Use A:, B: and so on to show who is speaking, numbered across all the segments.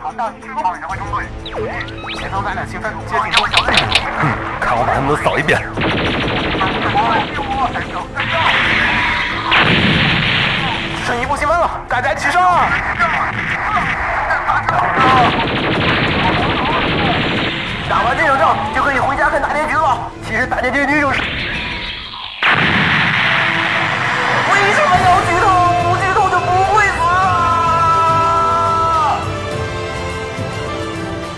A: 好，到你这个方位指挥中队。前方咱俩清分，接近多小队。
B: 看我把他们都扫一遍。
A: 剩一步积分了，大家齐上！打完这场仗就可以回家看大结局了。其实大结局就是……为什么要剧透？不剧透就不会死啊！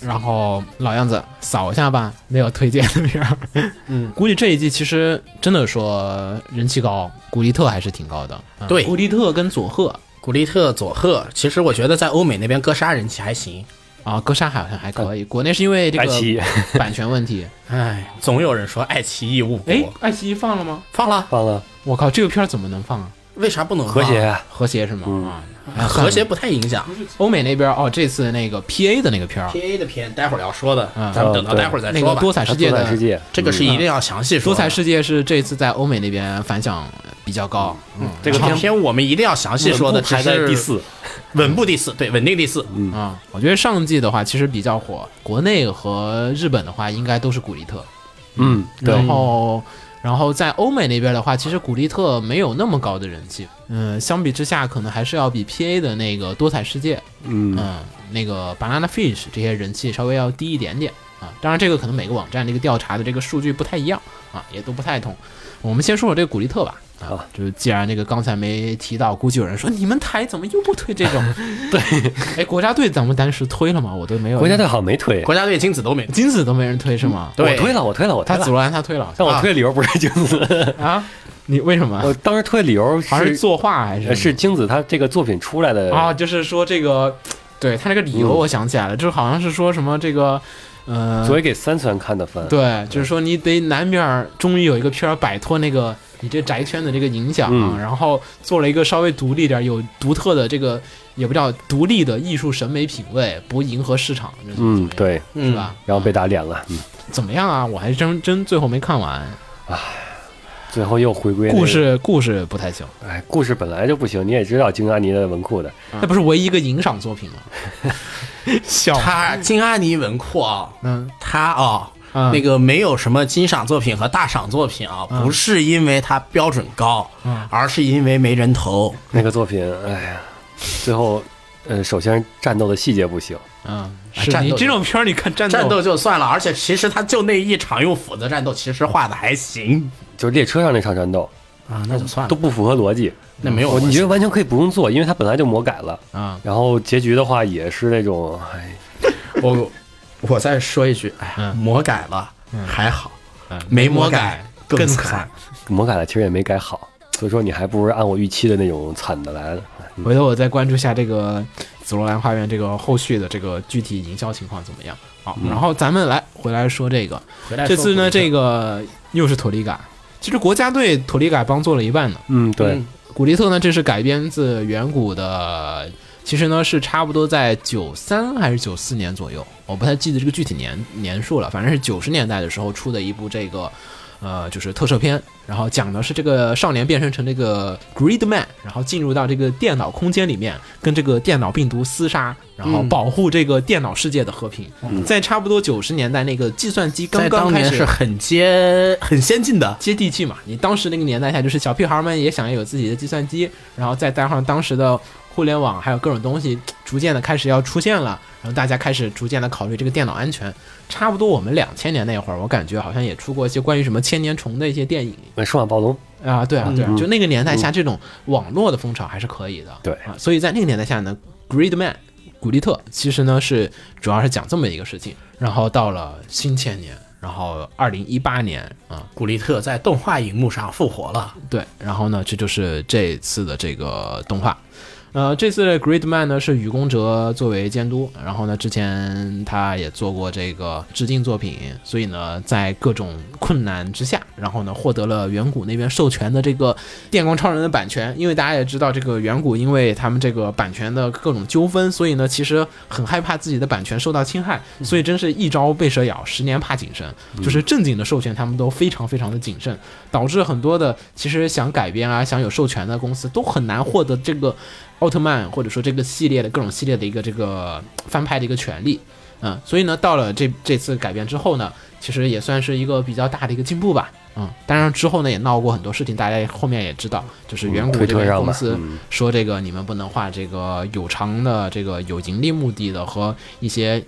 C: 然后老样子，扫一下吧，没有推荐的片儿。嗯，估计这一季其实真的说人气高，古力特还是挺高的。嗯
D: 对
C: 古力特跟佐贺
D: 古力特、佐贺，其实我觉得在欧美那边哥杀人气还行。
C: 啊，哥沙好像还可以，国内是因为这
B: 爱奇艺
C: 个 版权问题。
D: 哎，总有人说爱奇艺误 国
C: 哎，爱奇艺放了吗？
D: 放了，
B: 放了
C: 我靠，这个片儿怎么能放啊？
D: 为啥不能放
B: 和谐啊，
C: 和谐是吗？啊哎
D: 和谐
C: 算了
D: 不太影响。
C: 欧美那边哦，这次那个 P A 的那个片儿，
D: P A 的片待会儿要说的，
C: 嗯
D: 咱们等到
B: 哦对
D: 待会儿再
C: 那
D: 说
C: 个
D: 吧。
C: 多啊彩世界
B: 多
C: 的
B: 彩世界，
D: 这个是一定要详细说
C: 多
D: 的。
C: 彩世界是这次在欧美那边反响比较高。嗯
B: 这个
D: 这个
B: 片
D: 片我们一定要详细说的，
B: 稳步排在第，四，
D: 稳步第四，对，稳定第四。
C: 啊、我觉得上季的话其实比较火，国内和日本的话应该都是古力特，
B: 嗯，对，
C: 然后然后在欧美那边的话，其实古力特没有那么高的人气，嗯，相比之下可能还是要比 P A 的那个多彩世界，
B: 嗯
C: 嗯，那个 Banana Fish 这些人气稍微要低一点点啊。当然，这个可能每个网站这个调查的这个数据不太一样啊，也都不太同。我们先说说这个古力特吧。啊
B: 好，
C: 就是既然这个刚才没提到，估计有人说你们台怎么又不推这种？ 对，哎，国家队咱们当时推了吗？我都没有。
B: 国家队好嗯像没推，
D: 国家队金子都没
C: 金子都没人推是吗？
B: 我
D: 对
B: 推了，我推了，我推
C: 他
B: 了
C: 紫，罗兰他推了
B: 但我推的理由不是 金子，
C: 啊？你为什么？
B: 我当时推的理由
C: 好像是
B: 是
C: 作画还是
B: 呃是金子他这个作品出来的
C: 啊，就是说这个，对他那个理由
B: 嗯
C: 我想起来了，就是好像是说什么这个，呃，
B: 作为给三次元看的番，
C: 对，就是说你得难免儿终于有一个片儿摆脱那个你这宅圈的这个影响啊，
B: 嗯
C: 然后做了一个稍微独立点儿、有独特的这个也不叫独立的艺术审美品味，不迎合市场，这怎么
B: 嗯
C: 样，
B: 对，
C: 是吧？
B: 然后被打脸了，嗯，
C: 怎么样啊？我还真真最后没看完，
B: 最后又回归那个
C: 故，事故事不太行，
D: 啊
B: 哎，故事本来就不行，你也知道金阿尼的文库的，
C: 那不是唯一一个影赏作品吗？ 笑，
D: 他金阿尼文库啊，
C: 嗯，
D: 他啊、
C: 嗯
D: 那个没有什么金赏作品和大赏作品啊，不是因为它标准高，
C: 嗯
D: 而是因为没人投。
B: 那个作品，哎呀，最后，呃，首先战斗的细节不行，
C: 嗯，
D: 啊
C: 是
D: 战
C: 你
D: 斗
C: 这种片儿，你看战斗，
D: 战斗就算了，而且其实他就那一场用斧子战斗，其实画的还行
B: 就是列车上那场战斗
D: 啊，那就算
B: 都
D: 了，
B: 不符合逻辑，
D: 那没有
B: 我
D: 关
B: 你
D: 系
B: 觉得完全可以不用做，因为它本来就魔改了，
C: 啊，
B: 然后结局的话也是那种，哎，
D: 我我再说一句，哎呀，
C: 嗯
D: 魔改了、还好，
C: 嗯
D: 没
C: 魔
D: 改
C: 更
D: 惨。。
B: 魔改了其实也没改好，所以说你还不如按我预期的那种惨的来的，
C: 回头我再关注一下这个紫罗兰花园这个后续的这个具体营销情况怎么样。好，然后咱们来回来说这个，
D: 回来
C: 嗯这次呢，这
D: 个
C: 个又是托利嘎，其实国家队托利嘎帮做了一半呢。
B: 嗯，对，
C: 古力特呢，这是改编自远古的，其实呢是差不多在九三还是九四年左右，我不太记得这个具体年年数了，反正是九十年代的时候出的一部这个。呃，就是特摄片，然后讲的是这个少年变身成这个 Grid Man，然后进入到这个电脑空间里面，跟这个电脑病毒厮杀，然后
D: 嗯
C: 保护这个电脑世界的和平。在差不多九十年代，那个计算机刚
D: 在
C: 刚
D: 当
C: 开
D: 年
C: 始
D: 是很接很先进的，
C: 接地气嘛。你当时那个年代下，就是小屁孩儿们也想要有自己的计算机，然后再加上当时的互联网，还有各种东西逐渐的开始要出现了，然后大家开始逐渐的考虑这个电脑安全。差不多我们两千年那会儿，我感觉好像也出过一些关于什么千年虫的一些电影
B: 那数码暴龙，
C: 啊，对啊，对啊，
B: 嗯
C: 就那个年代下，这种网络的风潮还是可以的。
B: 对
C: 啊，所以在那个年代下呢，Gridman 古力特其实呢是主要是讲这么一个事情，然后到了新千年，然后二零一八年啊、
D: 古力特在动画荧幕上复活了。
C: 对，然后呢，这就是这次的这个动画。呃，这次的 Gridman 呢是雨宫哲作为监督，然后呢，之前他也做过这个致敬作品，所以呢，在各种困难之下，然后呢，获得了远古那边授权的这个电光超人的版权，因为大家也知道，这个远古因为他们这个版权的各种纠纷，所以呢，其实很害怕自己的版权受到侵害，所以真是一朝被蛇咬，十年怕井绳，就是正经的授权他们都非常非常的谨慎，导致很多的其实想改编啊、想有授权的公司都很难获得这个奥特曼或者说这个系列的各种系列的一个这个翻拍的一个权利。嗯，所以呢，到了这这次改编之后呢，其实也算是一个比较大的一个进步吧。嗯，当然之后呢也闹过很多事情，大家也后面也知道，就是远古
B: 推
C: 这
B: 特
C: 个
B: 上
C: 公
B: 吧
C: 司
B: 嗯
C: 说这个你们不能画这个有偿的、这个有盈利目的的和一些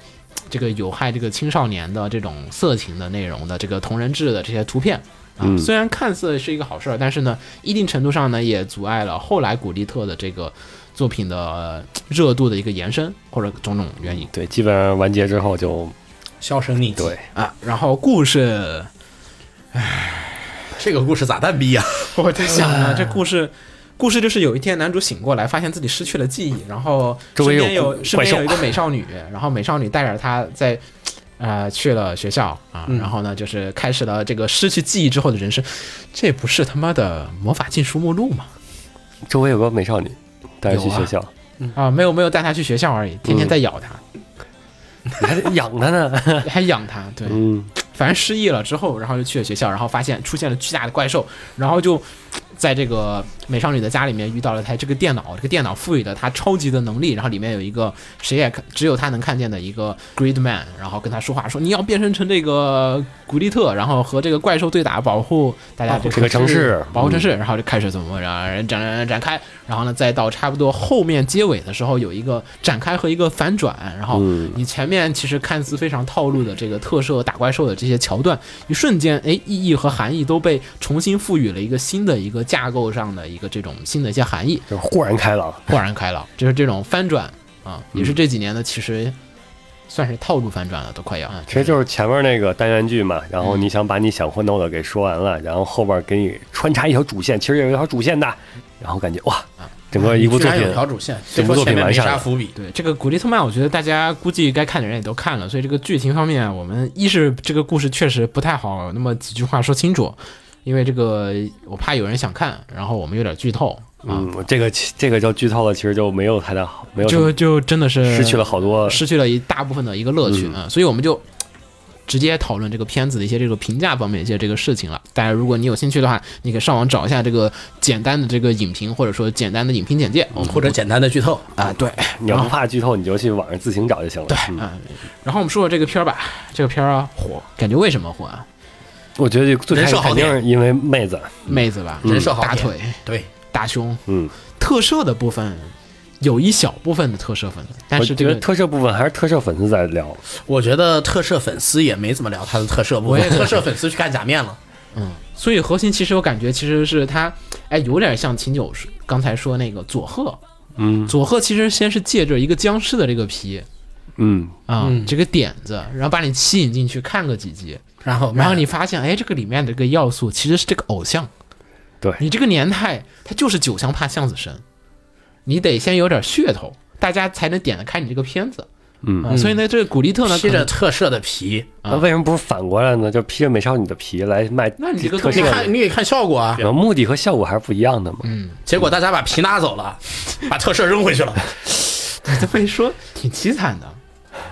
C: 这个有害这个青少年的这种色情的内容的这个同人志的这些图片。啊，
B: 嗯
C: 虽然看似是一个好事儿，但是呢，一定程度上呢，也阻碍了后来古力特的这个作品的呃热度的一个延伸，或者种种原因
B: 对，基本上完结之后就
D: 销声匿迹。
B: 对，
C: 啊。然后故事，
D: 这个故事咋蛋逼呀、啊
C: 我在想
B: 哎
C: 呢，这故事，故事就是有一天男主醒过来，发现自己失去了记忆，然后
B: 周
C: 身
B: 围
C: 边
B: 有
C: 有身
B: 怪
C: 边
B: 兽
C: 有一个美少女，然后美少女带着他在。呃，去了学校啊，
B: 嗯
C: 然后呢，就是开始了这个失去记忆之后的人生，这不是他妈的魔法禁书目录吗？
B: 周围有个美少女带她去
C: 有啊
B: 学校，
C: 啊，没有没有带他去学校而已，
B: 嗯
C: 天天在咬他，
B: 你还得养她呢。
C: 还养他，对，
B: 嗯，
C: 反正失忆了之后，然后就去了学校，然后发现出现了巨大的怪兽，然后就在这个美少女的家里面遇到了台这个电脑，这个电脑赋予了她超级的能力，然后里面有一个谁也看只有她能看见的一个 Grid Man，然后跟她说话说你要变身成这个古力特，然后和这个怪兽对打，保护大家这
B: 这个城市
C: 保护城市，然后就开始怎么然展展展开，然后呢再到差不多后面结尾的时候有一个展开和一个反转，然后
B: 嗯
C: 你前面其实看似非常套路的这个特摄打怪兽的这些桥段，一瞬间，哎，意义和含义都被重新赋予了一个新的一个架构上的一个这种新的一些含义，
B: 就是豁然开朗。
C: 豁然开朗，就是这种翻转啊，也
B: 嗯
C: 是这几年的其实算是套路翻转了，都快要，啊
B: 其实就是前面那个单元剧嘛，然后你想把你想混弄的给说完
D: 嗯
B: 了，然后后边给你穿插一条主线，其实有一条主线的，然后感觉哇，整个一部
D: 居
B: 作
D: 然
B: 品
D: 有条主线，虽
B: 整部
D: 说
B: 作
D: 前
B: 品
D: 面没
B: 完善
D: 啥
B: 了
D: 伏笔，
C: 对这个古力特曼，我觉得大家估计该看的人也都看了，所以这个剧情方面，我们一是这个故事确实不太好，那么几句话说清楚，因为这个我怕有人想看，然后我们有点剧透啊，
B: 嗯，这个其这个就剧透了，其实就没有太大好，没有什
C: 就
B: 么
C: 就真的是
B: 失去了好嗯多
C: 失去了一大部分的一个乐趣啊、所以我们就直接讨论这个片子的一些这个评价方面一些这个事情了。大家如果你有兴趣的话，你可以上网找一下这个简单的这个影评，或者说简单的影评简介，
D: 嗯
B: 嗯
D: 或者简单的剧透。
C: 啊，对，
B: 你要不怕剧透，你就去网上自行找就行了。
C: 对，
B: 嗯
C: 嗯，然后我们说说这个片儿吧，这个片儿啊火，感觉为什么火啊？
B: 我觉得最开
D: 人
B: 始
D: 设好
B: 肯定是因为妹子，
C: 妹子吧，
D: 人设好
C: 嗯大
D: 点
C: 腿、
D: 对，
C: 大胸，
B: 嗯，
C: 特摄的部分有一小部分的特摄粉丝，但
B: 我
C: 是
B: 觉
C: 这
B: 得
C: 个。
B: 特摄部分还是特摄粉丝在聊，
D: 我觉得特摄粉丝也没怎么聊他的特摄部
C: 我
D: 分
C: 也，
D: 特摄粉丝去干假面了。
C: 所以核心其实我感觉其实是他，哎，有点像秦九刚才说那个佐贺，
B: 嗯
C: 佐贺其实先是借着一个僵尸的这个皮
B: 嗯，
C: 啊、
D: 嗯
C: 这个点子，然后把你吸引进去看个几集，
B: 嗯
D: 然后，
C: 然后你发现，哎，这个里面的这个要素其实是这个偶像，
B: 对
C: 你这个年代，它就是酒香怕巷子深，你得先有点噱头，大家才能点得开你这个片子。
B: 嗯
C: 啊所以呢，这个古力特呢，
D: 披
C: 可
D: 着
C: 能
D: 特摄的皮，
B: 那为什么不是反过来呢？就披着美少女的皮来卖
C: 啊那你这个
B: 特
C: 是作
D: 你
B: 摄
C: 品
B: 的，
D: 看你得看效果啊。
B: 然后目的和效果还是不一样的嘛。
C: 嗯
D: 结果大家把皮拿走了，把特摄扔回去了。
C: 这么一说，挺凄惨的。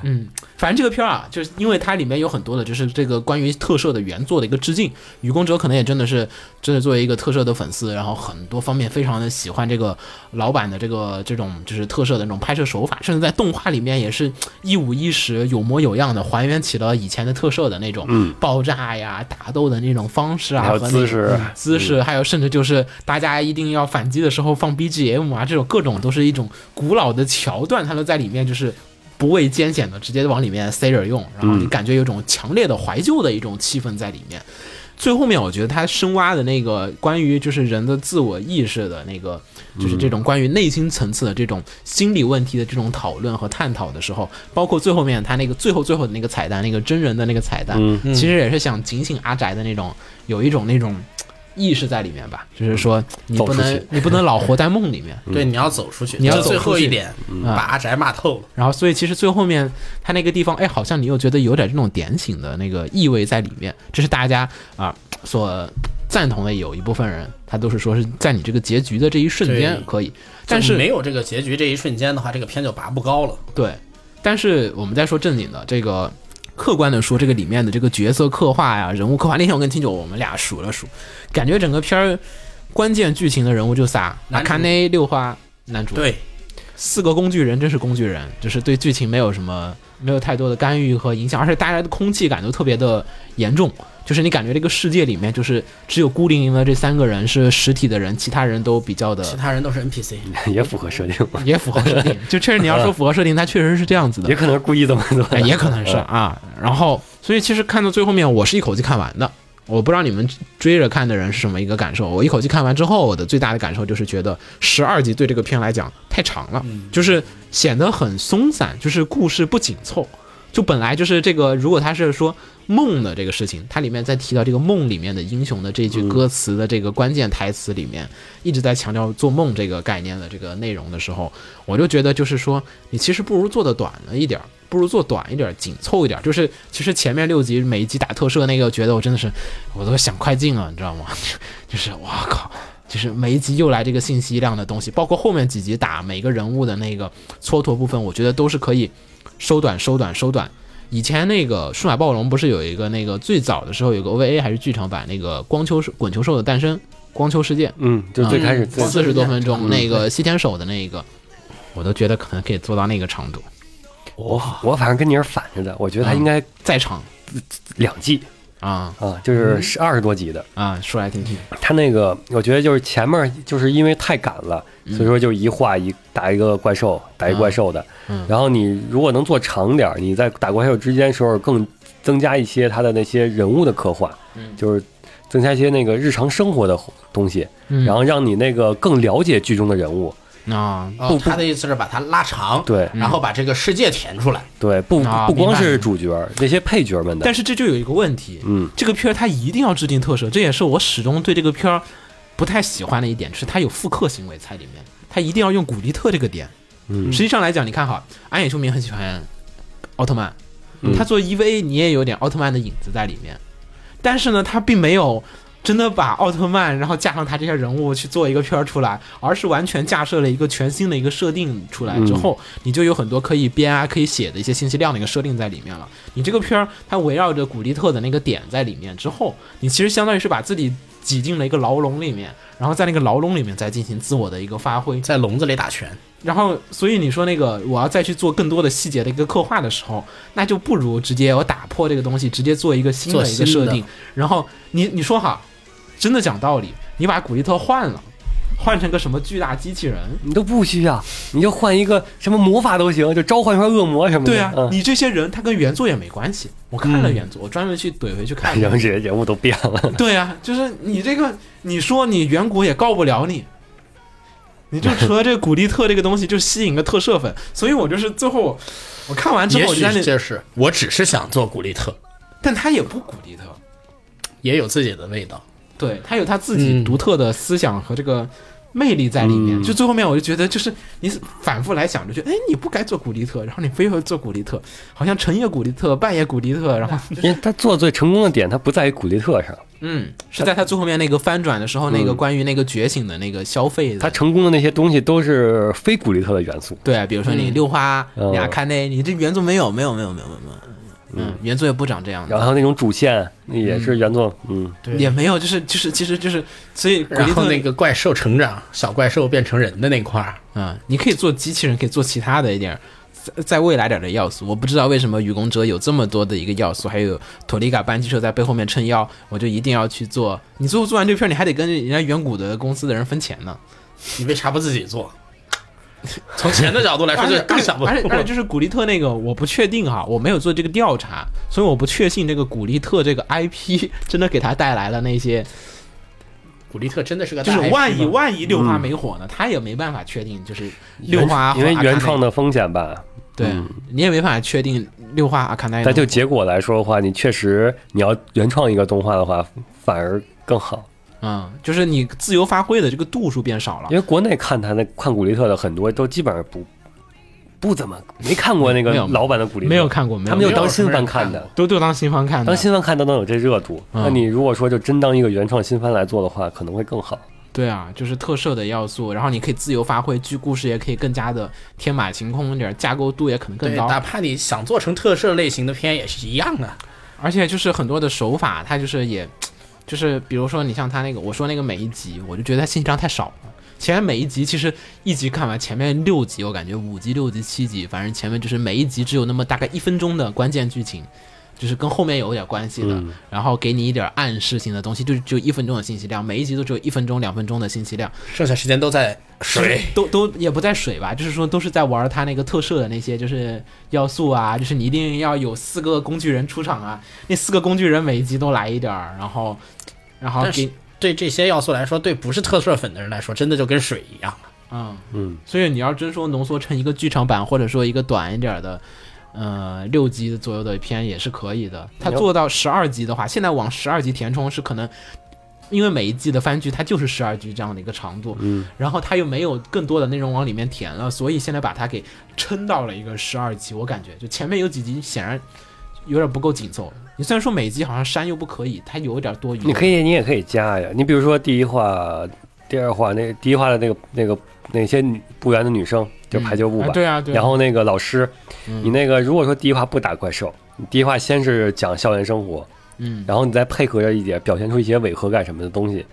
C: 嗯，反正这个片儿啊，就是因为它里面有很多的，就是这个关于特摄的原作的一个致敬。雨宫哲可能也真的是，真的作为一个特摄的粉丝，然后很多方面非常的喜欢这个老版的这个这种就是特摄的那种拍摄手法，甚至在动画里面也是一五一十、有模有样的还原起了以前的特摄的那种爆炸呀、打斗的那种方式啊
B: 嗯还有
C: 和那种
B: 姿势
C: 嗯姿势，还有甚至就是大家一定要反击的时候放 BGM 啊，这种各种都是一种古老的桥段，它都在里面就是不畏艰
B: 嗯
C: 险的直接往里面塞着用，然后你感觉有种强烈的怀旧的一种气氛在里面。最后面我觉得他深挖的那个关于就是人的自我意识的那个，
B: 嗯
C: 就是这种关于内心层次的这种心理问题的这种讨论和探讨的时候，包括最后面他那个最后最后的那个彩蛋，那个真人的那个彩蛋，
B: 嗯
C: 其实也是想警醒阿宅的那种，有一种那种。意识在里面吧，就是说你
B: 走
C: 不
B: 出
C: 能
B: 去
C: 你不能老活在梦里面，
D: 对，你要走出去，
C: 嗯你要
D: 这
C: 走
D: 最
C: 出
D: 后
C: 去嗯
D: 一点，把阿宅骂透了。
C: 然后，所以其实最后面他那个地方，哎，好像你又觉得有点这种点醒的那个意味在里面，这是大家啊、所赞同的。有一部分人，他都是说是在你这个结局的这一瞬间
D: 对嗯
C: 可以，但是
D: 就没有这个结局这一瞬间的话，这个片就拔不高了。
C: 对，但是我们再说正经的，这个客观的说，这个里面的这个角色刻画呀、人物刻画，那天我跟听九我们俩数了数，感觉整个片儿关键剧情的人物就仨：阿
D: 男主
C: 卡内、六花、男主。
D: 对，
C: 四个工具人真是工具人，就是对剧情没有什么没有太多的干预和影响，而且大家的空气感都特别的严重，就是你感觉这个世界里面就是只有孤零零的这三个人是实体的人，其他人都比较的
D: 其他人都是 NPC。
C: 嗯
B: 也符合设定嘛，
C: 也符合设定，就确实你要说符合设定，它确实是这样子的
B: 也，可能是故意这么做
C: 哎，
B: 的。
C: 也可能是啊。然后，所以其实看到最后面，我是一口气看完的。我不知道你们追着看的人是什么一个感受。我一口气看完之后，我的最大的感受就是觉得十二集对这个片来讲太长了，就是显得很松散，就是故事不紧凑。就本来就是这个，如果他是说梦的这个事情，它里面在提到这个梦里面的英雄的这句歌词的这个关键台词里面，一直在强调做梦这个概念的这个内容的时候，我就觉得就是说，你其实不如做的短了一点儿，不如做短一点儿，紧凑一点儿。就是其实前面六集每一集打特摄那个，觉得我真的是我都想快进了，你知道吗？ 就是哇靠。就是每一集又来这个信息量的东西，包括后面几集打每个人物的那个蹉跎部分，我觉得都是可以收短、收短、收短。以前那个数码暴龙不是有一个那个最早的时候有个 OVA 还是剧场版那个光丘滚球兽的诞生，光丘世界，
B: 嗯，就最开始最嗯
C: 四十多分钟，那个西天守的那一个，我都觉得可能可以做到那个长度，
B: 我我反正跟你是反着的，我觉
C: 啊
B: 得它应该
C: 再长
B: 两季
C: 啊
B: 啊，就是二十多集的。
C: 啊，说来听听。
B: 它那个我觉得就是前面就是因为太赶了，所以说就一画一打一个怪兽，打一怪兽的
C: 嗯。
B: 然后你如果能做长点儿，你在打怪兽之间的时候更增加一些它的那些人物的刻画，就是增加一些那个日常生活的东西，
C: 嗯
B: 然后让你那个更了解剧中的人物。
C: 啊，
D: 哦，他的意思是把它拉长，
B: 对
D: 然后把这个世界填出来。
B: 对，不
C: 啊
B: 不光
C: 明白
B: 是主角，那些配角们的。
C: 但是这就有一个问题，
B: 嗯，
C: 这个片儿它一定要致敬特摄，这也是我始终对这个片儿不太喜欢的一点，就是它有复刻行为在里面，它一定要用古力特这个点。
B: 嗯
C: 实际上来讲，你看哈，安野秀明很喜欢奥特曼，
B: 嗯
C: 他做 EVA 你也有点奥特曼的影子在里面，但是呢，他并没有。真的把奥特曼，然后加上他这些人物去做一个片儿出来，而是完全架设了一个全新的一个设定出来
B: 嗯
C: 之后，你就有很多可以编啊、可以写的一些信息量的一个设定在里面了。你这个片儿它围绕着古力特的那个点在里面之后，你其实相当于是把自己挤进了一个牢笼里面，然后在那个牢笼里面再进行自我的一个发挥，
D: 在笼子里打拳，
C: 然后，所以你说那个我要再去做更多的细节的一个刻画的时候，那就不如直接我打破这个东西，直接做一个新的一个
D: 做新
C: 设
D: 的
C: 定。然后你你说哈，真的讲道理，你把古力特换了，换成个什么巨大机器人，
B: 你都不需要，你就换一个什么魔法都行，就召唤出来恶魔什么的。
C: 对啊，
B: 嗯，
C: 你这些人他跟原作也没关系。我看了原作，我专门去怼回去
D: 哎
C: 看了。
B: 人人人物都变了，
C: 对啊，就是你这个，你说你远古也告不了你，你就除了这个古力特这个东西，就吸引个特摄粉。所以我就是最后我看完之
D: 也
C: 后，我就
D: 许
C: 在那，
D: 就是我只是想做古力特，
C: 但他也不古力特，
D: 也有自己的味道。
C: 对他有他自己
D: 嗯
C: 独特的思想和这个魅力在里面。
B: 嗯
C: 就最后面，我就觉得，就是你反复来想，就觉得，哎，你不该做古力特，然后你非要做古力特，好像成也古力特，败也古力特，然后
B: 因为他做最成功的点，他不在于古力特上，
C: 嗯，是在他最后面那个翻转的时候，那个关于那个觉醒的那个消费的
B: 他成功的那些东西都是非古力特的元素。
C: 对，啊比如说你六花、
B: 嗯
C: 你阿卡内，你这原作没有，没有，没有，没有，没有没有，嗯，原作也不长这样
B: 然
C: 的，
B: 后那种主线也是原作，嗯，
C: 也没有，就是就是其实就是，所以古
D: 然
C: 力
D: 后
C: 特
D: 那，个怪兽成长，小怪兽变成人的那块儿，
C: 嗯，你可以做机器人，可以做其他的一点儿。在在未来点儿的要素，我不知道为什么愚公者有这么多的一个要素，还有托利嘎班机车在背后面撑腰，我就一定要去做。你最后做完这片儿，你还得跟人家远古的公司的人分钱呢。
D: 你为啥不自己做？从钱的角度来说，就更想不
C: 而且而且
D: 通。
C: 就是古力特那个，我不确定哈，我没有做这个调查，所以我不确信这个古力特这个 IP 真的给他带来了那些，
D: 古力特真的是个
B: 呃
C: 就
D: 大
C: 是
D: IP
C: 万一
D: 吗
C: 万一六花没火呢，他也没办法确定，就是六花
B: 嗯因为
C: 和阿卡
B: 原
C: 奈
B: 创的风险吧。
C: 对
B: 嗯，
C: 你也没办法确定六花阿卡奈
B: 但
C: 能
B: 就结果来说的话，你确实你要原创一个动画的话，反而更好，
C: 嗯，就是你自由发挥的这个度数变少了
B: 因。为国内看他的看古力特的很多都基本上不不怎么没看过那个
C: 没有
B: 老版的古力特，
C: 没有看过，没
B: 他
C: 有
B: 们就
C: 没有
B: 当新番
D: 没有什么人看
B: 的。
C: 都都当新番看的，
B: 当新番看都能有这热度，
C: 嗯
B: 那你如果说就真当一个原创新番来做的话，可能会更好。
C: 对啊，就是特摄的要素，然后你可以自由发挥，剧故事也可以更加的天马行空一点，架构度也可能更
D: 对，
C: 高。
D: 哪怕你想做成特摄类型的片也是一样啊。
C: 而且就是很多的手法，它就是也，就是比如说你像他那个，我说那个每一集，我就觉得他信息量太少了。前面每一集其实一集看完，前面六集我感觉五集、六集、七集，反正前面就是每一集只有那么大概一分钟的关键剧情，就是跟后面有一点关系的，
B: 嗯
C: 然后给你一点暗示性的东西，就就一分钟的信息量，每一集都只有一分钟、两分钟的信息量，
D: 剩下时间都在水。
C: 都都也不在水吧，就是说都是在玩他那个特摄的那些就是要素啊，就是你一定要有四个工具人出场啊，那四个工具人每一集都来一点儿，然后然后
D: 但是
C: 给
D: 对这些要素来说，对不是特摄粉的人来说，真的就跟水一样。
C: 嗯，
B: 嗯，
C: 所以你要真说浓缩成一个剧场版或者说一个短一点儿的。呃，六集左右的片也是可以的。他做到十二集的话，现在往十二集填充是可能，因为每一季的番剧它就是十二集这样的一个长度，
B: 嗯，
C: 然后它又没有更多的内容往里面填了，所以现在把它给撑到了一个十二集。我感觉就前面有几集显然有点不够紧凑。你虽然说每集好像删又不可以，它有一点多余。
B: 你可以，你也可以加呀。你比如说第一话、第二话，那第一话的那个那个那些女部员的女生，就
C: 嗯
B: 排球部吧
C: 啊，对啊，对啊。
B: 然后那个老师，
C: 嗯
B: 你那个如果说第一话不打怪兽，你第一话先是讲校园生活，
C: 嗯，
B: 然后你再配合着一点表现出一些违和感什么的东西，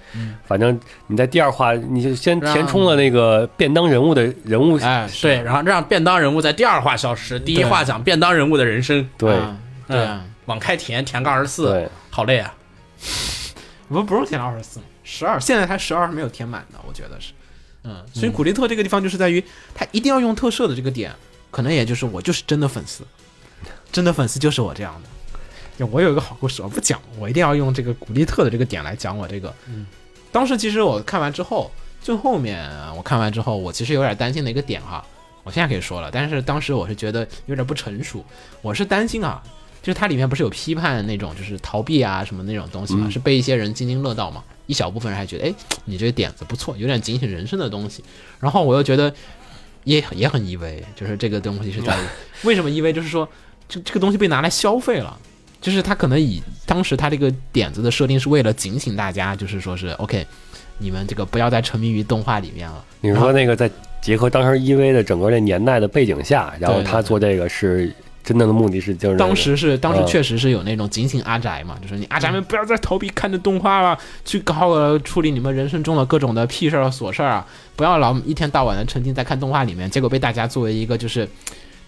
B: 反正你在第二话你就先
C: 嗯让
B: 填充了那个便当人物的人物，
C: 哎，是
D: 对，然后让便当人物在第二话消失，第一话讲便当人物的人生，
B: 对
C: 啊对啊，
D: 往开填填个二十四，
B: 对，
D: 好累啊！
C: 不不用填到二十四，十二，现在它十二没有填满的，我觉得是。嗯，所以古力特这个地方就是在于，他一定要用特摄的这个点，可能也就是我就是真的粉丝，真的粉丝就是我这样的。我有一个好故事，我不讲，我一定要用这个古力特的这个点来讲我这个。嗯，当时其实我看完之后，最后面我看完之后，我其实有点担心的一个点哈，我现在可以说了，但是当时我是觉得有点不成熟，我是担心啊，就是它里面不是有批判那种就是逃避啊什么那种东西嘛，是被一些人津津乐道嘛，一小部分人还觉得哎你这个点子不错，有点警醒人生的东西，然后我又觉得也也很 EV，就是这个东西是在于为什么 EV，就是说这这个东西被拿来消费了。就是他可能以当时他这个点子的设定是为了警醒大家，就是说是 OK，你们这个不要再沉迷于动画里面了。
B: 你说那个再结合当时 EV 的整个这年代的背景下，然后
C: 对对
B: 他做这个是真正的目的是就是
C: 当时是当时
B: 嗯
C: 确实是有那种警醒阿宅嘛，就是你阿宅们不要再逃避看着动画了，去好好地处理你们人生中的各种的屁事儿啊、琐事儿啊，不要老一天到晚的沉浸在看动画里面，结果被大家作为一个就是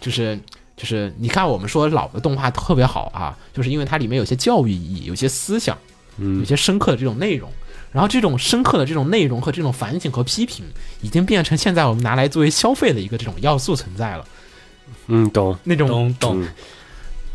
C: 就是。就是你看，我们说老的动画特别好啊，就是因为它里面有些教育意义，有些思想，
B: 嗯
C: 有些深刻的这种内容。然后这种深刻的这种内容和这种反省和批评，已经变成现在我们拿来作为消费的一个这种要素存在了。
B: 嗯懂
C: 那种
D: 懂懂，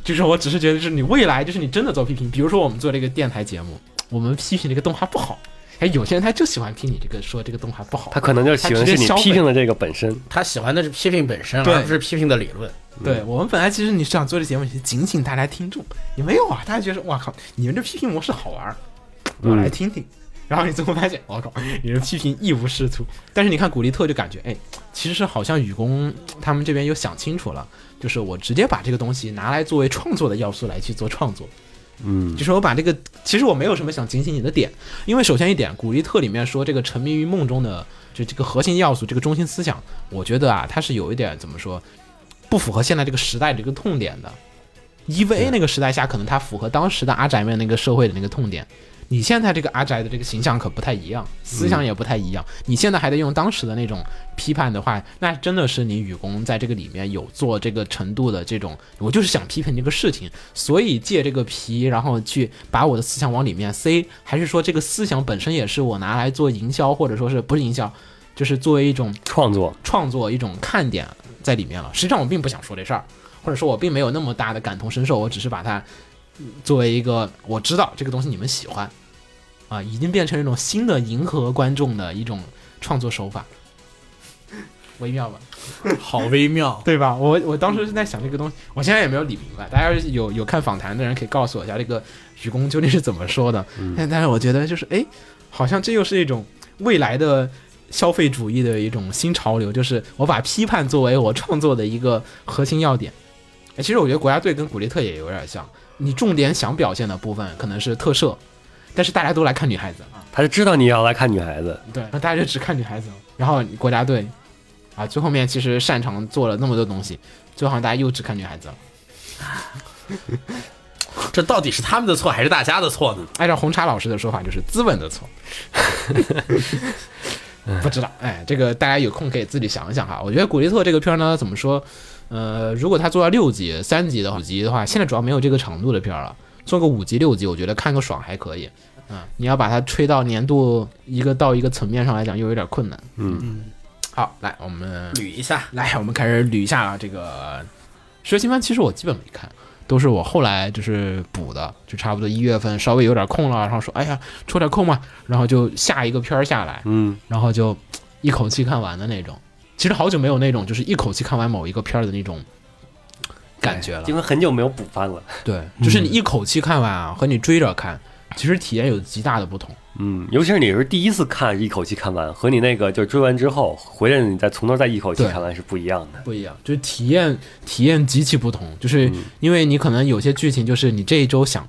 C: 就是我只是觉得，就是你未来，就是你真的做批评，比如说我们做这个电台节目，我们批评这个动画不好，哎，有些人他就喜欢听你这个说这个动画不好，
B: 他可能就喜欢是你批评的这个本身，
D: 他喜欢的是批评本身，
C: 对
D: 而不是批评的理论。
C: 对我们本来其实你是想做这节目，你是警醒大家听众，也没有啊，大家觉得哇靠，你们这批评模式好玩儿，我来听听。然后你最后发现，我靠，你这批评一无是处。但是你看古力特就感觉，哎，其实是好像雨宫他们这边又想清楚了，就是我直接把这个东西拿来作为创作的要素来去做创作。
B: 嗯
C: 就是我把这个，其实我没有什么想警醒你的点，因为首先一点，古力特里面说这个沉迷于梦中的就这个核心要素，这个中心思想，我觉得啊，它是有一点怎么说，不符合现在这个时代这个痛点的。EVA 那个时代下，可能它符合当时的阿宅们那个社会的那个痛点。你现在这个阿宅的这个形象可不太一样，思想也不太一样。你现在还得用当时的那种批判的话，那真的是你雨宫在这个里面有做这个程度的这种，我就是想批评这个事情，所以借这个皮，然后去把我的思想往里面塞，还是说这个思想本身也是我拿来做营销，或者说是不是营销？就是作为一种
B: 创作，
C: 创作一种看点在里面了。实际上我并不想说这事儿，或者说我并没有那么大的感同身受，我只是把它嗯作为一个我知道这个东西你们喜欢啊，已经变成一种新的迎合观众的一种创作手法， 微妙吧，
D: 好微妙。
C: 对吧？我我当时是在想这个东西，我现在也没有理明白。大家要是有有看访谈的人可以告诉我一下这个愚公究竟是怎么说的。但但是我觉得就是哎，好像这又是一种未来的消费主义的一种新潮流，就是我把批判作为我创作的一个核心要点。哎，其实我觉得国家队跟古力特也有点像，你重点想表现的部分可能是特摄，但是大家都来看女孩子啊，
B: 他就知道你要来看女孩子，
C: 对，那大家就只看女孩子，然后国家队啊，最后面其实擅长做了那么多东西，最后好像大家又只看女孩子了。
D: 这到底是他们的错还是大家的错呢？
C: 按照红茶老师的说法，就是资本的错。 不知道，哎，这个大家有空可以自己想一想哈。我觉得《古力特》这个片儿呢，怎么说？呃，如果他做到六集、三集的话，五集的话，现在主要没有这个长度的片儿了。做个五集、六集，我觉得看个爽还可以。嗯，你要把它吹到年度一个到一个层面上来讲，又有点困难。
B: 嗯
C: 好，来我们
D: 捋一下，
C: 来，我们开始捋一下这个《蛇形番》。其实我基本没看，都是我后来就是补的，就差不多一月份稍微有点空了，然后说哎呀抽点空嘛，然后就下一个片儿下来，
B: 嗯，
C: 然后就嘖一口气看完的那种。其实好久没有那种就是一口气看完某一个片儿的那种感觉了
B: 因。为很久没有补番了，
C: 对，就是你一口气看完啊，和你追着看，其实体验有极大的不同。
B: 嗯，尤其是你是第一次看，一口气看完，和你那个就追完之后回来你再从头再一口气
C: 对
B: 看完是不一样的，
C: 不一样，就是体验体验极其不同。就是因为你可能有些剧情，就是你这一周想，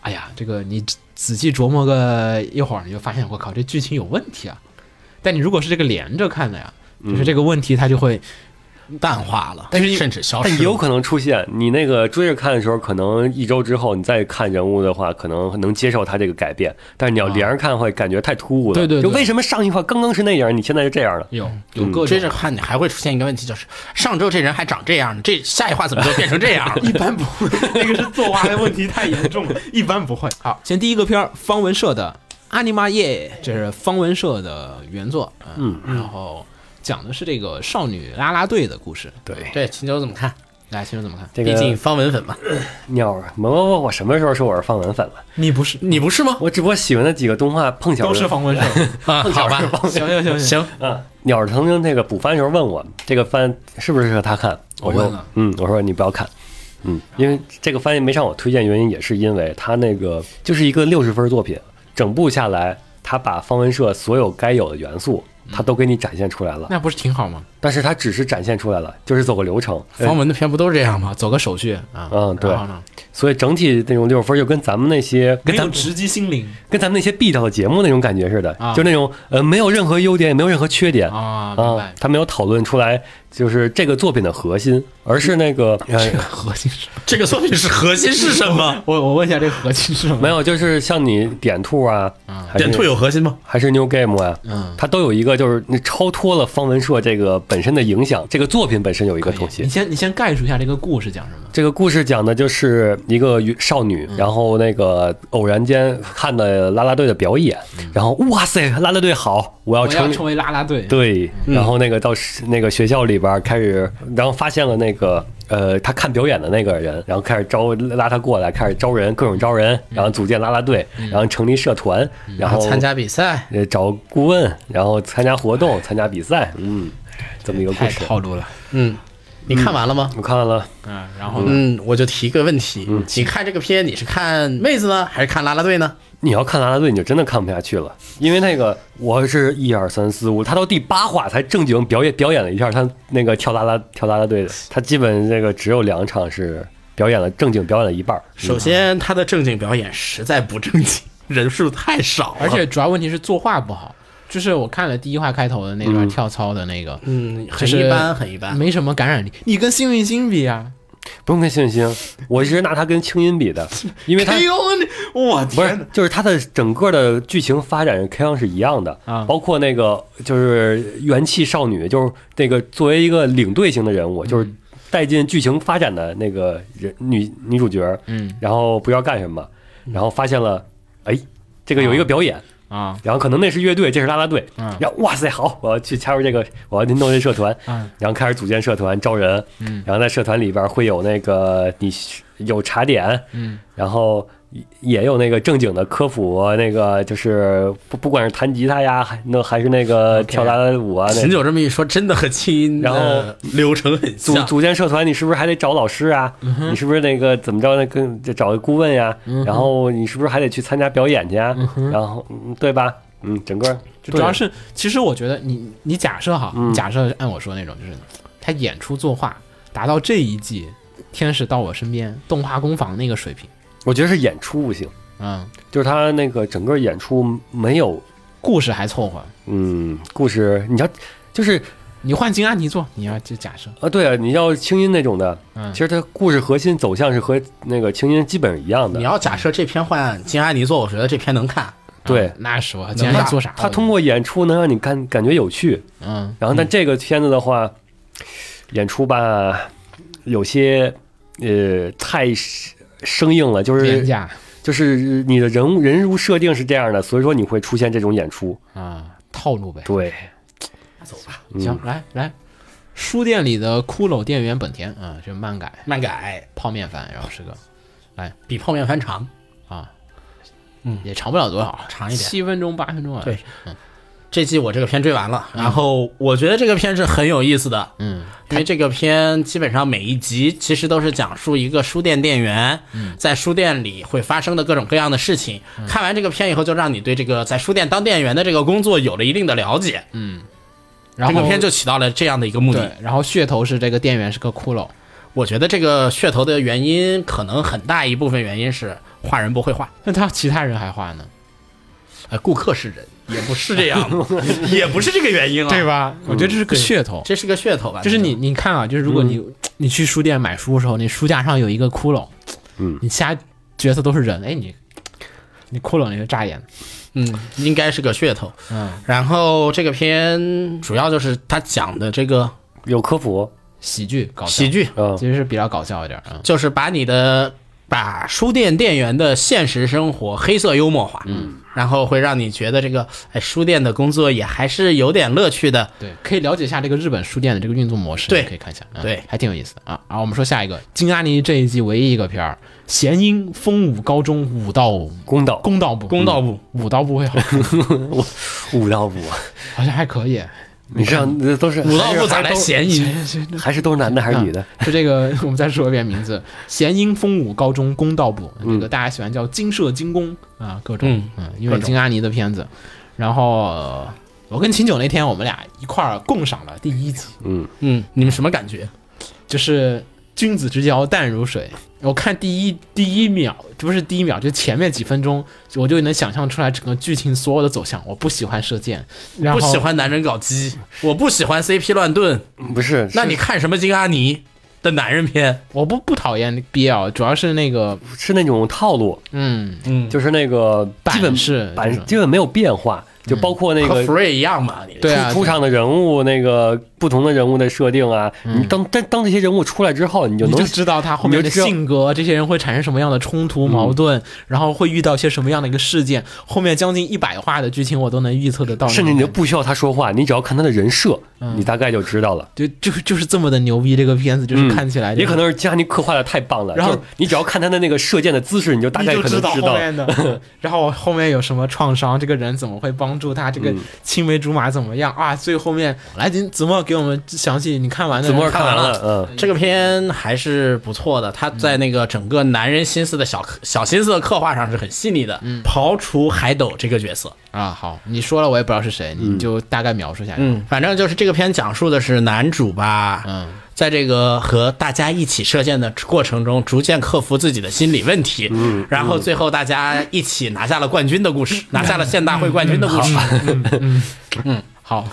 C: 哎呀，这个你仔细琢磨个一会儿，你就发现我靠，这剧情有问题啊。但你如果是这个连着看的呀，就是这个问题它就会，
D: 淡化了，
C: 但是
D: 甚至消失
B: 嗯但
D: 了。
B: 也有可能出现你那个追着看的时候，可能一周之后你再看人物的话，可能能接受他这个改变，但是你要连着看会感觉太突兀了。
C: 对对对
B: 就为什么上一话刚刚是那样，你现在就这样了？
C: 有有各
D: 追
C: 种
D: 着看，你还会出现一个问题，就是上周这人还长这样呢，这下 一话怎么就变成这样了？
C: 一般不会，那个是作画的问题太严重了，一般不会。好，先第一个片儿，方文社的《阿尼玛耶》，这是方文社的原作，嗯，然后讲的是这个少女啦啦队的故事。
B: 对，
D: 对，秦九怎么看？
C: 来，秦叔怎么看？
B: 这
D: 毕竟
B: 个
D: 方文粉嘛，
B: 鸟儿，我我我我什么时候说我是方文粉了？
C: 你不是
D: 你不是吗？
B: 我只不过喜欢的几个动画碰巧
C: 都是方文社。
D: 啊，好吧，
C: 行行行行，
D: 行，
B: 啊，鸟儿曾经那个补番的时候问我，这个番是不是适合他看？
C: 我
B: 说
C: 问了
B: 嗯，我说你不要看，嗯，因为这个番没上我推荐，原因也是因为他那个就是一个六十分作品，整部下来，他把方文社所有该有的元素，他都给你展现出来了，
C: 嗯那不是挺好吗？
B: 但是他只是展现出来了，就是走个流程，
D: 方文的片不都是这样吗？
C: 走个手续哎啊，
B: 嗯对
C: 然后呢，
B: 所以整体那种六十分就跟咱们那些跟咱们
C: 直击心灵
B: 跟咱们那些 B 套节目那种感觉似的，
C: 啊
B: 就那种呃没有任何优点，也没有任何缺点
C: 啊，明
B: 啊
C: 白，。
B: 他没有讨论出来就是这个作品的核心，而是那个、呃、
C: 核心是，
D: 这个作品是核心是什么？
C: 我我问一下，这个核心是什
B: 没
C: 么？
B: 有，就是像你点兔啊，还是
D: 点兔有核心吗？
B: 还是 New Game 啊，
C: 嗯，
B: 它都有一个就是你超脱了方文社这个本身的影响，这个作品本身有一个
C: 可以
B: 东西
C: 你。先你先概述一下这个故事讲什么？
B: 这个故事讲的就是一个少女，
C: 嗯
B: 然后那个偶然间看了啦啦队的表演，然后哇塞，啦啦队好，我要
C: 嗯我要
B: 哦成
C: 成为啦啦队，
B: 对，然后那个到是那个学校里边儿开始，然后发现了那个呃，他看表演的那个人，然后开始招拉他过来，开始招人，各种招人，然后组建啦啦队，然后成立社团，然后
D: 参加比赛，
B: 呃找顾问，然后参加活动，参加比赛，嗯，这么一个故
C: 太
B: 事。
C: 套路了。
D: 嗯，你看完了吗？
B: 我看完了，
C: 嗯，然后呢？
D: 嗯，我就提个问题，你看这个片，你是看妹子呢，还是看啦啦队呢？
B: 你要看啦啦队，你就真的看不下去了，因为那个我是一二三四五，他到第八话才正经表演表演了一下，他那个跳啦啦跳啦啦队的，他基本这个只有两场是表演了正经表演了一半儿。
D: 首先，他的正经表演实在不正经， 人数太少了，
C: 而且主要问题是作画不好，就是我看了第一话开头的那段跳操的那个，
D: 嗯，
C: 就
D: 很
C: 是
D: 一般，很一般。
C: 没什么感染力。你跟幸运星比啊，
B: 不用跟信星，我一直拿它跟清音比的，因为它
D: KO 哎你，我
B: 不
D: 天
B: 是
D: 哪！
B: 就是它的整个的剧情发展跟 K 阳是一样的
C: 啊
B: 包括那个就是元气少女，就是那个作为一个领队型的人
C: 嗯
B: 物，就是带进剧情发展的那个人女女主角，
C: 嗯
B: 然后不知道干什么，然后发现了，哎，这个有一个表演，
C: 啊
B: 然后可能那是乐队，这是啦啦队，
C: 嗯
B: 然后哇塞，好，我要去加入这个，我要去弄这社团，
C: 嗯
B: 然后开始组建社团招人，
C: 嗯
B: 然后在社团里边会有那个你有茶点，
C: 嗯，
B: 然后也有那个正经的科普，那个就是不不管是弹吉他呀，还那还是那个
C: OK
B: 跳啦啦舞啊，那
D: 秦九这么一说，真的和清音呃
B: 然后
D: 的流程很
B: 组
D: 像。
B: 组建社团，你是不是还得找老师啊？
C: 嗯
B: 你是不是那个怎么着呢？跟就找个顾问呀、然后你是不是还得去参加表演去啊？然后嗯对吧？嗯，整个
C: 就主要
B: 对
C: 是，其实我觉得你你假设哈，
D: 嗯
C: 你假设按我说那种，就是他演出作画达到这一季《天使到我身边》动画工坊那个水平，
B: 我觉得是演出不行，
C: 嗯，
B: 就是他那个整个演出没有
C: 故事还凑合。
B: 嗯故事，你要就是
C: 你换金阿尼做，你要就假设，
B: 啊，对啊，你要清音那种的，
C: 嗯
B: 其实它故事核心走向是和那个清音基本是一样的
D: 你。要假设这篇换金阿尼做，我觉得这篇能看。
B: 对
C: 啊那是我金阿尼做啥？
B: 它通，过演出能让你看感觉有趣，
C: 嗯
B: 然后但这个片子的话，演出吧有些呃太生生硬了，就
C: 廉
B: 是
C: 价
B: 就是你的人物人物设定是这样的，所以说你会出现这种演出。
C: 啊，套路呗。
B: 对，
D: 嗯
C: 行，来来，书店里的骷髅店员本田啊，这漫改
D: 漫改
C: 泡面番，然后是个
D: 比泡面番长，
C: 啊，
D: 嗯
C: 也长不了多少，
D: 长一点
C: 七分钟八分钟啊。
D: 对这季我这个片追完了，然后我觉得这个片是很有意思的，
C: 嗯，
D: 因为这个片基本上每一集其实都是讲述一个书店店员在书店里会发生的各种各样的事情。看完这个片以后，就让你对这个在书店当店员的这个工作有了一定的了解。
C: 然后
D: 这个片就起到了这样的一个目
C: 对
D: 的。，
C: 然后噱头是这个店员是个骷髅，
D: 我觉得这个噱头的原因，可能很大一部分原因是画人不会画，
C: 那他其他人还画呢，
D: 呃，顾客是人，也不是这样的， 也不是这个原因啊，
C: 对？吧？我觉得这是个噱头，
D: 这是嗯个噱头吧？
C: 就是你你看啊，就是如果你你去书店买书的时候，你书架上有一个骷髅，
B: 嗯
C: 你其他角色都是人，哎你。你骷髅你就扎眼，
D: 嗯，应该是个噱头。
C: 嗯，
D: 然后这个片主要就是他讲的这个
B: 有科普，
C: 喜剧搞笑
D: 喜剧，
B: 嗯，
C: 其实是比较搞笑一点啊。嗯
D: 就是把你的把书店店员的现实生活黑色幽默化，嗯，然后会让你觉得这个哎，书店的工作也还是有点乐趣的。
C: 对，可以了解一下这个日本书店的这个运作模式，
D: 对
C: 可以看一下，嗯
D: 对
C: 还挺有意思的啊。然后我们说下一个，金阿尼这一季唯一一个片儿，《弦音风舞高中武道
B: 公道
C: 公道部》，
D: 公道部
C: 嗯武道部会好，
B: 武道部，
C: 好像还可以。
B: 你知道那都是
D: 武道部
B: 还是
D: 咋来嫌疑？
B: 还是都是男的还是女的？
C: 就这个，我们再说一遍名字：弦音风舞高中公道部，这个大家喜欢叫金社金工啊，各种
D: 嗯
C: 嗯，因
D: 各
C: 为
D: 种
C: 金阿尼的片子。然后呃我跟秦九那天我们俩一块儿共赏了第一集，
B: 嗯，
D: 嗯，你们什么感觉？
C: 就是君子之交淡如水。我看第一第一秒，这不是第一秒，就前面几分钟，我就能想象出来整个剧情所有的走向。我不喜欢射箭，然
D: 不
C: 后
D: 喜欢男人搞基，我不喜欢 CP 乱炖，
C: 嗯
B: 不是，
D: 那你看什么金阿尼的男人片？
C: 我不不讨厌 BL，主要是那个
B: 是是那种套路，
C: 嗯，
D: 嗯，
B: 就是那个基本
C: 版式这
B: 版
C: 种
B: 基本没有变化，就包括那
D: 和
B: 个
D: Free 一样嘛？你
C: 嗯对啊，
B: 出场的人物，那个不同的人物的设定啊，你当当当这些人物出来之后，你
C: 嗯
B: 就
C: 你
B: 嗯能
C: 就知道他后面的性格，这些人会产生什么样的冲突矛盾，然后会遇到些什么样的一个事件。后面将近一百话的剧情，我都能预测得到那种
B: 甚至
C: 感觉。
B: 你就不需要他说话，你只要看他的人设，
C: 嗯
B: 你大概就知道了。
C: 就就就是这么的牛逼，这个片子就是看起来、
B: 也嗯可。能是加尼刻画的太棒了，
C: 哎然后
B: 就是你只要看他的那个射箭的姿势，你就大
C: 你
B: 概
C: 就
B: 可
C: 知
B: 能
C: 道
B: 知
C: 后
B: 道。
C: 面的， 然后后面有什么创伤，这个人怎么会帮助他，这
B: 嗯
C: 个青梅竹马怎么样啊？最后面来，子子墨给我们详细，你看完的
B: 子墨
C: 人
B: 看完了，嗯，
D: 这个片还是不错的，他在那个整个男人心思的小刻小心思的刻画上是很细腻的。刨除海斗这个角色，
C: 啊。好，你说了我也不知道是谁，
B: 嗯
C: 你就大概描述一下。
D: 嗯，反正就是这个片讲述的是男主吧，
C: 嗯，
D: 在这个和大家一起射箭的过程中，逐渐克服自己的心理问题，嗯，然后最后大家一起拿下了冠军的故事，拿下了县大会冠军的故事。
C: 好，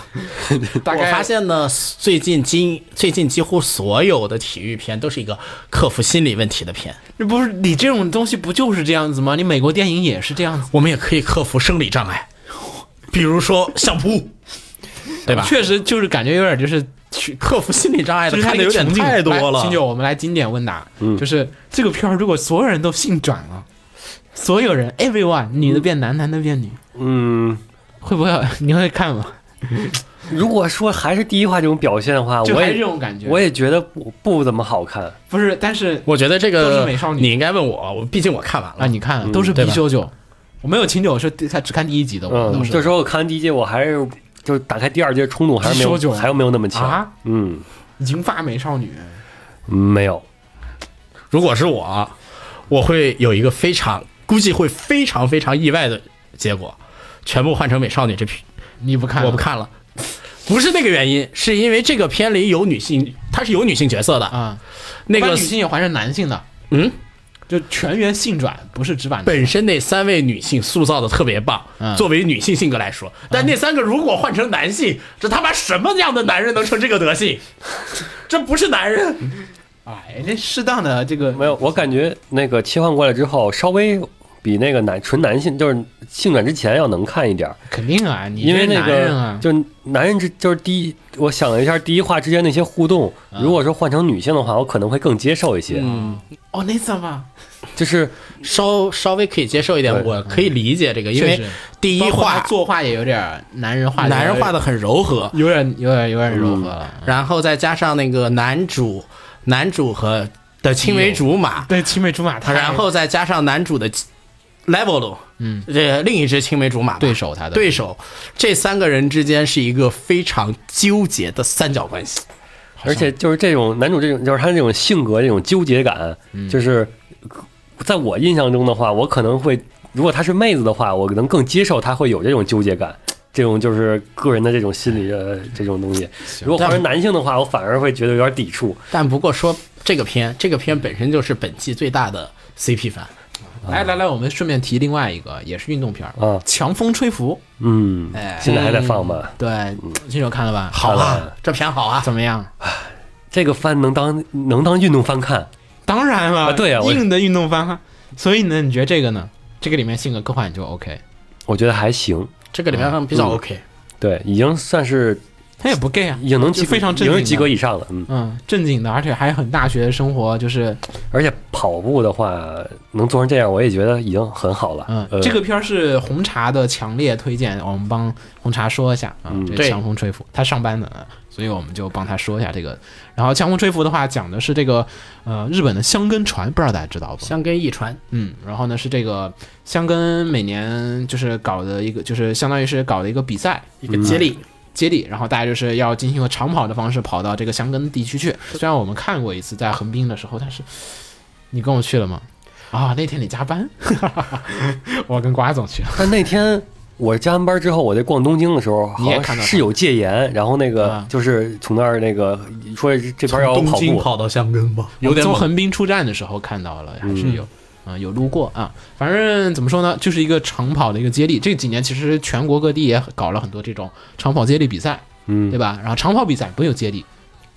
C: 大
D: 我
C: 概
D: 发现呢，最近今最近几乎所有的体育片都是一个克服心理问题的片，
C: 这不是你这种东西不就是这样子吗？你美国电影也是这样子，
D: 我们也可以克服生理障碍，比如说相扑，对吧？
C: 确实就是感觉有点就是
D: 去克服心理障碍的
C: 就是
D: 看的有点太多了嗯
C: 秦。九，我们来经典问答，就是这个片儿如果所有人都姓转了，所有人 everyone，女的变男，男的变女，
B: 嗯，
C: 会不会你会看吗？
B: 如果说还是第一话这种表现的话，
C: 就
B: 我
C: 还是这
B: 也
C: 种感觉。
B: 我也觉得不不怎么好看。
C: 不是，但是
D: 我觉得这
C: 都
D: 个
C: 是美少女
D: 你应该问我，我毕竟我看完了。
C: 啊，你看了都是
D: 嗯对
C: 皮
D: 吧
C: 九九，我没有秦九，是他只看第一集的，我
B: 嗯
C: 都，
B: 这
C: 是
B: 时候我看完第一季，我还是就是打开第二季的冲动还是没
C: 说就
B: 有，还有没有那么强。
C: 啊，
B: 嗯，
C: 银发美少女，
B: 没有。
D: 如果是我，我会有一个非常估计会非常非常意外的结果，全部换成美少女这批，
C: 你不看？啊
D: 我不看了。不是那个原因，是因为这个片里有女性，她是有女性角色的。
C: 啊，
D: 那
C: 把
D: 个
C: 女性也还是男性的，
D: 嗯，
C: 就全员性转，不是直板的。
D: 本身那三位女性塑造的特别棒
C: 嗯，
D: 作为女性性格来说，但那三个如果换成男性，这他妈什么样的男人能成这个德性？这不是男人。
C: 哎，这适当的这个
B: 没有，我感觉那个切换过来之后，稍微比那个男纯男性，就是性转之前要能看一点儿，
C: 肯定啊，你
B: 因为
C: 这
B: 那
C: 男
B: 个
C: 人啊，
B: 就是男人之就是第一，我想了一下第一话之间那些互动，
C: 啊
B: 如果说换成女性的话，我可能会更接受一些。
C: 哦，那怎么？
B: 就是
D: 稍稍微可以接受一点，
B: 对
D: 我可以理解这个，因
C: 确
D: 为
C: 实
D: 第一
C: 包括他
D: 话
C: 作画也有点儿男人嗯画，
D: 男人画的很柔和，
C: 有点有点有点柔和了。
D: 然后再加上那个男主男主和的青梅竹马，
C: 对，青梅竹马太，
D: 然后再加上男主的 level，
C: 嗯，
D: 这另一只青梅竹马吧
C: 对手他的
D: 对手，这三个人之间是一个非常纠结的三角关系。
B: 而且就是这种男主这种，就是他这种性格这种纠结感，
C: 嗯
B: 就是在我印象中的话，我可能会，如果她是妹子的话，我能更接受她会有这种纠结感，这种就是个人的这种心理的这种东西。如果换成男性的话，我反而会觉得有点抵触。
D: 但不过说这个片，这个片本身就是本季最大的 CP 番，
C: 嗯哎来来来，我们顺便提另外一个，也是运动片儿
B: 啊
C: 强风吹拂》。
B: 嗯，
C: 哎
B: 现在还在放吧？
C: 对，这首看了吧？
D: 好
B: 看
D: 啊
B: 了，
D: 这片好啊，
C: 怎么样？
B: 这个番能当能当运动番看，
C: 当然了，
B: 啊对啊我
C: 硬的运动番哈。所以呢，你觉得这个呢？这个里面性格刻画你就 OK，
B: 我觉得还行。
D: 这个里面比较 OK。
B: 对，已经算是
C: 他也不 gay 啊，
B: 已经能及
C: 就非常
B: 已
C: 正
B: 经
C: 经的
B: 是及格以上了。嗯，
C: 嗯，正经的，而且还很大学生活，就是
B: 而且跑步的话能做成这样，我也觉得已经很好了。
C: 嗯，
B: 呃
C: 这个片儿是红茶的强烈推荐，我们帮红茶说一下啊，
B: 嗯
C: 这个
D: 对
C: 强风吹拂，他上班的，呃所以我们就帮他说一下这个。然后强风吹拂的话，讲的是这个呃日本的箱根船，不知道大家知道不？
D: 香根一传，
C: 嗯，然后呢是这个箱根每年就是搞的一个，就是相当于是搞的一个比赛，
D: 一个接力，
C: 接力，然后大家就是要进行一个长跑的方式跑到这个箱根地区去。虽然我们看过一次在横滨的时候，但是你跟我去了吗？啊，那天你加班， 我跟瓜总去了。
B: 但那天我加完班之后，我在逛东京的时候，
C: 你也
B: 好
C: 看
B: 像
C: 到
B: 是有戒严，然后那个
C: 啊
B: 就是从那儿那个说这边要
D: 从东
B: 跑
D: 京
B: 步，
D: 跑到香根哦吧，有
C: 我们
D: 点
C: 从
D: 猛。
C: 横滨出站的时候看到了，还是有，嗯、有路过啊。反正怎么说呢，就是一个长跑的一个接力。这几年其实全国各地也搞了很多这种长跑接力比赛，
B: 嗯
C: 对吧？然后长跑比赛不有接力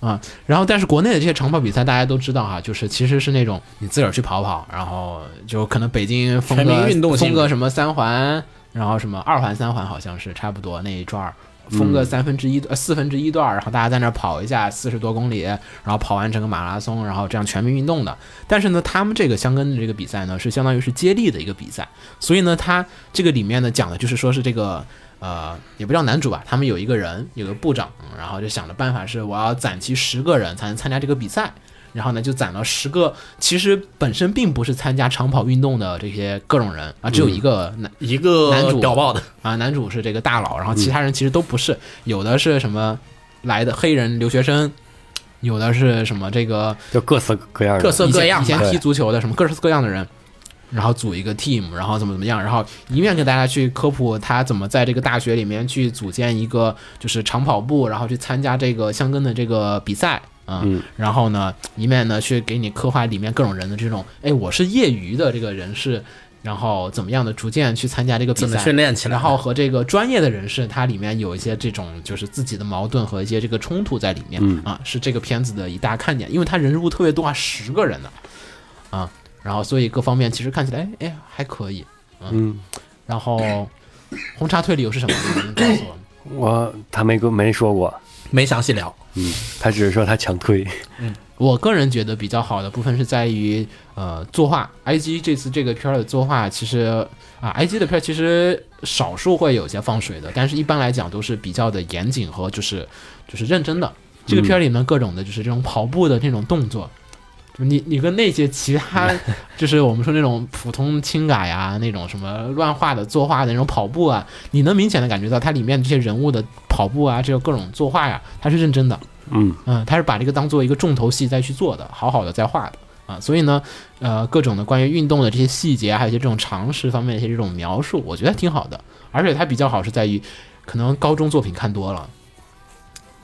C: 啊，然后但是国内的这些长跑比赛大家都知道哈、就是其实是那种你自个儿去跑跑，然后就可能北京封
D: 全
C: 个
D: 民运动性
C: 封
D: 质
C: 个什么三环，然后什么二环、三环好像是差不多那一转儿。封个三分之一、呃四分之一段儿，然后大家在那儿跑一下四十多公里，然后跑完整个马拉松，然后这样全民运动的。但是呢，他们这个香根的这个比赛呢，是相当于是接力的一个比赛，所以呢，他这个里面呢讲的就是说是这个呃，也不叫男主吧，他们有一个人，有个部长，然后就想的办法是我要攒齐十个人才能参加这个比赛。然后呢，就攒了十个，其实本身并不是参加长跑运动的这些各种人啊，只有一个男、
D: 一个
C: 男主
D: 屌爆的，
C: 啊，男主是这个大佬，然后其他人其实都不是，有的是什么来的黑人留学生，有的是什么这个
B: 就各色各样的，
D: 各色
C: 以前
D: 各样
C: 以前
D: 吧。
C: 踢足球的什么各式各样的人，然后组一个 team，然后怎么怎么样，然后一面给大家去科普他怎么在这个大学里面去组建一个就是长跑部，然后去参加这个香根的这个比赛。嗯
B: 嗯，
C: 然后呢，一面呢去给你刻画里面各种人的这种，哎，我是业余的这个人士，然后怎么样的逐渐去参加这个比赛，
D: 怎么训练起来
C: 然后和这个专业的人士，它里面有一些这种就是自己的矛盾和一些这个冲突在里面、啊，是这个片子的一大看点，因为它人物特别多啊，十个人呢、啊，然后所以各方面其实看起来，哎，还可以，
B: 嗯，
C: 然后红茶推理又是什么？你能告诉我吗？
B: 我他没跟没说过，
D: 没详细聊。
B: 嗯，他只是说他强 推，
C: 我个人觉得比较好的部分是在于，呃，作画。IG 这次这个片儿的作画，其实啊，IG 的片儿其实少数会有些放水的，但是一般来讲都是比较的严谨和就是就是认真的。这个片儿里面各种的就是这种跑步的这种动作，就你你跟那些其他就是我们说那种普通轻改啊，那种什么乱画的作画的那种跑步啊，你能明显的感觉到它里面这些人物的跑步啊，这个各种作画呀、它是认真的。
B: 嗯，
C: 嗯，他是把这个当做一个重头戏再去做的，好好的再画的啊。所以呢，呃，各种的关于运动的这些细节，啊还有一些这种常识方面的一些这种描述，我觉得挺好的。而且它比较好是在于，可能高中作品看多了，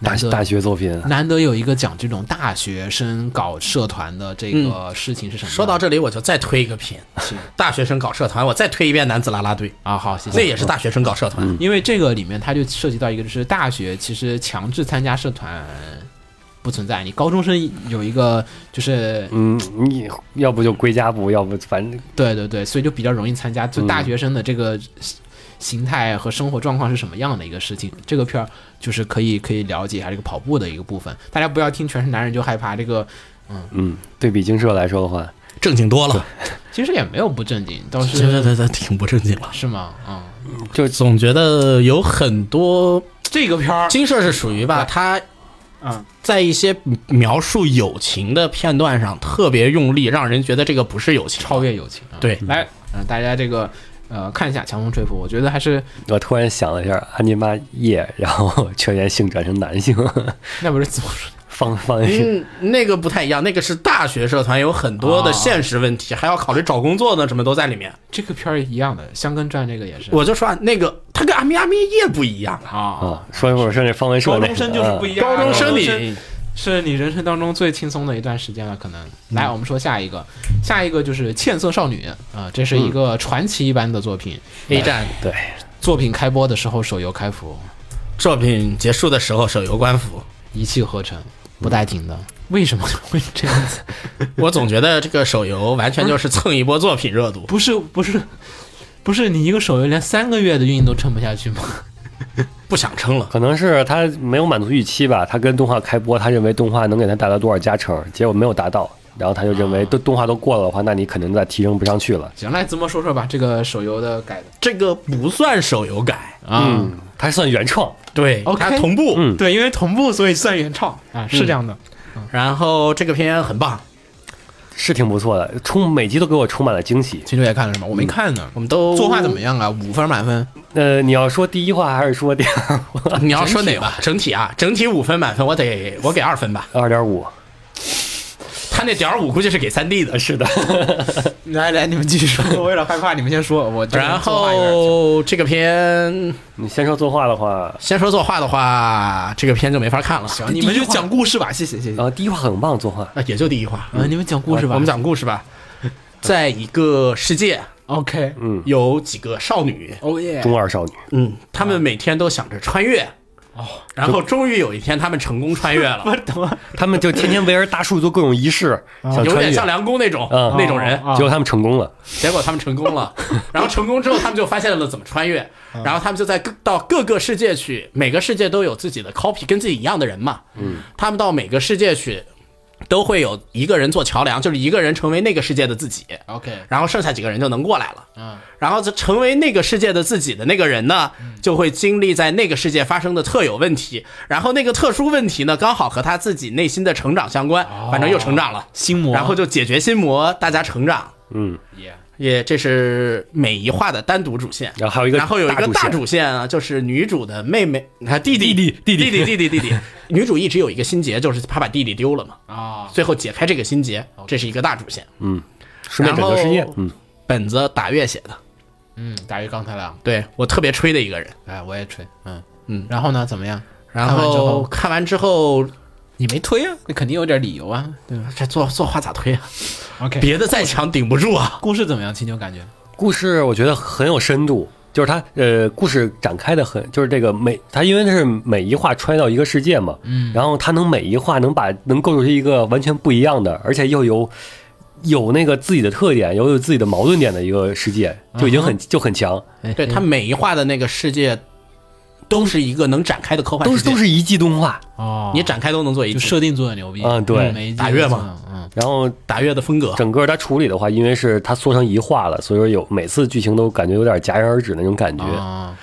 B: 大
C: 难得
B: 大学作品，
C: 难得有一个讲这种大学生搞社团的这个事情是什么样的、
D: 嗯说到这里，我就再推一个片，大学生搞社团，我再推一遍男子啦啦队，
C: 啊，好，谢谢。
D: 那也是大学生搞社团。
C: 因为这个里面它就涉及到一个，就是大学其实强制参加社团不存在，你高中生有一个就是
B: 嗯，你要不就归家补，要不反正
C: 对对对，所以就比较容易参加。就
B: 嗯
C: 大学生的这个形形态和生活状况是什么样的一个事情，这个片儿就是可以可以了解一下这个跑步的一个部分。大家不要听全是男人就害怕，这个
B: 嗯，对比精社来说的话，
D: 正经多了，
C: 其实也没有不正经，倒
D: 这这
C: 是
D: 这这挺不正经了。
C: 是吗？嗯，
D: 总觉得有很多
C: 这个片儿
D: 金社是属于吧，他
C: 嗯
D: 在一些描述友情的片段上特别用力，让人觉得这个不是友情，
C: 超越友情。啊
D: 对
C: 来，嗯、大家这个呃看一下《强风吹拂》，我觉得还是
B: 我突然想了一下，安妮妈夜，然后 全员性转成男性，
C: 那不是怎么说？
B: 方方是
D: 嗯，那个不太一样，那个是大学社团，有很多的现实问题，还要考虑找工作呢，什么都在里面。
C: 这个片儿一样的，《香根传》这个也是。
D: 我就说啊，那个他跟阿咪阿咪夜不一样啊，
C: 啊
B: 啊，，说一会儿说那方文社
C: 高
B: 那
C: 中生就是不一
B: 样，
C: 样啊，
D: 高中生
C: 高
D: 理
C: 是你人生当中最轻松的一段时间了，可能。来，我们说下一个，下一个就是《茜色少女》啊、这是一个传奇一般的作品。
D: A 站
B: 对，
C: 作品开播的时候，手游开服，
D: 作品结束的时候手游官服，
C: 一气呵成，不带停的。嗯为什么 会这样子？
D: 我总觉得这个手游完全就是蹭一波作品热度。
C: 不是不是不是，你一个手游连三个月的运营都撑不下去吗？
D: 不想撑了。
B: 可能是他没有满足预期吧，他跟动画开播，他认为动画能给他带来多少加成，结果没有达到，然后他就认为动动画都过了的话，那你肯定再提升不上去了。
C: 行，来子墨说说吧，这个手游的改的
D: 这个不算手游改，
C: 啊。
B: 嗯，他算原创，
D: 对
C: OK
D: 它同步。
B: 嗯
C: 对，因为同步，所以算原创啊，是这样的。
D: 然后这个片很棒，
B: 是挺不错的，充每集都给我充满了惊喜。
C: 秦九也看了是吗？嗯我没看呢。
D: 我们都
C: 作画怎么？样啊？五分满分。
B: 呃，你要说第一话还是说第二话？
D: 你要说哪个？整体啊，整体五分满分，我得我给二分吧。
B: 二点五，
D: 他那点儿五估计是给三 D 的
B: 呃。是的，
C: 来来，你们继续说。 我为了害怕你们先说，我这个
D: 然
C: 作画有点久
D: 后这个片
B: 你先说作画的话，
D: 先说作画的话，这个片就没法看了。
C: 行，啊你们就讲故事吧，谢谢谢谢。
B: 啊，第一话很棒，作画，
D: 啊，也就第一话。
C: 嗯，你们讲故事吧。
D: 我们讲故事吧。在一个世界，
C: OK，
B: 嗯，
D: 有几个少女，
C: 哦耶，
B: 中二少女，
D: 嗯，她们每天都想着穿越，哦，然后终于有一天，她们成功穿越 了，
B: 他们就天天围着大树做各种仪式，想
D: 啊有
B: 穿
D: 点
B: 越
D: 像。梁工那种
B: 嗯
D: 那种人，
C: 啊
B: 结果他们成功了，
D: 结果他们成 功了，然后成功之后，他们就发现了怎么穿越，
C: 嗯
D: 然后他们就在各到各个世界去，每个世界都有自己的 copy 跟自己一样的人嘛，嗯，他们到每个世界去，都会有一个人做桥梁，就是一个人成为那个世界的自己，
C: OK，
D: 然后剩下几个人就能过来了。
C: 嗯，
D: 然后这成为那个世界的自己的那个人呢，就会经历在那个世界发生的特有问题，然后那个特殊问题呢，刚好和他自己内心的成长相关，反正又成长了，
C: 哦心魔，
D: 然后就解决心魔，大家成长。
B: 嗯，
D: 也这是每一话的单独主线，
B: 然后还有一个
D: 然后有一个大
B: 大主线
D: 主线啊，就是女主的妹妹，啊弟弟弟弟弟弟弟弟弟弟， 女主一直有一个心结，就是怕把弟弟丢了嘛，
C: 啊，
D: 最后解开这个心结，这是一个大主线，
B: 顺便拯救世界
D: 然后，
B: 嗯，
D: 本子打月写的，
C: 嗯，打鱼刚才了，
D: 对我特别吹的一个人。
C: 哎，我也吹，嗯嗯，然后呢，怎么样？
D: 然
C: 看完之
D: 后
C: 后
D: 看完之后，
C: 你没推啊？那肯定有点理由啊，对吧
D: 这作作画咋推啊？
C: ？OK，
D: 别的再强顶不住 啊！
C: 故事怎么样？秦九感觉
B: 故事我觉得很有深度，就是它呃，故事展开的很，就是这个每它因为它是每一话穿越到一个世界嘛，嗯，然后它能每一话能把能构筑出一个完全不一样的，而且又有有那个自己的特点，又有自己的矛盾
C: 哎
D: 嗯
B: 点的一个世界，就已经很就很强，
D: 对他每一话的那个世界都是一个能展开的科幻
B: 都
D: 世
B: 是
D: 界，
B: 都是一季动画，
C: 哦，
D: 你展开都能做一
C: 就
D: 季，
C: 设定做的牛逼
B: 嗯对
C: 每一季
D: 打月嘛
C: 都做得，嗯，
B: 然后
D: 打月的风格。
B: 整个它处理的话，因为是它缩成一画了，所以说有每次剧情都感觉有点戛然而止那种感觉，
C: 啊，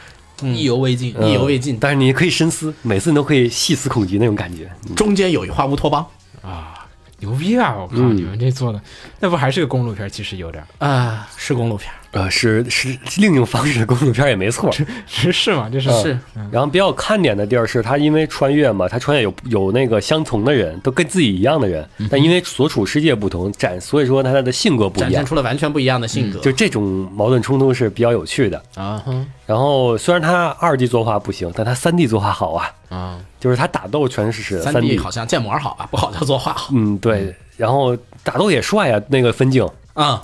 C: 意犹未尽，
B: 嗯
D: 意犹未尽
B: 但是你可以深思，每次你都可以细思恐极那种感觉。
D: 中间有一话乌托邦
C: 啊，牛逼啊！我靠，你
B: 嗯
C: 们这做的，那不还是个公路片儿？其实有点儿，
D: 啊，是公路片儿，
B: 呃，是是另一种方式的公路片也没错。
C: 是是吗？这是
B: 嗯
D: 是
B: 然后比较有看点的地儿是，他因为穿越嘛，他穿越有有那个相同的人，都跟自己一样的人，
D: 嗯
B: 但因为所处世界不同，展所以说他的性格不
D: 展
B: 一
D: 现
B: 样，
D: 出了完全不一样的性格。
B: 就这种矛盾冲突是比较有趣的。
C: 啊哼
B: 然后虽然他二 D 作画不行，但他三 D 作画好啊，
C: 啊，
B: 就是他打斗全是是
D: 三
B: 3D
D: D 好像建模好啊，不好叫作画好。
B: 嗯，对，然后打斗也帅啊，那个分镜。
D: 嗯，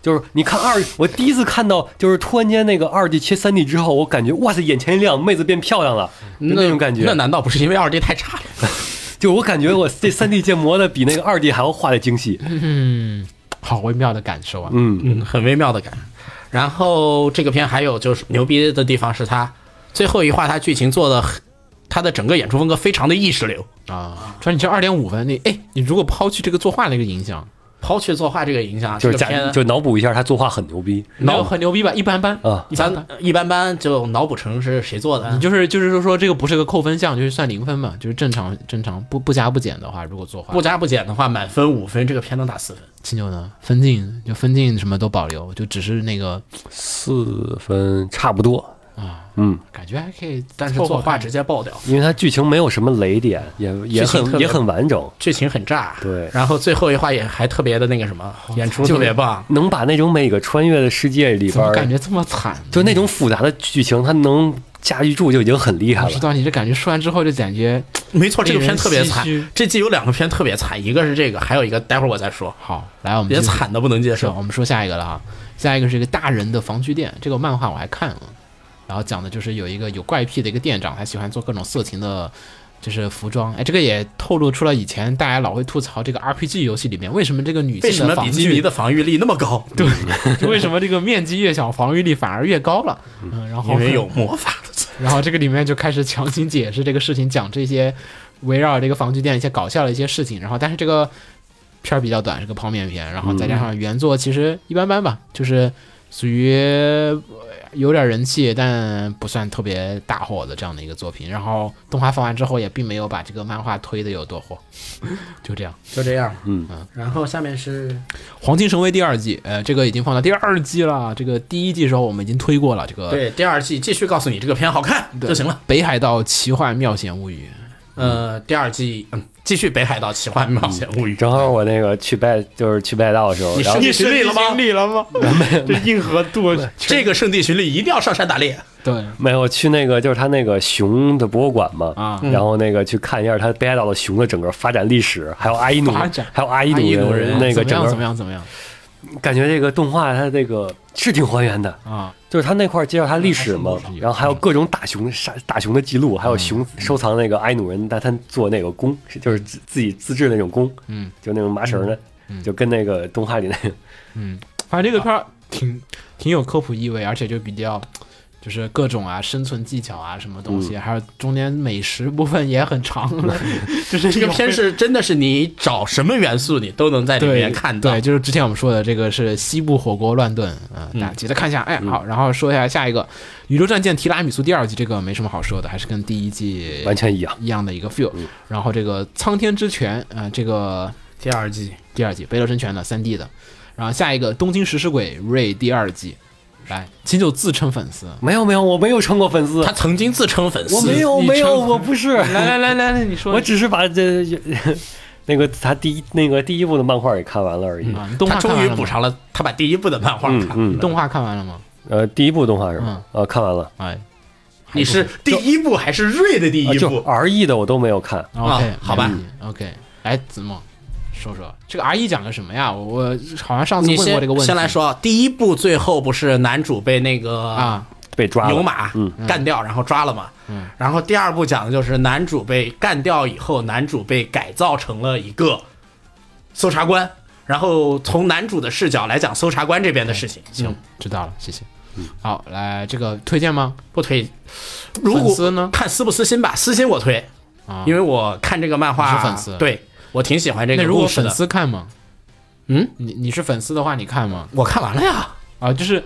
B: 就是你看二，我第一次看到，就是突然间那个二 D 切三 D 之后，我感觉哇塞，眼前一亮，妹子变漂亮了，就那种感觉。
D: 嗯那难道不是因为二 D 太差了？
B: 就我感觉我这三 D 建模的比那个二 D 还要画的精细。
C: 嗯，好微妙的感受啊，
B: 嗯，
D: 嗯，很微妙的感。然后这个片还有就是牛逼的地方是它最后一话，它剧情做的，它的整个演出风格非常的意识流。
C: 啊，说你这二点五分，你哎，你如果抛去这个作画的一个影响，
D: 抛去作画这个影响，
B: 就 是
D: 这个
B: 假
D: 片
B: 就脑补一下，他作画很牛逼
C: 那我很牛逼吧？一般般
B: 啊，
D: 咱一般般就脑补成是谁做的
B: 嗯
C: 你。就是就是说说这个不是个扣分项，就是算零分嘛，就是正常正常不不加不减的话，如果作画
D: 不加不减的话，满分五分，这个片能打四分。
C: 秦九呢，分镜就分镜什么都保留，就只是那个
B: 四分差不多。
C: 感觉还可以，
D: 但是
C: 凑合
D: 作画
C: 看
D: 直接爆掉，
B: 因为它剧情没有什么雷点，也也
D: 剧情特
B: 很
D: 别
B: 也很完整，
D: 剧情很炸。
B: 对
D: 然后最后一话也还特别的那个什么，演出特别棒。
B: 能把那种每个穿越的世界里
C: 怎
B: 边
C: 么感
B: 儿，
C: 觉这么惨？
B: 就那种复杂的剧情，它能驾驭住就已经很厉害
C: 我
B: 了
C: 知。道你这感觉说完之后就感觉
D: 没哦错，这个
C: 令
D: 片
C: 人
D: 特别
C: 唏
D: 惨
C: 嘘。
D: 这季有两个片特别惨，一个是这个，还有一个待会儿我再说，
C: 好，来我们
D: 也
C: 继续
D: 惨的不能接
C: 是，
D: 受。
C: 我们说下一个了哈，下一个是一个大人的防具店，这个漫画我还看了，然后讲的就是有一个有怪癖的一个店长，他喜欢做各种色情的，就是服装，哎，这个也透露出了以前大家老会吐槽这个 RPG 游戏里面为什么这个女
D: 为什
C: 性的
D: 么比
C: 防
D: 基
C: 具
D: 尼的防御力那么高？对，
C: 就 为什么这个面积越小，防御力反而越高了？嗯，然后
D: 因为有魔法的存
C: 然后这个里面就开始强行解释这个事情，讲这些围绕这个防具店一些搞笑的一些事情。然后，但是这个片儿比较短，是个泡面片，然后再加上原作其实一般般吧，就是属于呃有点人气，但不算特别大火的这样的一个作品。然后动画放完之后，也并没有把这个漫画推的有多火， 就这样。
D: 在， 就这样。
B: 嗯，
D: 然后下面是
C: 《黄金神威》第二季，呃，这个已经放到第二季了。这个第一季的时候我们已经推过了，这个
D: 对第二季继续告诉你这个片好看就行了。
C: 《北海道奇幻妙险物语》。
D: 呃，第二季嗯，继续北海道奇幻冒险物语。
B: 正好我那个去拜，就是去拜道的时候，
D: 你
B: 然后
D: 嗯是你顺利了吗？
C: 利了吗？这硬核度，
D: 这个圣地巡礼一定要上山打猎。
C: 对
B: 没有去那个，就是他那个熊的博物馆嘛，
C: 啊
B: 然后那个去看一下他北海道的熊的整个发展历史，还有阿伊努
C: 发展，
B: 还有阿伊
D: 阿伊
B: 努
D: 努
B: 人
D: 人
B: 那个
C: 怎么样？怎么
B: 整个，
C: 样？怎么样？
B: 感觉这个动画它这个是挺还原的，
C: 啊，
B: 就是他那块儿介绍他历史嘛，然后还有各种打熊的杀打熊的记录，还有熊
C: 嗯
B: 收藏那个阿伊努人，但他做那个弓，是就是自自己自制那种弓，
C: 嗯，
B: 就那种麻绳的，就跟那个动画里那个，
C: 反正这个片儿挺挺有科普意味，而且就比较。就是各种啊，生存技巧啊，什么东西，还有中间美食部分也很长，就是
D: 这个片
C: 是
D: 是真的是你找什么元素你都能在里
C: 对
D: 面看到
C: 对，。就是之前我们说的这个是西部火锅乱炖啊、大家记得看一下，哎，好，然后说一下下一个《宇宙战舰提拉米苏》第二季，这个没什么好说的，还是跟第一季
B: 完全一样。
C: 一样的一
D: 嗯
C: 个 feel，、然后这个《苍天之拳》啊、这个
D: 第二季
C: 第二季《北斗神拳》的三 D 的，然后下一个《东京食尸鬼瑞》第二季，来秦九自称粉丝，
B: 没有没有，我没有称过粉丝
D: 他，曾经自称粉丝，
B: 我没有
C: 你
B: 没有，
C: 称
B: 我不 是。
C: 来来来来来，你说
B: 我只是把这 那个他第一那个第一部的漫画给看完了而已。
C: 啊，你动
D: 他
C: 画看
D: 终
C: 完
D: 于
C: 了
D: 补
C: 吗？
D: 上了他把第一部的漫画
B: 嗯
D: 看了。
C: 你
B: 嗯，
C: 动画看完了吗？
B: 呃，第一部动画是吧？呃，看完了。
C: 哎
D: 你是第一部还是瑞的第
B: 啊
D: 一
B: 就
D: 部？
B: R E 的我都没有看，
C: ，OK，
D: 啊好吧
C: 没问题，OK，哎，子墨。说说这个 R 一讲的什么呀？我我好像上次
D: 你
C: 问过这个问
D: 先
C: 题。
D: 先来说，啊第一部最后不是男主被那个
C: 啊，
B: 被抓
D: 牛
B: 了。
D: 马
B: 嗯
D: 干掉，然后抓了嘛。
C: 嗯
D: 然后第二部讲的就是男主被干掉以后，男主被改造成了一个搜查官，然后从男主的视角来讲搜查官这边的事情。
C: 嗯行，知道了，谢谢。
D: 嗯
C: 好，来这个推荐吗？
D: 不推。如果
C: 粉丝呢
D: 看私不私心吧，私心我推，
C: 啊，
D: 因为我看这个漫画
C: 你是粉丝
D: 对我挺喜欢这
C: 那
D: 个
C: 如果
D: 故事
C: 粉
D: 的。
C: 丝看吗？
D: 嗯，
C: 你你是粉丝的话，你看吗？
D: 我看完了呀，
C: 啊，就是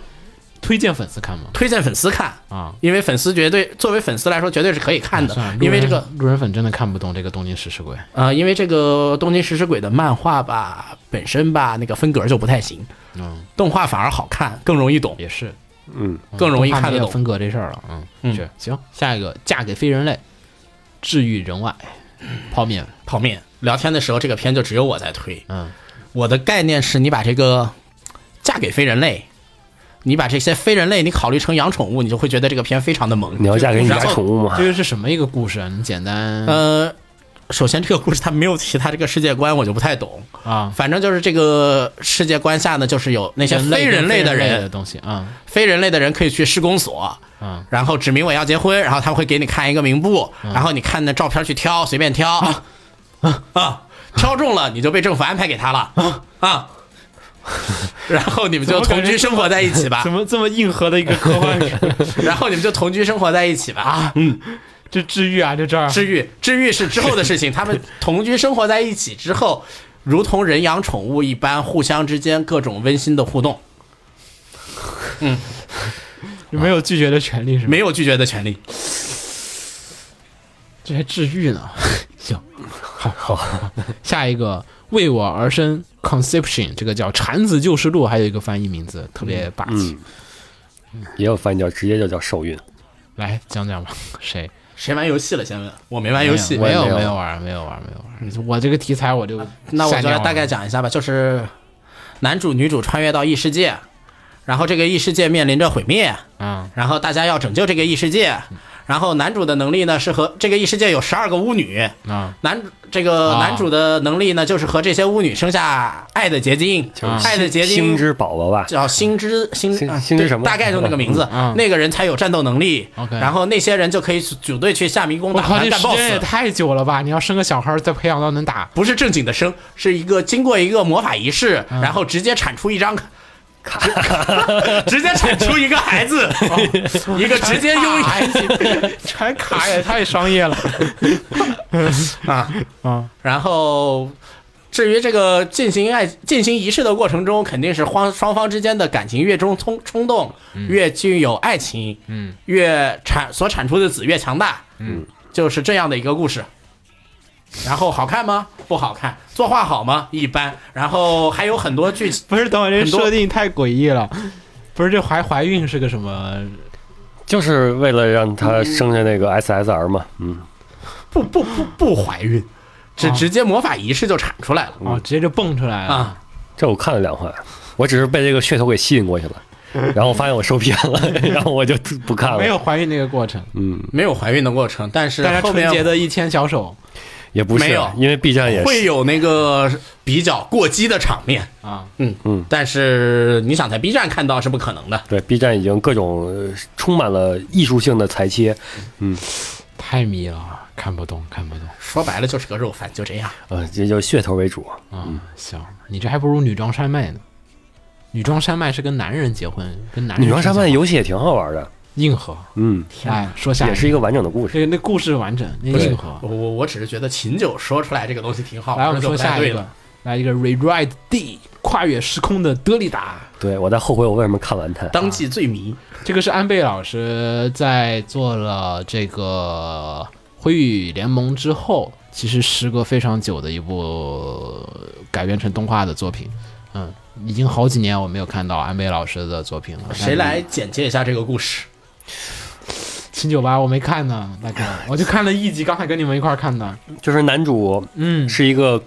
C: 推荐粉丝看吗？
D: 推荐粉丝看，
C: 啊，
D: 因为粉丝绝对作为粉丝来说绝对是可以看的
C: 哎算了，
D: 因为这
C: 路
D: 个
C: 人路人粉真的看不懂这个东京食尸鬼。
D: 呃，因为这个《东京食尸鬼》的漫画吧，本身吧那个风格就不太行，
C: 嗯，
D: 动画反而好看，更容易懂，
C: 也是，
B: 嗯，
C: 嗯
D: 更容易
C: 动画
D: 看
C: 没有
D: 得懂。
C: 分隔这事儿了。嗯，
D: 嗯
C: 是行，下一个嫁给非人类，治愈人外，泡面。
D: 泡面聊天的时候，这个片就只有我在推。
C: 嗯，
D: 我的概念是你把这个嫁给非人类，你把这些非人类你考虑成养宠物，你就会觉得这个片非常的萌。
B: 你要嫁给你家
D: 然后
B: 宠物吗
C: 这？个是什么一个故事啊？你简单
D: 呃，首先这个故事它没有其他这个世界观，我就不太懂。
C: 啊，
D: 反正就是这个世界观下呢，就是有那些
C: 人类
D: 非人
C: 跟
D: 类
C: 非
D: 的
C: 人类
D: 人
C: 的，东西啊
D: 非人类的人可以去施工所，
C: 啊
D: 然后指明我要结婚，然后他们会给你看一个名簿，然后你看那照片去挑，随便挑啊啊，挑中了你就被政府安排给他了啊啊， 然后你们就同居生活在一起吧，
E: 怎么这么硬核的一个科 幻片？
D: 然后你们就同居生活在一起吧。
C: 啊，嗯，这治愈啊，这这儿
D: 治愈，治愈是之后的事情，他们同居生活在一起之后，如同人养宠物一般，互相之间各种温馨的互动，
E: 没有拒绝的权利是吗？
D: 没有拒绝的权利。
C: 这还治愈呢。 行，好好，下一个为我而生 Conception，这个叫产子救世录，还有一个翻译名字特别霸气。
B: 嗯，也有翻译叫直接就叫受孕，
C: 来讲讲吧，谁
D: 谁玩游戏了？先问我没玩游戏，
C: 没有
B: 我也没有
C: 没有玩，没有玩，没有玩。我这个题材我就
D: 那我
C: 下
D: 就
C: 掉
D: 来
C: 了
D: 大概讲一下吧，就是男主女主穿越到异世界，然后这个异世界面临着毁灭，
C: 啊
D: 然后大家要拯救这个异世界。
C: 嗯
D: 然后男主的能力呢是和这个异世界有十二个巫女，
C: 啊
D: 男这个
C: 啊
D: 男主的能力呢就是和这些巫女生下爱的结晶，爱的结
B: 星
D: 晶
B: 之宝宝吧？
D: 叫星之星
B: 星
D: 啊
B: 星之
D: 对
B: 什么
D: 大概就那个名字
C: 嗯嗯，嗯
D: 那个人才有战斗能力。
C: OK
D: 然后那些人就可以组队去下迷宫
C: 我
D: 打
C: 靠，
D: 团
C: 这
D: 干
C: 时间也
D: BOSS。
C: 太久了吧？你要生个小孩儿再培养到能打，
D: 不是正经的生，是一个经过一个魔法仪式，然后直接产出一张卡， 直接产出一个孩子，一个直接拥有
C: 传卡也太商业了。
D: 啊
C: 啊！
D: 然后，至于这个进行爱进行仪式的过程中，肯定是双双方之间的感情越冲冲冲动，越具有爱情，
C: 嗯，
D: 越产所产出的子越强大，嗯，就是这样的一个故事。然后好看吗？不好看。作画好吗？一般。然后还有很多剧 情，
C: 不是，等会儿这
D: 很多
C: 设定太诡异了。不是，这怀怀孕是个什么？
B: 就是为了让他生下那个 SSR 嘛，嗯，
D: 不不不不怀孕，只
C: 啊
D: 直接魔法仪式就产出来了
C: 哦，直接就蹦出来了
D: 啊！
B: 这我看了两回，我只是被这个噱头给吸引过去 了，然后发现我受骗了，然后我就不看了。
C: 没有，怀孕那个过程，
B: 嗯，
D: 没有怀孕的过程，但是
C: 但是
D: 后
C: 春
D: 面
C: 节的一牵小手
B: 也不是，
D: 没有
B: 因为 B 站也
D: 会
B: 是，
D: 有那个比较过激的场面。
C: 啊，
D: 嗯
B: 嗯，
D: 但是你想在 B 站看到是不可能的。
B: 对 B 站已经各种呃充满了艺术性的裁切，
C: 太迷了，看不懂，看不懂
D: 说白了就是个肉贩，就这样。
B: 呃，这就噱头为主。
C: 啊！
D: 嗯
C: 行，你这还不如女装山脉呢。女装山脉是跟男人结婚，跟男人
B: 女装山
C: 生
B: 脉
C: 小孩
B: 游戏也挺好玩的，
C: 硬核。
B: 嗯，
C: 哎，说下
B: 也是一个完整的故事。
C: 这个那故事完整，那硬核。
D: 我我我只是觉得秦九说出来这个东西挺好，
C: 来，我们
D: 就
C: 说
D: 不太
C: 下
D: 对
C: 一
D: 了
C: 个，来一个 Rewrite D，跨越时空的德里达。
B: 对我在后悔我为什么看完它。
D: 当季最迷。
C: 这个是安倍老师在做了这个《灰与联盟》之后，其实时隔非常久的一部改编成动画的作品。嗯，已经好几年我没有看到安倍老师的作品
B: 啊
C: 了。
D: 谁来？简介一下这个故事？
C: 秦九八我没看呢，大哥，我就看了一集，刚才跟你们一块儿看 的。
B: 就是男主
C: 嗯，
B: 是一个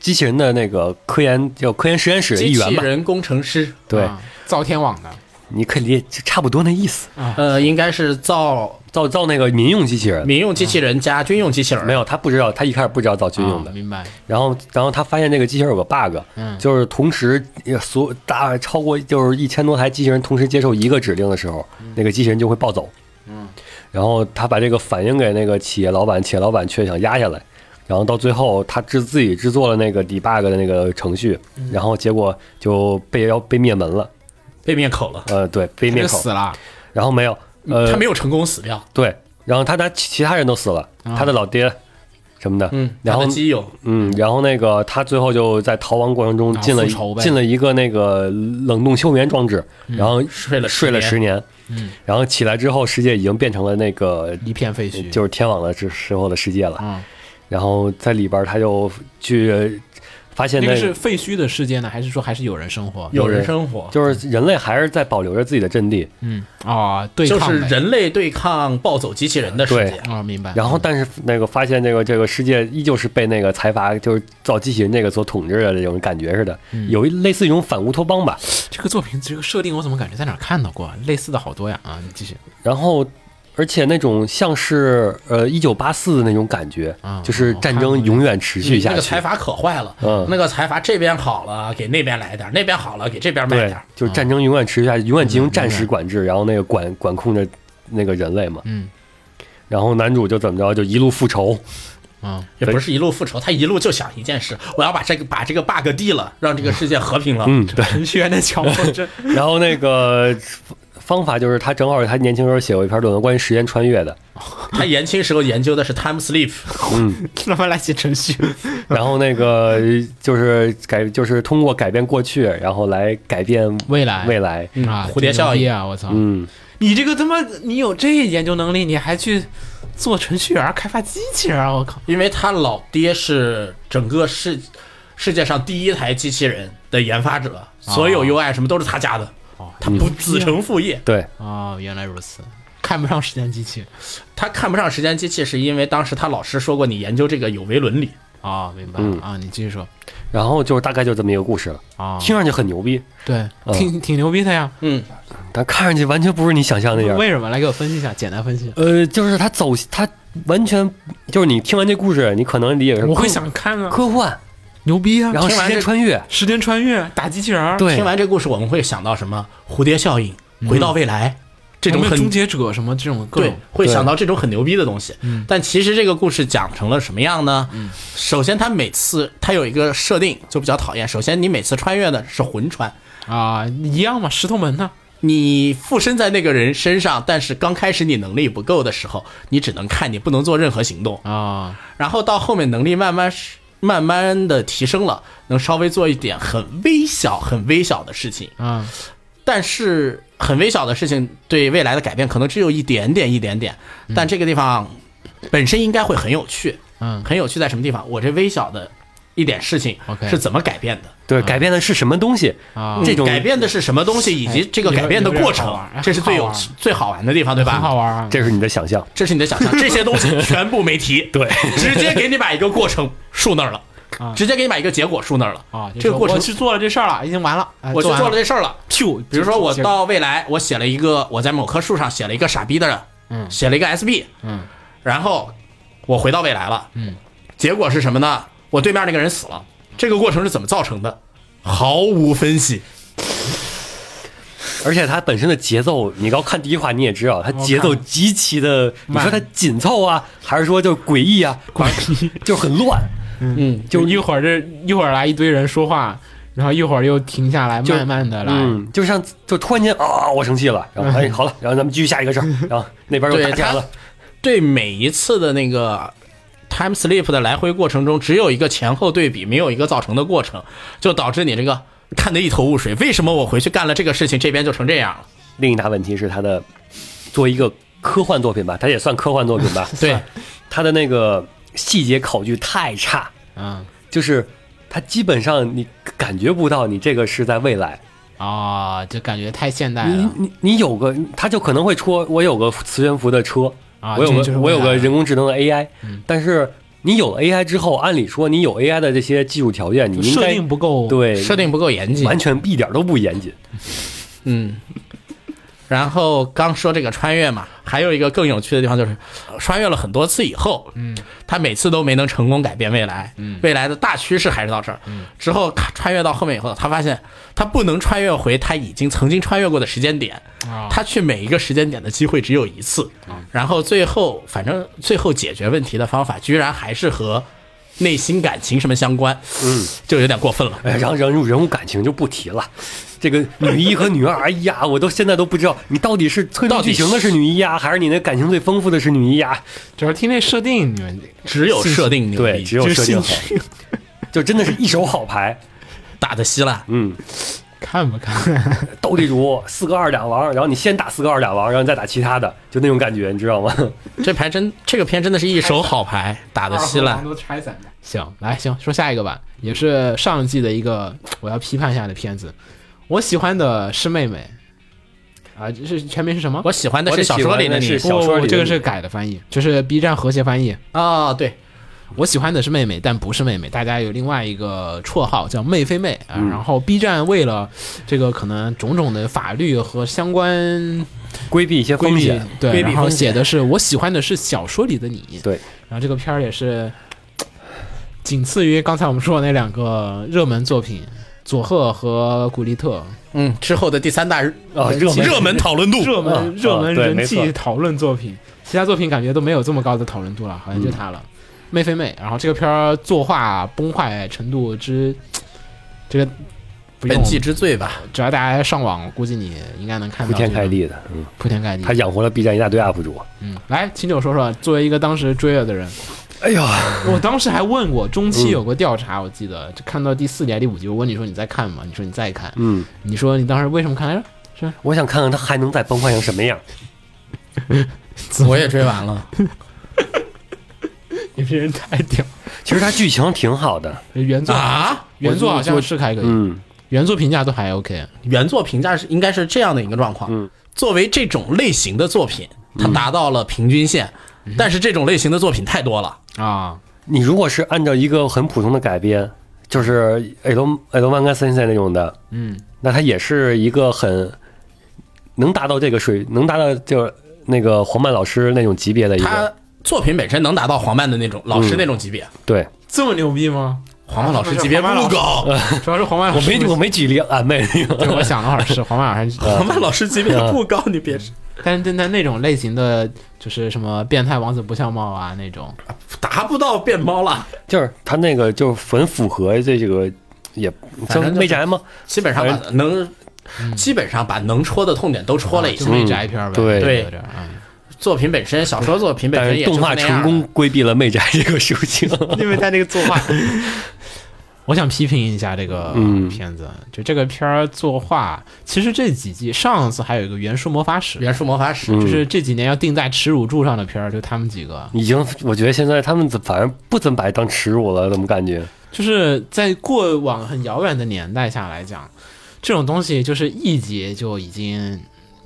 B: 机器人的那个科研叫科研实验室的一
D: 机器
B: 员吧？
D: 人工程师，
B: 对，
C: 啊造天网的。
B: 你可以理解差不多那意思。
C: 啊
D: 呃，应该是造
B: 造造那个民用机器人，
D: 民用机器人加军用机器人。
B: 没有他不知道，他一开始不知道造军用的
C: 啊，明白。
B: 然后然后他发现这个机器人有个 bug，
C: 嗯
B: 就是同时呃所大超过就是一千多台机器人同时接受一个指令的时候，
D: 嗯
B: 那个机器人就会暴走。然后他把这个反映给那个企业老板，企业老板却想压下来。然后到最后，他制自己
D: 嗯
B: 制作了那个 debug 的那个程序，然后结果就被要被灭门了。
D: 被灭口了，
B: 呃，对，被灭
C: 就
B: 口
C: 死，了。
B: 然后没有，呃，
D: 嗯他没有成功死掉，
B: 对，然后他的其其他人都死了，他的老爹什么的，嗯，然
D: 嗯
B: 后
D: 他的基友
B: 嗯，然后那个他最后就在逃亡过程中
C: 啊
B: 进了、
C: 复仇呗嗯
B: 进了一个那个冷冻休眠装置，然后
D: 睡了
B: 睡了十
D: 年，
B: 年，嗯，然后起来之后，世界已经变成了那个嗯
C: 一片废墟，
B: 就是天网的之时候的世界了，
C: 嗯
B: 然后在里边他就去发 现
C: 那
B: 那
C: 个是废墟的世界呢，还是说还是有人生活？
D: 有人生活，
B: 就是人类还是在保留着自己的阵地，
C: 嗯啊，对
D: 就
C: 抗
D: 是
C: 呗
D: 人类对抗暴走机器人的世界哎
B: 对，
C: 啊，明白。
B: 然后，但是那个发现这个这个世界依旧是被那个财阀，就是造机器人这个所统治的这种感觉似的，
C: 嗯
B: 有一类似一种反乌托邦吧。
C: 这个作品这个设定我怎么感觉在哪儿看到过？类似的好多呀啊！你继续，
B: 然后，而且那种像是呃一九八四的那种感觉
C: 啊，
B: 就是战
C: 我看
B: 争
C: 过
B: 永远持续
D: 那
B: 下
D: 个
B: 去
D: 财。阀可坏了，
B: 嗯
D: 那个财阀这边好了给那边来点儿，那边好了给这边卖
B: 对
D: 点儿，，
C: 啊
B: 就是战争永远持续下去，永远
C: 嗯
B: 进行战时管制，然后那个管管控着那个人类嘛。
C: 嗯
B: 然后男主就怎么着，就一路复仇，
C: 啊，
D: 也不是一路复仇，他一路就想一件事，我要把这个把这个 bug 地了，让这个世界和平了。
B: 嗯，对。
E: 程序员的强迫症。
B: 然后那个方法就是他正好他年轻时候写过一篇论文关于时间穿越的，
D: 他年轻时候研究的是 time sleep，
E: 他妈来写程序，
B: 然后那个就是改，就是通过改变过去，然后来改变
C: 未来
B: 未来。
C: 啊，
D: 蝴蝶效应
C: 这牛逼啊！我操，
B: 嗯，
E: 你这个他妈，你有这研究能力，你还去做程序员、开发机器人啊？我靠！
D: 因为他老爹是整个世世界上第一台机器人的研发者，
B: 哦
D: 所有 UI 什么都是他家的，他不子承父业。
B: 对，
C: 哦，原来如此，看不上时间机器
D: 他看不上时间机器，是因为当时他老师说过，你研究这个有违伦理。
C: 哦，明白
B: 嗯
C: 了啊！你继续说
B: 然后就是大概就这么一个故事了，
C: 啊，
B: 听上去很牛逼，
C: 对，
B: 嗯
C: 挺挺牛逼的呀。
D: 嗯，
B: 但看上去完全不是你想象那样。
C: 为什么？来给我分析一下，简单分析。
B: 呃，就是他走，他完全就是你听完这故事，你可能理解是
E: 我
C: 嗯
E: 会想看啊，
B: 科幻，
E: 牛逼啊！
B: 然后
D: 听
B: 时
D: 完
B: 间
D: 这
B: 穿越，
E: 时间穿越打机器人儿，
B: 对
D: 听，完这故事，我们会想到什么？蝴蝶效应，回到未来，这种
C: 有没有
D: 很
C: 终结者什么这种各
D: 对
C: 种，
D: 会想到这种很牛逼的东西。但其实这个故事讲成了什么样呢？首先，它每次它有一个设定就比较讨厌。首先，你每次穿越的是魂穿，
C: 啊，一样嘛，石头门呢？
D: 你附身在那个人身上，但是刚开始你能力不够的时候，你只能看，你不能做任何行动。
C: 啊，
D: 然后到后面能力慢慢是慢慢的提升了，能稍微做一点很微小、很微小的事情，
C: 啊，
D: 但是很微小的事情对未来的改变可能只有一点点、一点点。但这个地方本身应该会很有趣，
C: 嗯
D: 很有趣在什么地方？我这微小的一点事情
C: OK
D: 是怎么改变的？
B: 对，改变的是什么东西？
C: 啊，
B: 这种
D: 改变的是什么东西，以及这个
C: 有
D: 改变的
C: 有点
D: 过
C: 好
D: 程
C: 玩，
D: 这是最有
C: 好玩
D: 最好玩的地方，对吧？
C: 很好玩啊。
B: 这是你的想象。
D: 这是你的想 象，这些东西全部没提，
B: 对，
D: 直接给你把一个过程竖那儿了，直接给你把一个结果竖那儿了
C: 啊，就
D: 这个
C: 说
D: 过程
C: 我去做了这事儿了，已经完了，哎
D: 我就
C: 完
D: 做了这事儿了。
E: 就
D: 比如说我到未来，我写了一个，我在某棵树上写了一个傻逼的人，
C: 嗯
D: 写了一个 SB，
C: 嗯，
D: 然后我回到未来了，
C: 嗯，
D: 结果是什么呢？我对面那个人死了，这个过程是怎么造成的？毫无分析，
B: 而且它本身的节奏，你要看第一话你也知道，它节奏极其的，你说它紧凑啊，还是说就诡异啊， 就很乱。
D: 嗯，
C: 就一会儿这一会儿来一堆人说话，然后一会儿又停下来，
B: 就
C: 慢慢的来。
B: 嗯，就像就突然间啊，我生气了，然后哎好了，然后咱们继续下一个事儿，然后那边又
D: 对
B: 打架
D: 他
B: 了，
D: 对每一次的那个 time sleep 的来回过程中，只有一个前后对比，没有一个造成的过程，就导致你这个看得一头雾水。为什么我回去干了这个事情，这边就成这样了？
B: 另一大问题是它的作为一个科幻作品吧，它也算科幻作品 吧，
D: 对，
B: 它的那个细节考据太差，
C: 嗯
B: 就是它基本上你感觉不到你这个是在未来，
C: 啊，就感觉太现代
B: 你
C: 了
B: 你你有个，他就可能会戳我有个磁悬浮的车，
C: 啊！
B: 我有
C: 这就是
B: 个我有
C: 未来
B: 个
C: 了嗯
B: 人工智能的 AI，、但是你有了 AI 之后，按理说你有 AI 的这些技术条件，你应
C: 设
B: 该
C: 定不够，
B: 对
D: 设定不够严谨
B: 完。全一点都不严谨。
D: 嗯。然后刚说这个穿越嘛，还有一个更有趣的地方就是，呃穿越了很多次以后，嗯，他每次都没能成功改变未来，嗯，未来的大趋势还是到这儿，嗯，之后咔穿越到后面以后，他发现他不能穿越回他已经曾经穿越过的时间点，
C: 啊
D: 他去每一个时间点的机会只有啊一次，然后最后反正最后解决问题的方法居然还是和内心感情什么相关，嗯，就有点过分了。
B: 哎，然后人物人物感情就不提了。这个女一和女二，哎呀，我都现在都不知道你到底是推动
D: 到底
B: 剧情的是女一呀，还是你那感情最丰富的是女一呀？
E: 主要听那设定，你们
D: 只有设定牛
B: 对，
D: 逼，
B: 只有设定好，就真的是一手好牌。
D: 打的稀烂。
B: 嗯，
C: 看吧看，
B: 斗地主四个二两王，然后你先打四个二两王，然后你再打其他的，就那种感觉，你知道吗？
D: 这牌真，这个片真的是一手好牌，打的稀烂。
E: 都拆散的。
C: 行，来行，说下一个吧，也是上一季的一个我要批判一下的片子，我喜欢的是妹妹，啊，这是全名是什么？
D: 我喜欢的是小说里的
B: 我
D: 你
B: 得喜欢的是
C: 不
B: 小说里
C: 不不
B: 的
C: 这个
B: 你
C: 是改的翻译，就是 B 站和谐翻译。
D: 啊，对，
C: 我喜欢的是妹妹，但不是妹妹。大家有另外一个绰号叫“妹非妹”啊。
B: 嗯
C: 然后 B 站为了这个可能种种的法律和相关
B: 规避一些
C: 规
B: 风
C: 避
B: 险。，
C: 对，
D: 规避
C: 然后
D: 风险
C: 写的是“我喜欢的是小说里的你”。
B: 对，
C: 然后这个片儿也是仅次于刚才我们说的那两个热门作品。佐贺和古力特
D: 嗯，之后的第三大
B: 啊热门
D: 热门讨论度，
C: 热
B: 啊
C: 门热门
B: 对
C: 人
B: 没错
C: 气讨论作品，其他作品感觉都没有这么高的讨论度了，好像
B: 嗯
C: 就它了。妹非妹，然后这个片儿作画崩坏程度之，这个不用
D: 本，季之最吧。
C: 只要大家上网，估计你应该能看
B: 铺
C: 到。
B: 天盖，地的，嗯，
C: 铺天盖地
B: 他。养活了 B 站一大堆 UP 主。
C: 嗯，来，秦九说说，作为一个当时追了的人，
B: 哎呀，
C: 我当时还问过，中期有个调查，我记得就看到第四集还是第五集，我问你说你在看吗？你说你在看，
B: 嗯，
C: 你说你当时为什么看来着？哎
B: 我想看看他还能再崩坏成什么样。
D: 我也追完了，
C: 你这人太屌了！
B: 其实他剧情挺好的，
C: 原作
D: 啊，
C: 原作好像是还可以，
B: 嗯，
C: 原作评价都还 OK。
D: 原作评价是应该是这样的一个状况。
B: 嗯
D: 作为这种类型的作品，它达到了平均线，但是这种类型的作品太多了。
C: 啊，
B: 你如果是按照一个很普通的改编，就是《艾罗艾罗曼加森塞》那种的，
C: 嗯，
B: 那它也是一个很能达到这个水，能达到就是那个黄曼老师那种级别的一
D: 它
B: 个，
D: 作品本身能达到黄漫的那种老师那种级别，
B: 对
E: 这么牛逼吗？
D: 黄漫老师级别
E: 黄漫老
D: 不
E: 师
D: 高，
C: 主要是黄曼老
B: 我
C: 师
B: 没
C: 不
B: 我没举例安 慰那
C: 对，
B: 个，
C: 我想了会儿是黄曼老 师，
B: 嗯
D: 黄漫老师级别不高，你别
C: 但是但那种类型的就是什么变态王子不笑貌啊那种，
D: 达不到变猫了，
B: 就是他那个就很符合这个也
D: 正就是
B: 叫媚宅吗？
D: 基本上把
C: 哎
D: 能。基本上把能戳的痛点都戳了
C: 嗯
D: 一
C: 啊就
D: 下，
C: 是宅片儿呗，
B: 对
D: 对
C: 有点儿嗯
D: 作品本身、小说作品本
B: 但
D: 身
B: 是
D: 也就
B: 动画
D: 那样
B: 成功规避了媚宅这个事情。
C: 因为他那个作画，我想批评一下这个
B: 嗯
C: 片子，就这个片儿作画，其实这几季上次还有一个《元术魔法史》，
D: 元术魔法史，
C: 就是
B: 嗯
C: 这几年要钉在耻辱柱上的片儿，就他们几个，
B: 已经，我觉得现在他们怎反正不怎么把它当耻辱了，怎么感觉？
C: 就是在过往很遥远的年代下来讲，这种东西就是一集就已经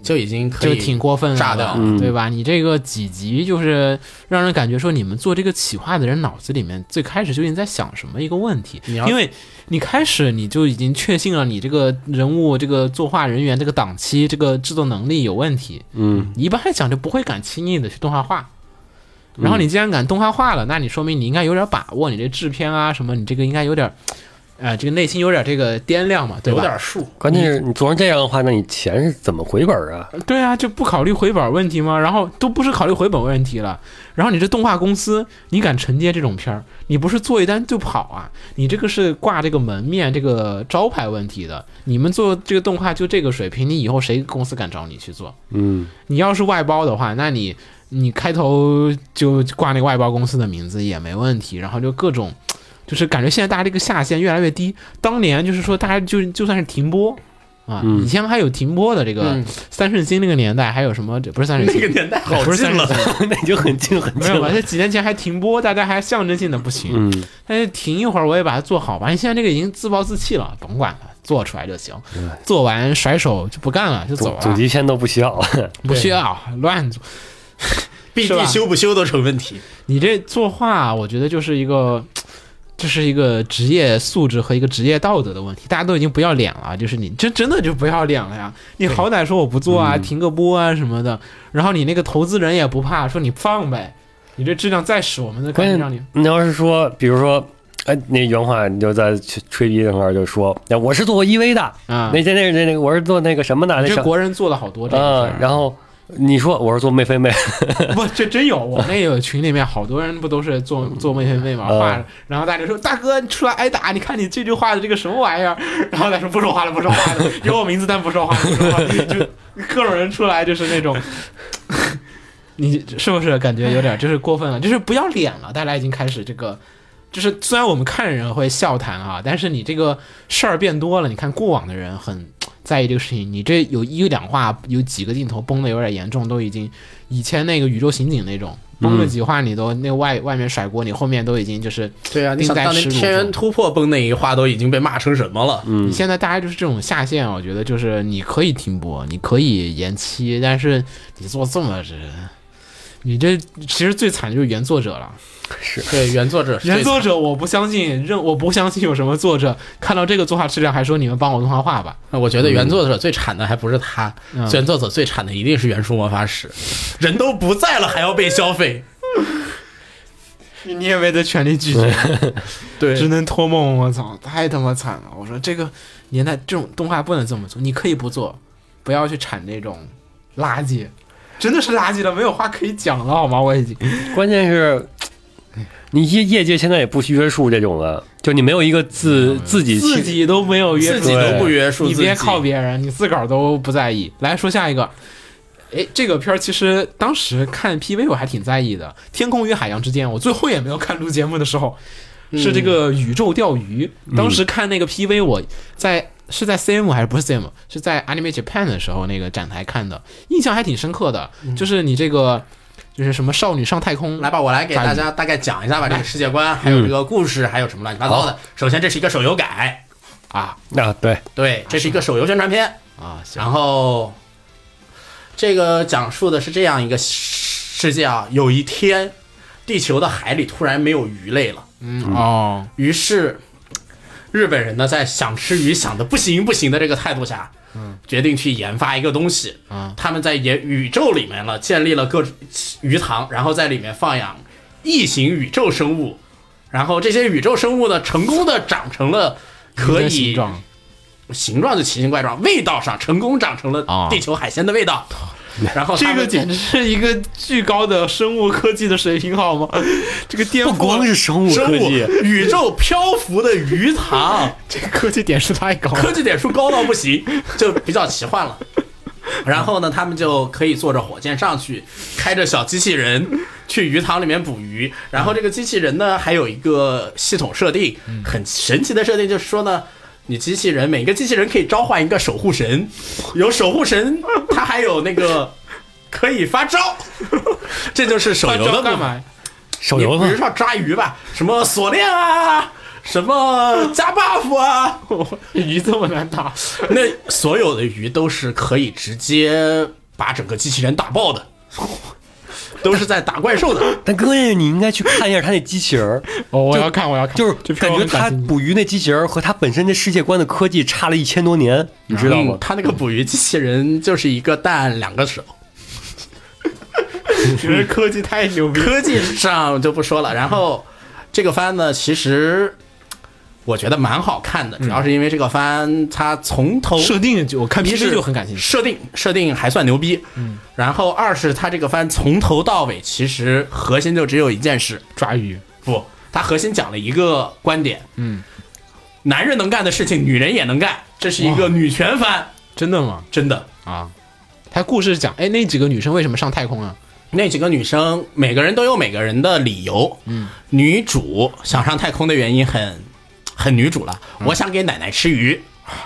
D: 就已经可
C: 就
D: 以
C: 挺过分了，
D: 炸掉
B: 嗯
C: 对吧？你这个几集就是让人感觉说，你们做这个企划的人脑子里面最开始究竟在想什么一个问题？
D: 你要
C: 因为你开始你就已经确信了你这个人物、这个作画人员、这个档期、这个制作能力有问题，
B: 嗯，
C: 你一般来讲就不会敢轻易的去动画化。然后你既然敢动画化了，那你说明你应该有点把握，你这制片啊什么，你这个应该有点，呃，这个内心有点这个掂量嘛，对
D: 有
C: 吧？
D: 点数，
B: 关键是你做成这样的话，那你钱是怎么回本儿啊？
C: 对啊，就不考虑回本问题吗？然后都不是考虑回本问题了，然后你这动画公司，你敢承接这种片儿，你不是做一单就跑啊？你这个是挂这个门面、这个招牌问题的。你们做这个动画就这个水平，你以后谁公司敢找你去做？
B: 嗯，
C: 你要是外包的话，那你你开头就挂那个外包公司的名字也没问题，然后就各种，就是感觉现在大家这个下限越来越低。当年就是说，大家就就算是停播。啊，
B: 嗯
C: 以前还有停播的这个
D: 嗯
C: 三圣星那个年代，还有什么？这不是三圣
D: 那
C: 星，
D: 个年代好
C: 不是
D: 近
C: 三
D: 了
C: 圣，星，
B: 那已经很近很
C: 没
B: 近
C: 有吧？
B: 了。
C: 这几年前还停播，大家还象征性的不行，
B: 嗯，
C: 但是停一会儿我也把它做好吧。你现在这个已经自暴自弃了，甭管了，做出来就行，做完甩手就不干了，就走啊
B: 总总
C: 了，
B: 集片都不需要了。
C: 不需要乱做。
D: ，B
C: 是吧
D: D 修不修都成问题。
C: 你这作画，我觉得就是一个，就是一个职业素质和一个职业道德的问题。大家都已经不要脸了，就是你真真的就不要脸了呀！你好歹说我不做
B: 嗯
C: 啊，停个播啊什么的，然后你那个投资人也不怕，说你放呗，你这质量再使，我们都
B: 关
C: 肯定让你
B: 键你要是说，比如说，哎，那原话你就在吹吹逼那块儿就说，哎我是做过 EV 的，
C: 啊。
B: 那那那那那个我是做那个什么的，那
C: 这
B: 什
C: 国人做了好多这个事
B: 啊
C: 儿，
B: 然后你说我是做妹非妹，
E: 不，这真有我
C: 我。们也有群里面好多人不都是做做妹妹妹嘛
B: 嗯
C: 画，然后大家说大哥你出来挨打，你看你这句话的这个什么玩意儿？然后他说不说话了，不说话了，有我名字但不说话，不说话，就各种人出来就是那种， 你是不是感觉有点就是过分了，就是不要脸了？大家已经开始这个。就是虽然我们看人会笑谈啊，但是你这个事儿变多了。你看过往的人很在意这个事情，你这有一两话，有几个镜头崩的有点严重，都已经以前那个宇宙刑警那种崩了几话，你都那外外面甩锅，你后面都已经就是
D: 对啊，你
C: 钉
D: 想
C: 在
D: 当年
C: 耻辱
D: 天
C: 柱
D: 元突破崩那一话都已经被骂成什么了？
C: 你现在大家就是这种下限，我觉得就是你可以停播，你可以延期，但是你做这么这，你这其实最惨就是原作者了。
D: 对，原作者是最
C: 原作者我不相信任，我不相信有什么作者看到这个作画质量还说你们帮我动画化吧。
D: 啊我觉得原作者最惨的还不是他，
C: 嗯
D: 原作者最惨的一定是原书魔法使，人都不在了还要被消费，
C: 你你也没得权利拒绝，
D: 对
C: 只能托梦。我操，太他妈惨了！我说这个年代这种动画不能这么做，你可以不做，不要去产这种垃圾，真的是垃圾了，没有话可以讲了好吗？我已经
B: 关键是，你业业界现在也不约束这种了，就你没有一个自自己
C: 自己都没有约
D: 自
C: 束
D: 己都不约束
C: 你
D: 自己，
C: 别靠别人，你自个儿都不在意。来说下一个，哎，这个片儿其实当时看 PV 我还挺在意的，《天空与海洋之间》，我最后也没有看录节目的时候，
D: 嗯
C: 是这个宇宙钓鱼。当时看那个 PV，我在是在 CM 还是不是 CM？是在 Anime Japan 的时候那个展台看的，印象还挺深刻的。就是你这个，就是什么少女上太空，
D: 嗯来吧，我来给大家大概讲一下吧，这个世界观，还有这个故事，还有什么乱七八糟的。首先，这是一个手游改，
C: 啊
B: 啊，对，
D: 对，这是一个手游宣传片。
C: 啊，行
D: 然后，这个讲述的是这样一个世界啊，有一天，地球的海里突然没有鱼类了，
C: 嗯哦，
D: 于是日本人呢，在想吃鱼想的不行不行的这个态度下，嗯，决定去研发一个东西，
C: 嗯，
D: 他们在研宇宙里面了建立了各种鱼塘，然后在里面放养异形宇宙生物，然后这些宇宙生物呢，成功的长成了
C: 鱼的
D: 可以
C: 形状
D: 形状就奇形怪状，味道上成功长成了
C: 啊
D: 地球海鲜的味道，然后
C: 这
D: 他
C: 个
D: 们
C: 简直是一个巨高的生物科技的水平，好吗？ 这个颠覆
B: 不光是生物
D: 生
B: 科
D: 物
B: 技，
D: 宇宙漂浮的鱼塘。
C: 这个科技点数太高
D: 科
C: 了。
D: 技点数高到不行，就比较奇幻了。然后呢，他们就可以坐着火箭上去，开着小机器人去鱼塘里面捕鱼。然后这个机器人呢，还有一个系统设定，
B: 嗯
D: 很神奇的设定就是说呢。你机器人每个机器人可以召唤一个守护神，有守护神，它还有那个可以发招，这就是手游的部
C: 干
D: 分。
C: 嘛？
B: 手
D: 你
B: 游
D: 比
B: 嘛
D: 如，说抓鱼吧，什么锁链啊，什么加 buff 啊，
C: 鱼这么难打？
D: 那所有的鱼都是可以直接把整个机器人打 爆的，都是在打怪兽的。
B: 但哥呀，你应该去看一下他那机器人儿，
C: 哦，我
B: 就
C: 要看，我要看。
B: 就是
C: 这
B: 感
C: 片
B: 觉他捕鱼那机器人儿和他本身这世界观的科技差了一千多年，你知道
D: 嗯
B: 吗，？
D: 他那个捕鱼机器人就是一个蛋两 个手，
C: 觉得科技太牛逼。
D: 科技上就不说了。然后这个番呢，其实我觉得蛮好看的，主要是因为这个番它从头
C: 设定就我看
D: 一
C: PV
D: 是
C: 就很感兴趣。
D: 设定设定还算牛逼，嗯。然后二是它这个番从头到尾其实核心就只有一件事，
C: 抓鱼，
D: 不，他核心讲了一个观点，嗯，男人能干的事情，女人也能干，这是一个女权番，
C: 真的吗？
D: 真的。
C: 啊，他故事讲，哎，那几个女生为什么上太空啊？
D: 那几个女生每个人都有每个人的理由，嗯，女主想上太空的原因很很女主了，
C: 嗯
D: 我想给奶奶吃鱼，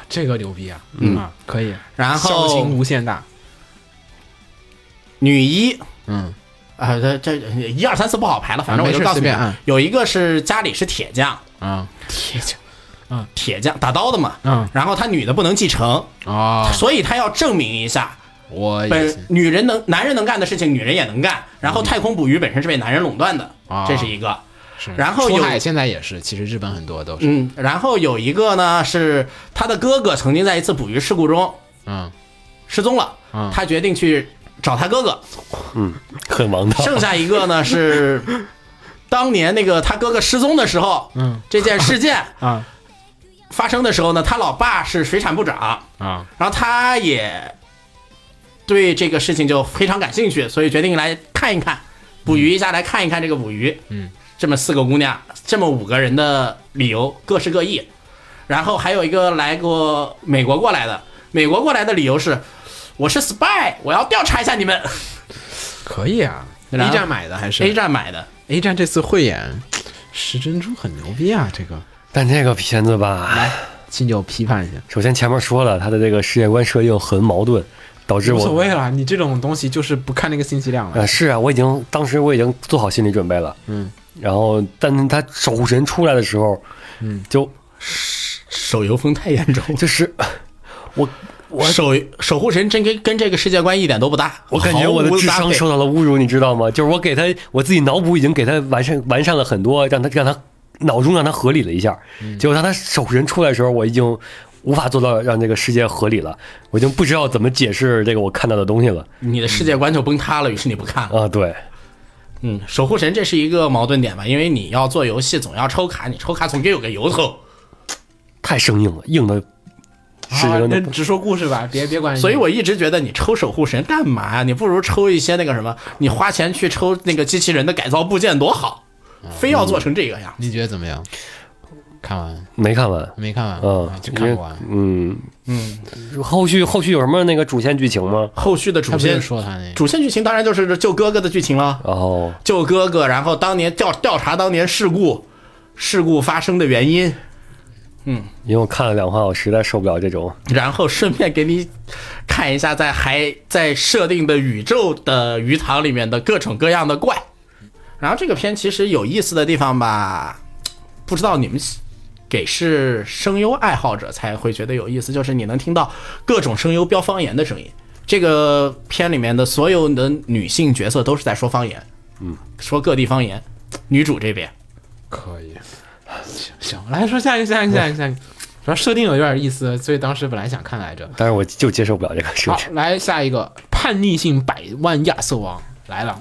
C: 这个牛逼啊！嗯啊，可以，
D: 然
C: 孝
D: 后
C: 心无限大。
D: 女一。
C: 嗯，
D: 啊，这这一二三四不好排了，反正
C: 啊没
D: 我就
C: 事
D: 告诉
C: 随
D: 你
C: 便啊，
D: 有一个是家里是铁匠，
C: 啊
D: 铁匠打刀的嘛，
C: 嗯
D: 然后他女的不能继承，
C: 啊，
D: 所以他要证明一下，
C: 我也
D: 本
C: 行
D: 女人能男人能干的事情，女人也能干。然后太空捕鱼本身是被男人垄断的
C: 嗯啊，
D: 这是一个。
C: 是
D: 然后
C: 出
D: 有
C: 海现在也是，其实日本很多都是。
D: 嗯，然后有一个呢是他的哥哥曾经在一次捕鱼事故中
C: 嗯
D: 失踪了
C: 嗯，
D: 他决定去找他哥哥。
B: 嗯很王道。
D: 剩下一个 呢是当年那个他哥哥失踪的时候，
C: 嗯
D: 这件事件
C: 啊
D: 发生的时候呢，他老爸是水产部长，
C: 啊
D: 然后他也对这个事情就非常感兴趣，所以决定来看一看，捕鱼一下，来看一看这个捕鱼。嗯，这么四个姑娘，这么五个人的理由各式各异，然后还有一个来过美国过来的，美国过来的理由是我是 spy，我要调查一下你们。
C: 可以啊
D: 然
C: ，A
D: 后
C: 站买的还是
D: A 站买的，
C: A 站这次汇演，石珍珠很牛逼啊！这个
B: 但这个片子吧，
C: 亲友批判一下，
B: 首先前面说了，他的这个世界观设定很矛盾，导致
C: 无
B: 我
C: 所谓了，你这种东西就是不看那个信息量了
B: 啊，。是啊，我已经当时我已经做好心理准备了，
C: 嗯，
B: 然后但是他守神出来的时候，嗯，就
D: 手游风太严重了。
B: 就是我我
D: 守守护神真跟跟这个世界观一点都不搭，
B: 我感觉我的
D: 毫无
B: 智
D: 搭
B: 商
D: 配
B: 受到了侮辱，你知道吗？就是我给他我自己脑补已经给他完善完善了很多，让他让他脑中让他合理了一下，结果当他守神出来的时候，我已经无法做到让这个世界合理了，我已经不知道怎么解释这个我看到的东西了
D: 你的世界观就崩塌了，于是你不看了。
B: 啊！对，
D: 嗯，守护神这是一个矛盾点吧，因为你要做游戏总要抽卡，你抽卡总得有个由头，
B: 太生硬了，硬的世界
C: 啊
B: 观
C: 那
B: 都不
C: 只说故事吧，别别管。
D: 所以我一直觉得你抽守护神干嘛呀？你不如抽一些那个什么，你花钱去抽那个机器人的改造部件多好，
C: 嗯
D: 非要做成这个样。
C: 你觉得怎么样？看完
B: 没看完。
C: 没看完？
B: 嗯
C: 啊，就
B: 因
C: 看
B: 为
C: 不完。
B: 嗯嗯，后续后续有什么那个主线剧情吗？
D: 后续的
C: 他
D: 主
C: 不是
D: 线
C: 说他那
D: 主线剧情当然就是救哥哥的剧情了，
B: 哦，
D: 救哥哥，然后当年调调查当年事故事故发生的原因，
B: 因为我看了两话，我实在受不了这种。
D: 然后顺便给你看一下在还在设定的宇宙的鱼塘里面的各种各样的怪。然后这个片其实有意思的地方吧，不知道你们给是声优爱好者才会觉得有意思，就是你能听到各种声优飙方言的声音。这个片里面的所有的女性角色都是在说方言，嗯，说各地方言。女主这边，
C: 可以，
E: 行，来说下一个，下一个，下一个，下一个。
C: 主要设定有点意思，所以当时本来想看来着。
B: 但是我就接受不了这个设
C: 好
B: 定，，
C: 来下一个叛逆性百万亚瑟王来了，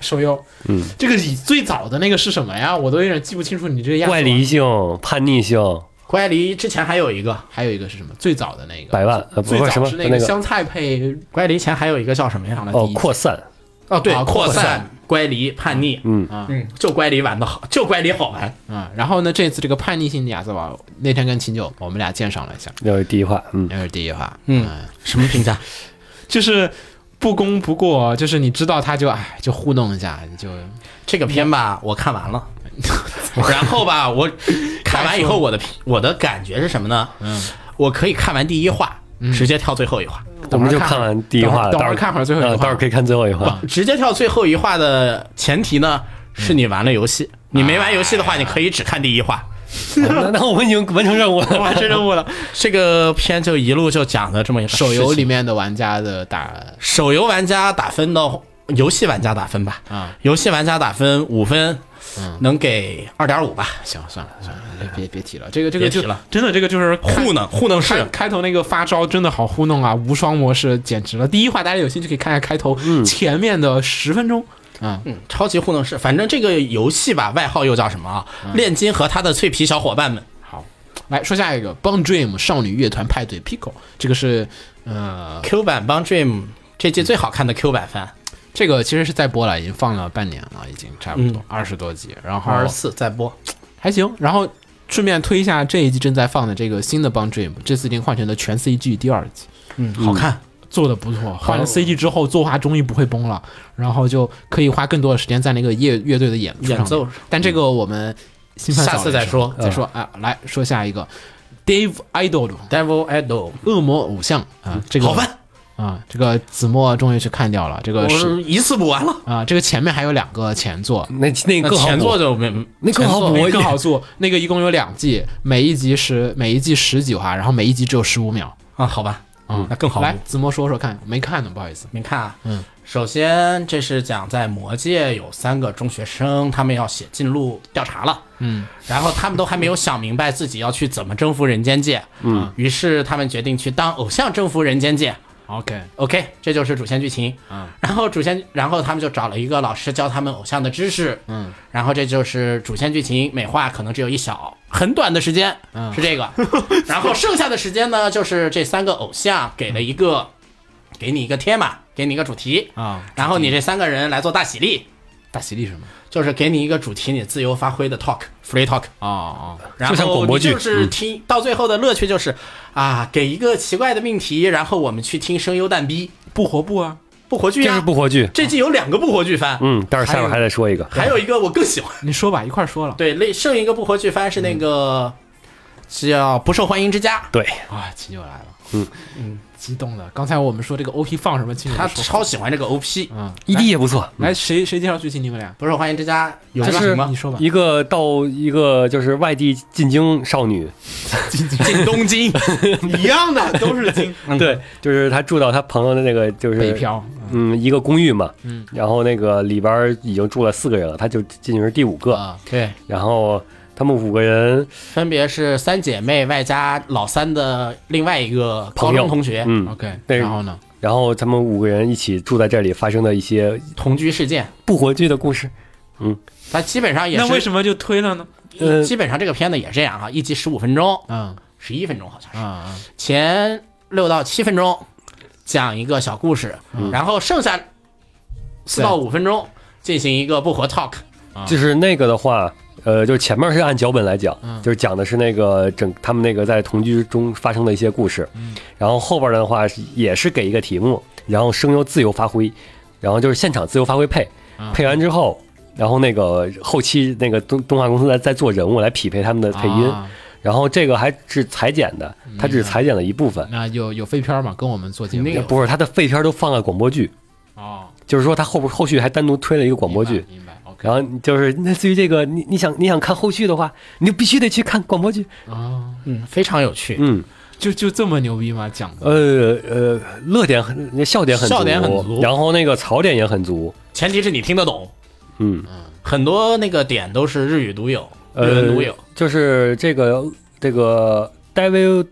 C: 手游。嗯，这个你最早的那个是什么呀？我都有点记不清楚。你这个亚瑟
B: 怪
C: 王
B: 离性、叛逆性、
D: 乖离之前还有一个，
C: 还有一个是什么？最早的那个，
B: 百万呃不
C: 最
B: 是什
C: 早
B: 么
C: 是那
B: 那
C: 个
B: 个
C: 香菜配
D: 乖离前还有一个叫什么呀？
C: 上的
B: 哦
C: 第一集
B: 扩散，
D: 哦，对
C: 啊，
D: 扩
C: 扩散
D: 散、乖离、叛逆，嗯
C: 啊
D: 嗯，就乖离玩的好， 就乖离好玩。
C: 啊、然后呢，这次这个叛逆性的亚瑟王，那天跟秦九我们俩鉴赏了一下，
B: 那是第一话，嗯，
C: 那是第一话，
D: 嗯什么评价？
C: 就是不攻不过，就是你知道他就哎就糊弄一下，你就
D: 这个片吧，我看完 了，然后吧，我看完以后，我的我的感觉是什么呢？嗯，我可以看完第一话，直接跳最后一话，
B: 我
C: 等会
B: 们
C: 儿
B: 就
C: 看
B: 看
C: 会儿
B: 完第一话，
C: 等会
B: 到
C: 儿
B: 时候
C: 看会儿最后一
B: 呃
C: 话啊
B: 到时候可以看最后一话。
D: 直接跳最后一话的前提呢，是你玩了游戏。你没玩游戏的话，你可以只看第一 话。
B: 那那我们已经完成任务了，
D: 完成任务了，这个片就一路就讲的这么一个
C: 手游
D: 事情
C: 里面的玩家的打
D: 手游玩家打分的，游戏玩家打分吧，
C: 啊，
D: 游戏玩家打分五分，
B: 嗯
D: 能给二点五吧，
C: 行算了算了，别别别提了，这个这
D: 别
C: 个
D: 提
C: 就
D: 了。
E: 真的，这个就是看
D: 糊弄啊糊弄
C: 开
D: 是，
C: 开头那个发招真的好糊弄啊，无双模式简直了！第一话大家有兴趣可以看一下开头前面的十分钟，啊
D: 嗯，超级糊弄是。反正这个游戏吧，外号又叫什么啊？
B: 嗯
D: 炼金和他的脆皮小伙伴们，
C: 好，来说下一个 Bon Dream 少女乐团派对 Pico，这个是
B: 嗯
C: 呃，
D: Q 版帮 Dream 这季最好看的 Q 版番，
C: 这个其实是在播了，已经放了半年了，已经差不多二十、多集，然
B: 哦
C: 后
D: 嗯二十四在播，
C: 还行，然后。顺便推一下这一季正在放的这个新的《Bon Dream》，这次已经换成了全 CG 第二季，
D: 嗯，好看。
C: 做的不错。换了 CG 之后，作画终于不会崩了，然后就可以花更多的时间在那个乐乐队的演出上
D: 演奏
C: 面但这个我们新番
D: 下次再说嗯
C: 再说啊，来说下一个 Dave Idol
D: Devil Idol，
C: 恶魔偶像啊，这个
D: 嗯好看，
C: 啊，这个子墨终于去看掉了，这
D: 我
C: 个是
D: 一次补完了。
C: 啊，这个前面还有两个前作。
B: 那那
D: 那
B: 更好
D: 前作
B: 补，
D: 就没，
B: 那更好补
D: 前作
B: 我
C: 更好做， 那个一共有两季，每一集十每一季十几话，然后每一集只有十五秒。
D: 啊，好吧，
C: 嗯
D: 那更好补
C: 来，子墨说说看，没看呢，不好意思。
D: 你看啊，
C: 嗯，
D: 首先这是讲在魔界有三个中学生，他们要写进入调查了，
C: 嗯，
D: 然后他们都还没有想明白自己要去怎么征服人间界，嗯，于是他们决定去当偶像征服人间界。
C: OK，
D: OK，这就是主线剧情。
C: 嗯，
D: 然后主线，然后他们就找了一个老师教他们偶像的知识。
C: 嗯，
D: 然后这就是主线剧情，美化可能只有一小很短的时间，
C: 嗯
D: 是这个。然后剩下的时间呢，就是这三个偶像给了一个给你一个贴嘛，给你一个主题
C: 啊
D: 然后你这三个人来做大喜力，
C: 大喜力是吗？
D: 就是给你一个主题，你自由发挥的 talk free talk。
C: 哦哦，
D: 然
B: 就像
D: 后
B: 广
D: 你
B: 播剧
D: 就是听、到最后的乐趣就是啊，给一个奇怪的命题，然后我们去听声优蛋逼
E: 不活不啊，
D: 不活剧
B: 这
D: 啊。
B: 是不活剧，
D: 这季有两个不活剧番，
B: 嗯，待会儿下面还得说一个，
D: 还有一个我更喜欢，
C: 你说吧，一块儿说了
D: 对，类剩一个不活剧番是那个、叫《不受欢迎之家》，
B: 对，
C: 啊，秦九来了，嗯嗯，激动的。刚才我们说这个 OP 放什么，秦九
D: 他
C: 说嗯
D: 超喜嗯欢这个 OP，、
B: 异，E 地也不错，
C: 来谁谁介绍剧情？你们俩
D: 不受欢迎之家 有
C: 这
D: 什
C: 是
D: 么
C: 你说吧
B: 一个到一个就是外地进京少女，
D: 进东京 嗯一样的都是 京，
B: 对，就是她住到她朋友的那个就
C: 嗯
B: 是
C: 北漂，
B: 嗯，一个公寓嘛，嗯，然后那个里边儿已经住了四个人了，她就进去是第五个，
C: 啊，
D: 对，
B: 然后他们五个人，
D: 分别是三姐妹外加老三的另外一个高
B: 朋友
D: 中同
C: 哎
D: 学、
B: 嗯
C: OK，
B: 对
C: 然后呢？
B: 然后他们五个人一起住在这里发生的一些
D: 同居事件，
B: 不活剧的故事，
D: 他基本上也是
E: 那为什么就推了呢？
B: 呃
D: 基本上这个片子也是这样啊，一集十五分钟，
C: 嗯
D: 十一分钟好像是
C: 嗯嗯，
D: 前六到七分钟讲一个小故事，然后剩下四到五分钟进行一个不活 talk，
B: 就是那个的话，呃，就是前面是按脚本来讲，就是讲的是那个整他们那个在同居中发生的一些故事，然后后边的话是也是给一个题目，然后声优自由发挥，然后就是现场自由发挥配，配完之后，然后那个后期那个动动画公司在在做人物来匹配他们的配音，
C: 啊
B: 然后这个还是裁剪的，他只是裁剪了一部分，
C: 那有有废片儿嘛？跟我们做节目
D: 那个
B: 不是他的废片都放了广播剧，
C: 哦，
B: 就是说他后边后续还单独推了一个广播剧。
C: 明白？OK
B: 然后就是那至于这个，你你想你想看后续的话，你就必须得去看广播剧。
C: 啊，
D: 嗯，非常有趣，
B: 嗯，
C: 就就这么牛逼吗？讲的
B: 呃呃，乐点很笑点很足，
D: 笑点很足
B: 然后那个槽点也很足。
D: 前提是你听得懂，
B: 嗯，
D: 很多那个点都是日语独嗯有，日
B: 呃
D: 文独有，，
B: 就是这个这个 Devil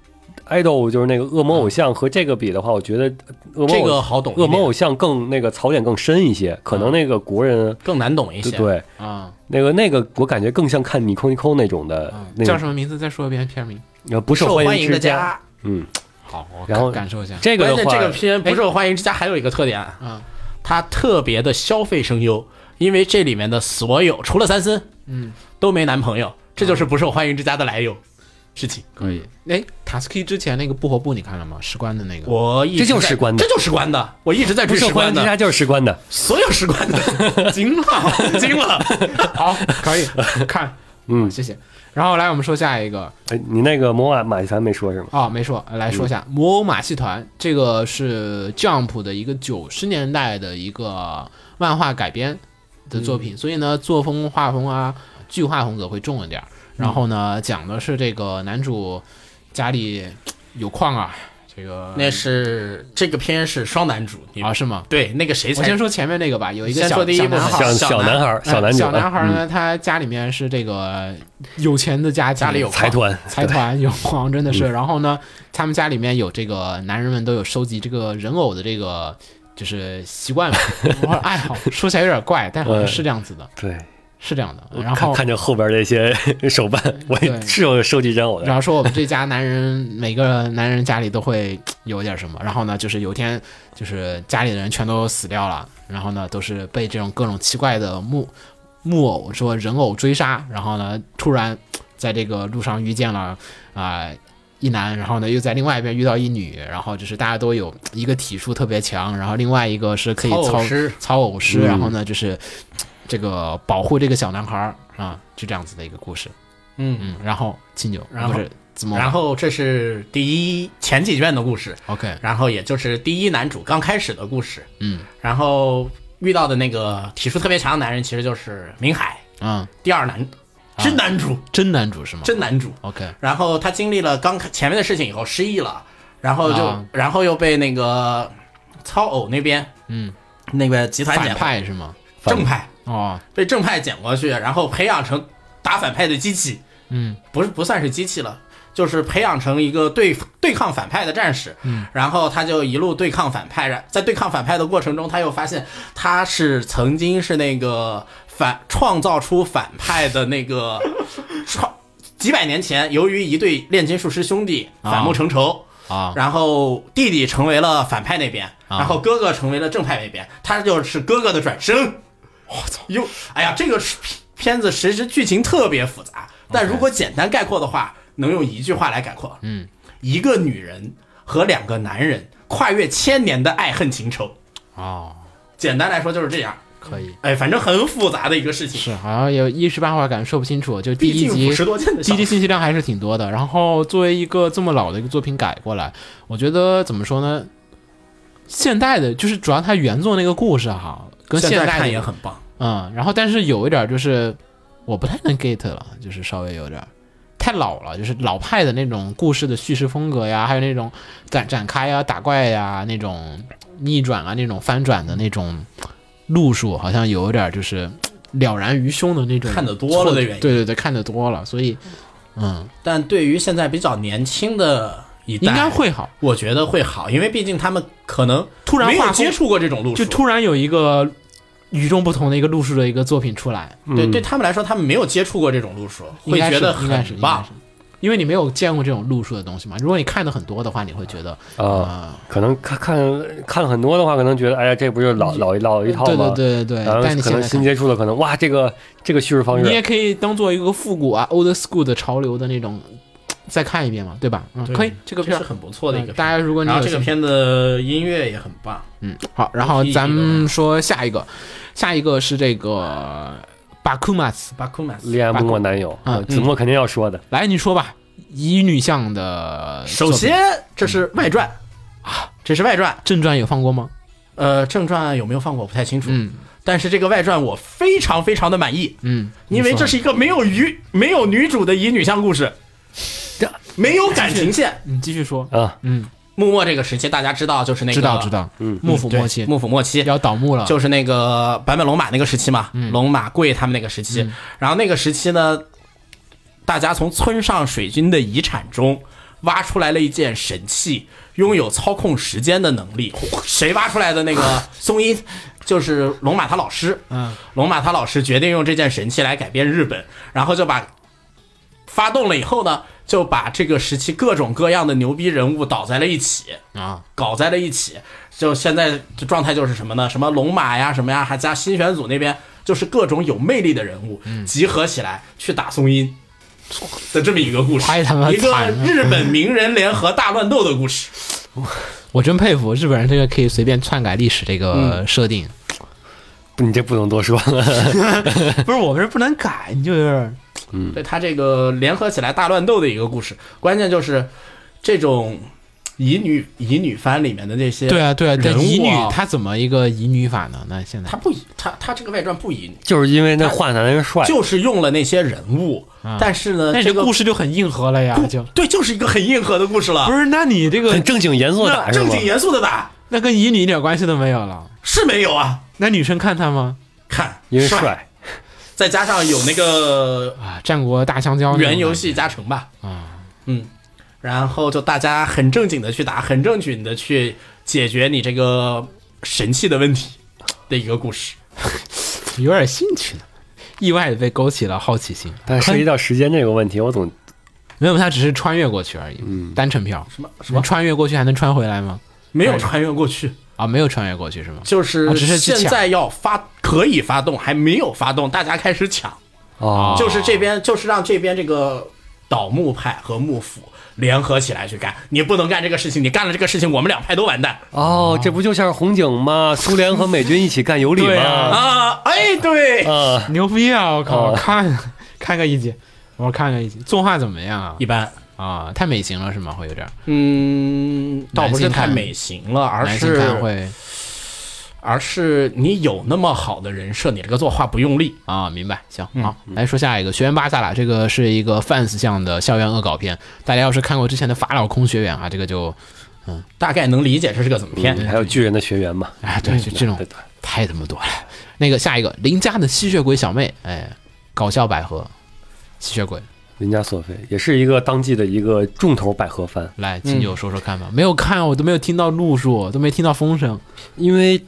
B: Idol，就是那个恶魔偶像和这个比的话，我觉得呃恶魔
D: 这个
B: 偶
D: 好懂一点，
B: 恶魔偶像更那个槽点更深一些，可能那个国人
D: 更难懂一些，
B: 对对
C: 啊，
B: 那个那个我感觉更像看你空一空那种的，
D: 嗯
C: 嗯
B: 那
C: 叫
B: 种
C: 什么名字？再说一遍片名。
B: 呃不
D: 受
B: 受
D: 欢
B: 迎
D: 迎的
B: 家。
D: 家。
B: 嗯，
C: 好，我
B: 然后
C: 感感受一下。
B: 这个
D: 关
B: 的
D: 键
B: 话，
D: 这个片不
C: 哎
D: 受欢迎之家还有一个特点，啊
C: 嗯，
D: 它特别的消费声优，因为这里面的所有除了三森，嗯，都没男朋友，这就是不受欢迎之家的来由。事情，
B: 嗯
C: 可以。哎塔斯 k 之前那个不活不你看了吗？石棺的那个，
D: 我一直
B: 这就是
D: 在
B: 士官的
D: 这就是士官的，我一直在
B: 不
D: 追
B: 受
D: 士
B: 欢迎
D: 官
B: 之
D: 的，
B: 家就是士官的。
D: 所有士官的，惊了，惊了，
C: 好，可以看。
B: 嗯
C: 谢谢。然后来，我们说下一个
B: 哎，你那个魔马马戏团没说是吗？
C: 哦，没说，来说下
D: 嗯
C: 《魔偶马戏团》，这个是 Jump 的一个九十年代的一个漫画改编的作
D: 嗯
C: 品，所以呢，作风、画风啊、剧画风格会重一点儿。然后呢，讲的是这个男主家里有矿啊，这个
D: 那是这个片是双男主，你
C: 啊是吗？
D: 对那个谁
C: 我
D: 才
C: 先说前面那个吧，有一个
D: 先
C: 小
D: 说第一
C: 啊小
D: 部
C: 男
D: 吧
C: 孩儿
D: 小
B: 小
D: 小
B: 男孩儿，小男
C: 呃
B: 女，
C: 小男孩儿
B: 嗯
C: 呢，他家里面是这个有钱的家庭，
D: 家里有
B: 财团，
C: 财团有矿，真的是。然后呢，他们家里面有这个男人们都有收集这个人偶的这个就是习惯吧，或者爱好。说起来有点怪，但好像是这样子的，
B: 对。
C: 是这样的。
B: 对
C: 然
B: 看
C: 后
B: 看着后边这些 手办，我
C: 对
B: 也是有收集人偶
C: 然
B: 的。
C: 后说我们这家男人，每个男人家里都会有点什么。然后呢，就是有一天，就是家里的人全都死掉了，然后呢，都是被这种各种奇怪的木木偶说人偶追杀。然后呢，突然在这个路上遇见了啊、一男，然后呢又在另外一边遇到一女，然后就是大家都有一个体术特别强，然后另外一个是可以
D: 操
C: 操
D: 偶师
C: 操偶师，
B: 嗯
C: 然后呢就是这个保护这个小男孩儿啊，就这样子的一个故事。
D: 嗯，
C: 嗯，然后清酒，
D: 然后
C: 不是自摸，
D: 然后这是第一前几卷的故事，
C: OK，
D: 然后也就是第一男主刚开始的故事，
C: 嗯
D: 然后遇到的那个体术特别强的男人其实就是明海，
C: 啊，
D: 第二男，真男主，
C: 真男主是吗？
D: 嗯真男主。
C: OK，
D: 然后他经历了刚开前面的事情以后失忆了，然后就、
C: 啊
D: 然后又被那个操偶那边，
C: 嗯，
D: 那个集团
C: 反
D: 捡过
C: 派是吗？
D: 正派
C: 哦，
D: 被正派捡过去，然后培养成打反派的机器，
C: 嗯，
D: 不是不算是机器了。就是培养成一个对对抗反派的战士，嗯，然后他就一路对抗反派，然在对抗反派的过程中，他又发现他是曾经是那个反创造出反派的那个创几百年前，由于一对炼金术师兄弟反目成仇，
C: 啊
D: 然后弟弟成为了反派那边，然后哥哥成为了正派北边，他就是哥哥的转身。我操！又哎呀，这个是片片子其实剧情特别复杂，但如果简单概括的话，能用一句话来概括：嗯，一个女人和两个男人跨越千年的爱恨情仇。
C: 哦，
D: 简单来说就是这样。
C: 可以。
D: 哎，反正很复杂的一个事情。
C: 是，好像有一时半会儿感受不清楚。就第一
D: 毕竟
C: 集
D: 五十多件的
C: 第一
D: 小说
C: 集信息量还是挺多的。然后作为一个这么老的一个作品改过来，我觉得怎么说呢？现代的，就是主要它原作那个故事哈，跟
D: 现
C: 现
D: 在
C: 代的
D: 看也很棒。
C: 嗯，然后但是有一点儿就是我不太能 get 了，就是稍微有点儿太老了，就是老派的那种故事的叙事风格呀，还有那种展展开呀、打怪呀、那种逆转啊、那种翻转的那种路数，好像有点儿就是了然于胸的那种错觉。
D: 看得多了的原因
C: 对对对，看得多了，所以嗯，
D: 但对于现在比较年轻的一代，
C: 应该会好。
D: 我觉得会好，因为毕竟他们可能
C: 突然
D: 没有
C: 画风
D: 接触过这种路数，
C: 就突然有一个与众不同的一个路数的一个作品出来，
B: 嗯
D: 对对他们来说，他们没有接触过这种路数，
C: 嗯应
D: 会
C: 该是
D: 觉得
C: 应该是
D: 很
C: 应该
D: 棒
C: 是。，因为你没有见过这种路数的东西嘛。如果你看的很多的话，你会觉得呃
B: 啊，可能看看看很多的话，可能觉得哎呀，这不就是老老一老一套
C: 对
B: 吗？
C: 对对对对。
B: 然后
C: 但你
B: 可
C: 现
B: 能
C: 在
B: 新
C: 看，
B: 接触的，可能哇，这个这个叙事方
C: 你也
B: 式，
C: 可以当做一个复古啊、old school 的潮流的那种，再看一遍嘛，对吧？嗯，可以，这个片
D: 这
C: 儿
D: 是很不错的一个
C: 嗯大家
D: 片。
C: 如果你
D: 然
C: 有
D: 后这个
C: 兴趣
D: 片子音乐也很棒，
C: 嗯，好，然后咱们说下一个，下一个是这个巴库马斯，
D: 巴库曼斯
B: 恋爱不莫男友
C: 嗯
B: 啊，子墨肯定要说的，
C: 来你说吧，乙女向的作
D: 首
C: 品。嗯
D: 先这是外传啊，这是外传。
C: 正传有放过吗？
D: 呃，正传有没有放过我不太清楚，
C: 嗯
D: 但是这个外传我非常非常的满意，
C: 嗯，
D: 因为
C: 你说
D: 这是一个没有女没有女主的乙女向故事，这没有感情线。
C: 你继续说，
B: 啊，
C: 嗯，
D: 幕末这个时期大家知道就是那个
C: 知道知道，
B: 嗯
C: 幕府
D: 对
C: 末期
D: 幕府末期
C: 要嗯倒幕了，
D: 就是那个坂本龙马那个时期嘛，龙马贵他们那个时
C: 嗯
D: 期。然后那个时期呢，大家从村上水军的遗产中挖出来了一件神器，拥有操控时间的能力。谁挖出来的那 个松一？就是龙马他老师，
C: 嗯，
D: 龙马他老师决定用这件神器来改变日本，然后就把发动了以后呢，就把这个时期各种各样的牛逼人物倒在了一起，
C: 啊，
D: 搞在了一起。就现在的状态就是什么呢？什么龙马呀，什么呀，还加新选组那边，就是各种有魅力的人物、
C: 嗯
D: 集合起来去打松阴的这么一个故事
C: 太他妈，
D: 一个
C: 惨了
D: 日本名人联合大乱斗的故事。
C: 我真佩服日本人这个可以随便篡改历史这
B: 嗯
C: 个设定，
B: 不你这不能多说了，
E: 不是我们是不能改，你就有点
C: 嗯
D: 对他这个联合起来大乱斗的一个故事，关键就是这种乙女乙女番里面的这些
C: 对啊对啊，这
D: 人物啊
C: 乙女她怎么一个乙女法呢？那现在
D: 他不以他他这个外传不以
B: 就是因为那画男人帅，
D: 就是用了那些人物，但是呢，
C: 啊那你
D: 这
C: 这
D: 个
C: 故事就很硬核了呀，就
D: 对，就是一个很硬核的故事了，
C: 不是？那你这
B: 很
C: 个
B: 正经严肃的打是
D: 正
B: 吗
D: 经？严肃的打
C: 那跟乙女一点关系都没有了。
D: 是没有啊。
C: 那女生看她吗？
D: 看，
B: 因为
D: 帅，
B: 帅，
D: 再加上有那个
C: 啊，战国大香蕉那种
D: 原游戏加成吧，
C: 啊，
D: 嗯，然后就大家很正经的去打，很正经的去解决你这个神器的问题的一个故事。
C: 有点兴趣呢， 意外的被勾起了好奇心。
B: 但涉及到时间这个问题，我总
C: 没有，她只是穿越过去而已，单程票。
D: 嗯什么什
C: 你
D: 么
C: 穿越过去还能穿回来吗？
D: 没有穿越过去，
C: 啊，没有穿越过去是吗？
D: 就是
C: 啊只是去
D: 现
C: 抢
D: 在要发可以发动，还没有发动，大家开始抢。
B: 啊，
D: 就是这边就是让这边这个倒幕派和幕府联合起来去干，你不能干这个事情，你干了这个事情，我们两派都完蛋
B: 哦，这不就像是红警吗？苏联和美军一起干有理
C: 对
B: 吗？
C: 啊
D: 啊！哎，对，
B: 啊，
C: 牛逼啊！我靠，
B: 哦
C: 我看 看个一集，我看个一集，动画怎么样啊
D: 一？般，
C: 啊，太美型了是吗？会有点儿
D: 嗯，倒不是太美型了，而
C: 男性看
D: 是
C: 会
D: 而是你有那么好的人设，你这个作画不用力。
C: 啊，明白，行，
B: 嗯
C: 好，来说下一个《学院巴萨拉》，这个是一个 fans 向的校园恶搞片，大家要是看过之前的《法老空学院》啊，这个 就
D: 大概能理解这是个怎么片，
B: 还有巨人的学员嘛？
C: 啊，对，就这种
B: 嗯对对
C: 太他妈多了。那个下一个邻家的吸血鬼小妹，哎，搞笑百合，吸血鬼，
B: 林家索菲也是一个当季的一个重头百合番，
C: 来，金九说说看吧，没有看，我都没有听到路数，都没听到风声，
B: 因为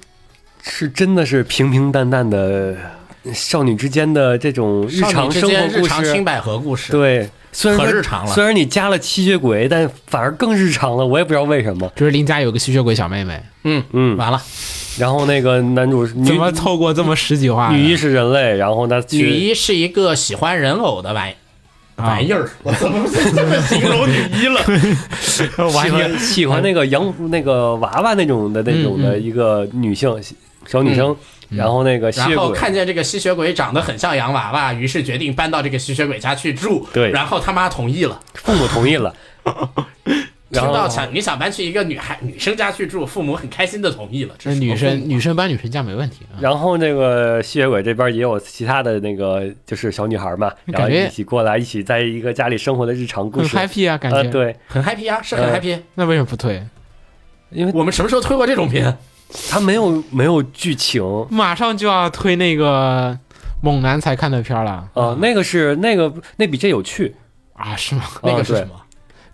B: 是真的是平平淡淡的少女之间的这种日
D: 少
B: 常
D: 女之
B: 生
D: 间
B: 活
D: 日
B: 故
D: 常
B: 事
D: 青，百合故事，
B: 对，虽然
D: 可
B: 说
D: 日常了
B: 虽然你加了吸血鬼，但反而更日常了，我也不知道为什么。
C: 就是林家有个吸血鬼小妹妹，
D: 嗯
B: 嗯
D: 完了，
B: 然后那个男主是女
C: 怎么啊透过这么十几话呢？
B: 女一是人类，然后他去
D: 女一是一个喜欢人偶的玩意
C: 啊
D: 玩意儿， 我怎么这么形容女一了？
B: 喜欢喜欢那个洋那个娃娃那种的那种的一个女性小女生，然后那个吸
D: 然
B: 血
D: 后
B: 鬼，
D: 看见这个吸血鬼长得很像洋娃娃，于是决定搬到这个吸血鬼家去住。
B: 对
D: 然后他妈同意了。
B: 父母同意了，
D: 听
B: 然后
D: 到想你想搬去一个女孩女生家去住，父母很开心的同意了。这
C: 那
D: 是
C: 女
D: 什么
B: 哦
D: 父
C: 生
D: 母
C: 女生搬女生家没问题啊。
B: 然后那个吸血鬼这边也有其他的那个就是小女孩嘛，然后
C: 感觉
B: 一起过来，一起在一个家里生活的日常故
C: 很
B: 事。
C: happy 啊，感觉、
B: 啊，，对，
D: 很 happy 啊，是很
B: 呃
D: happy。
C: 那为什么不退？
B: 因为
D: 我们什么时候推过这种片？
B: 他没有没有剧情
C: 马上就要推那个猛男才看的片儿了
B: 啊，那个是那个那比这有趣，
C: 啊？是吗？
D: 那个是
B: 对
D: 什么？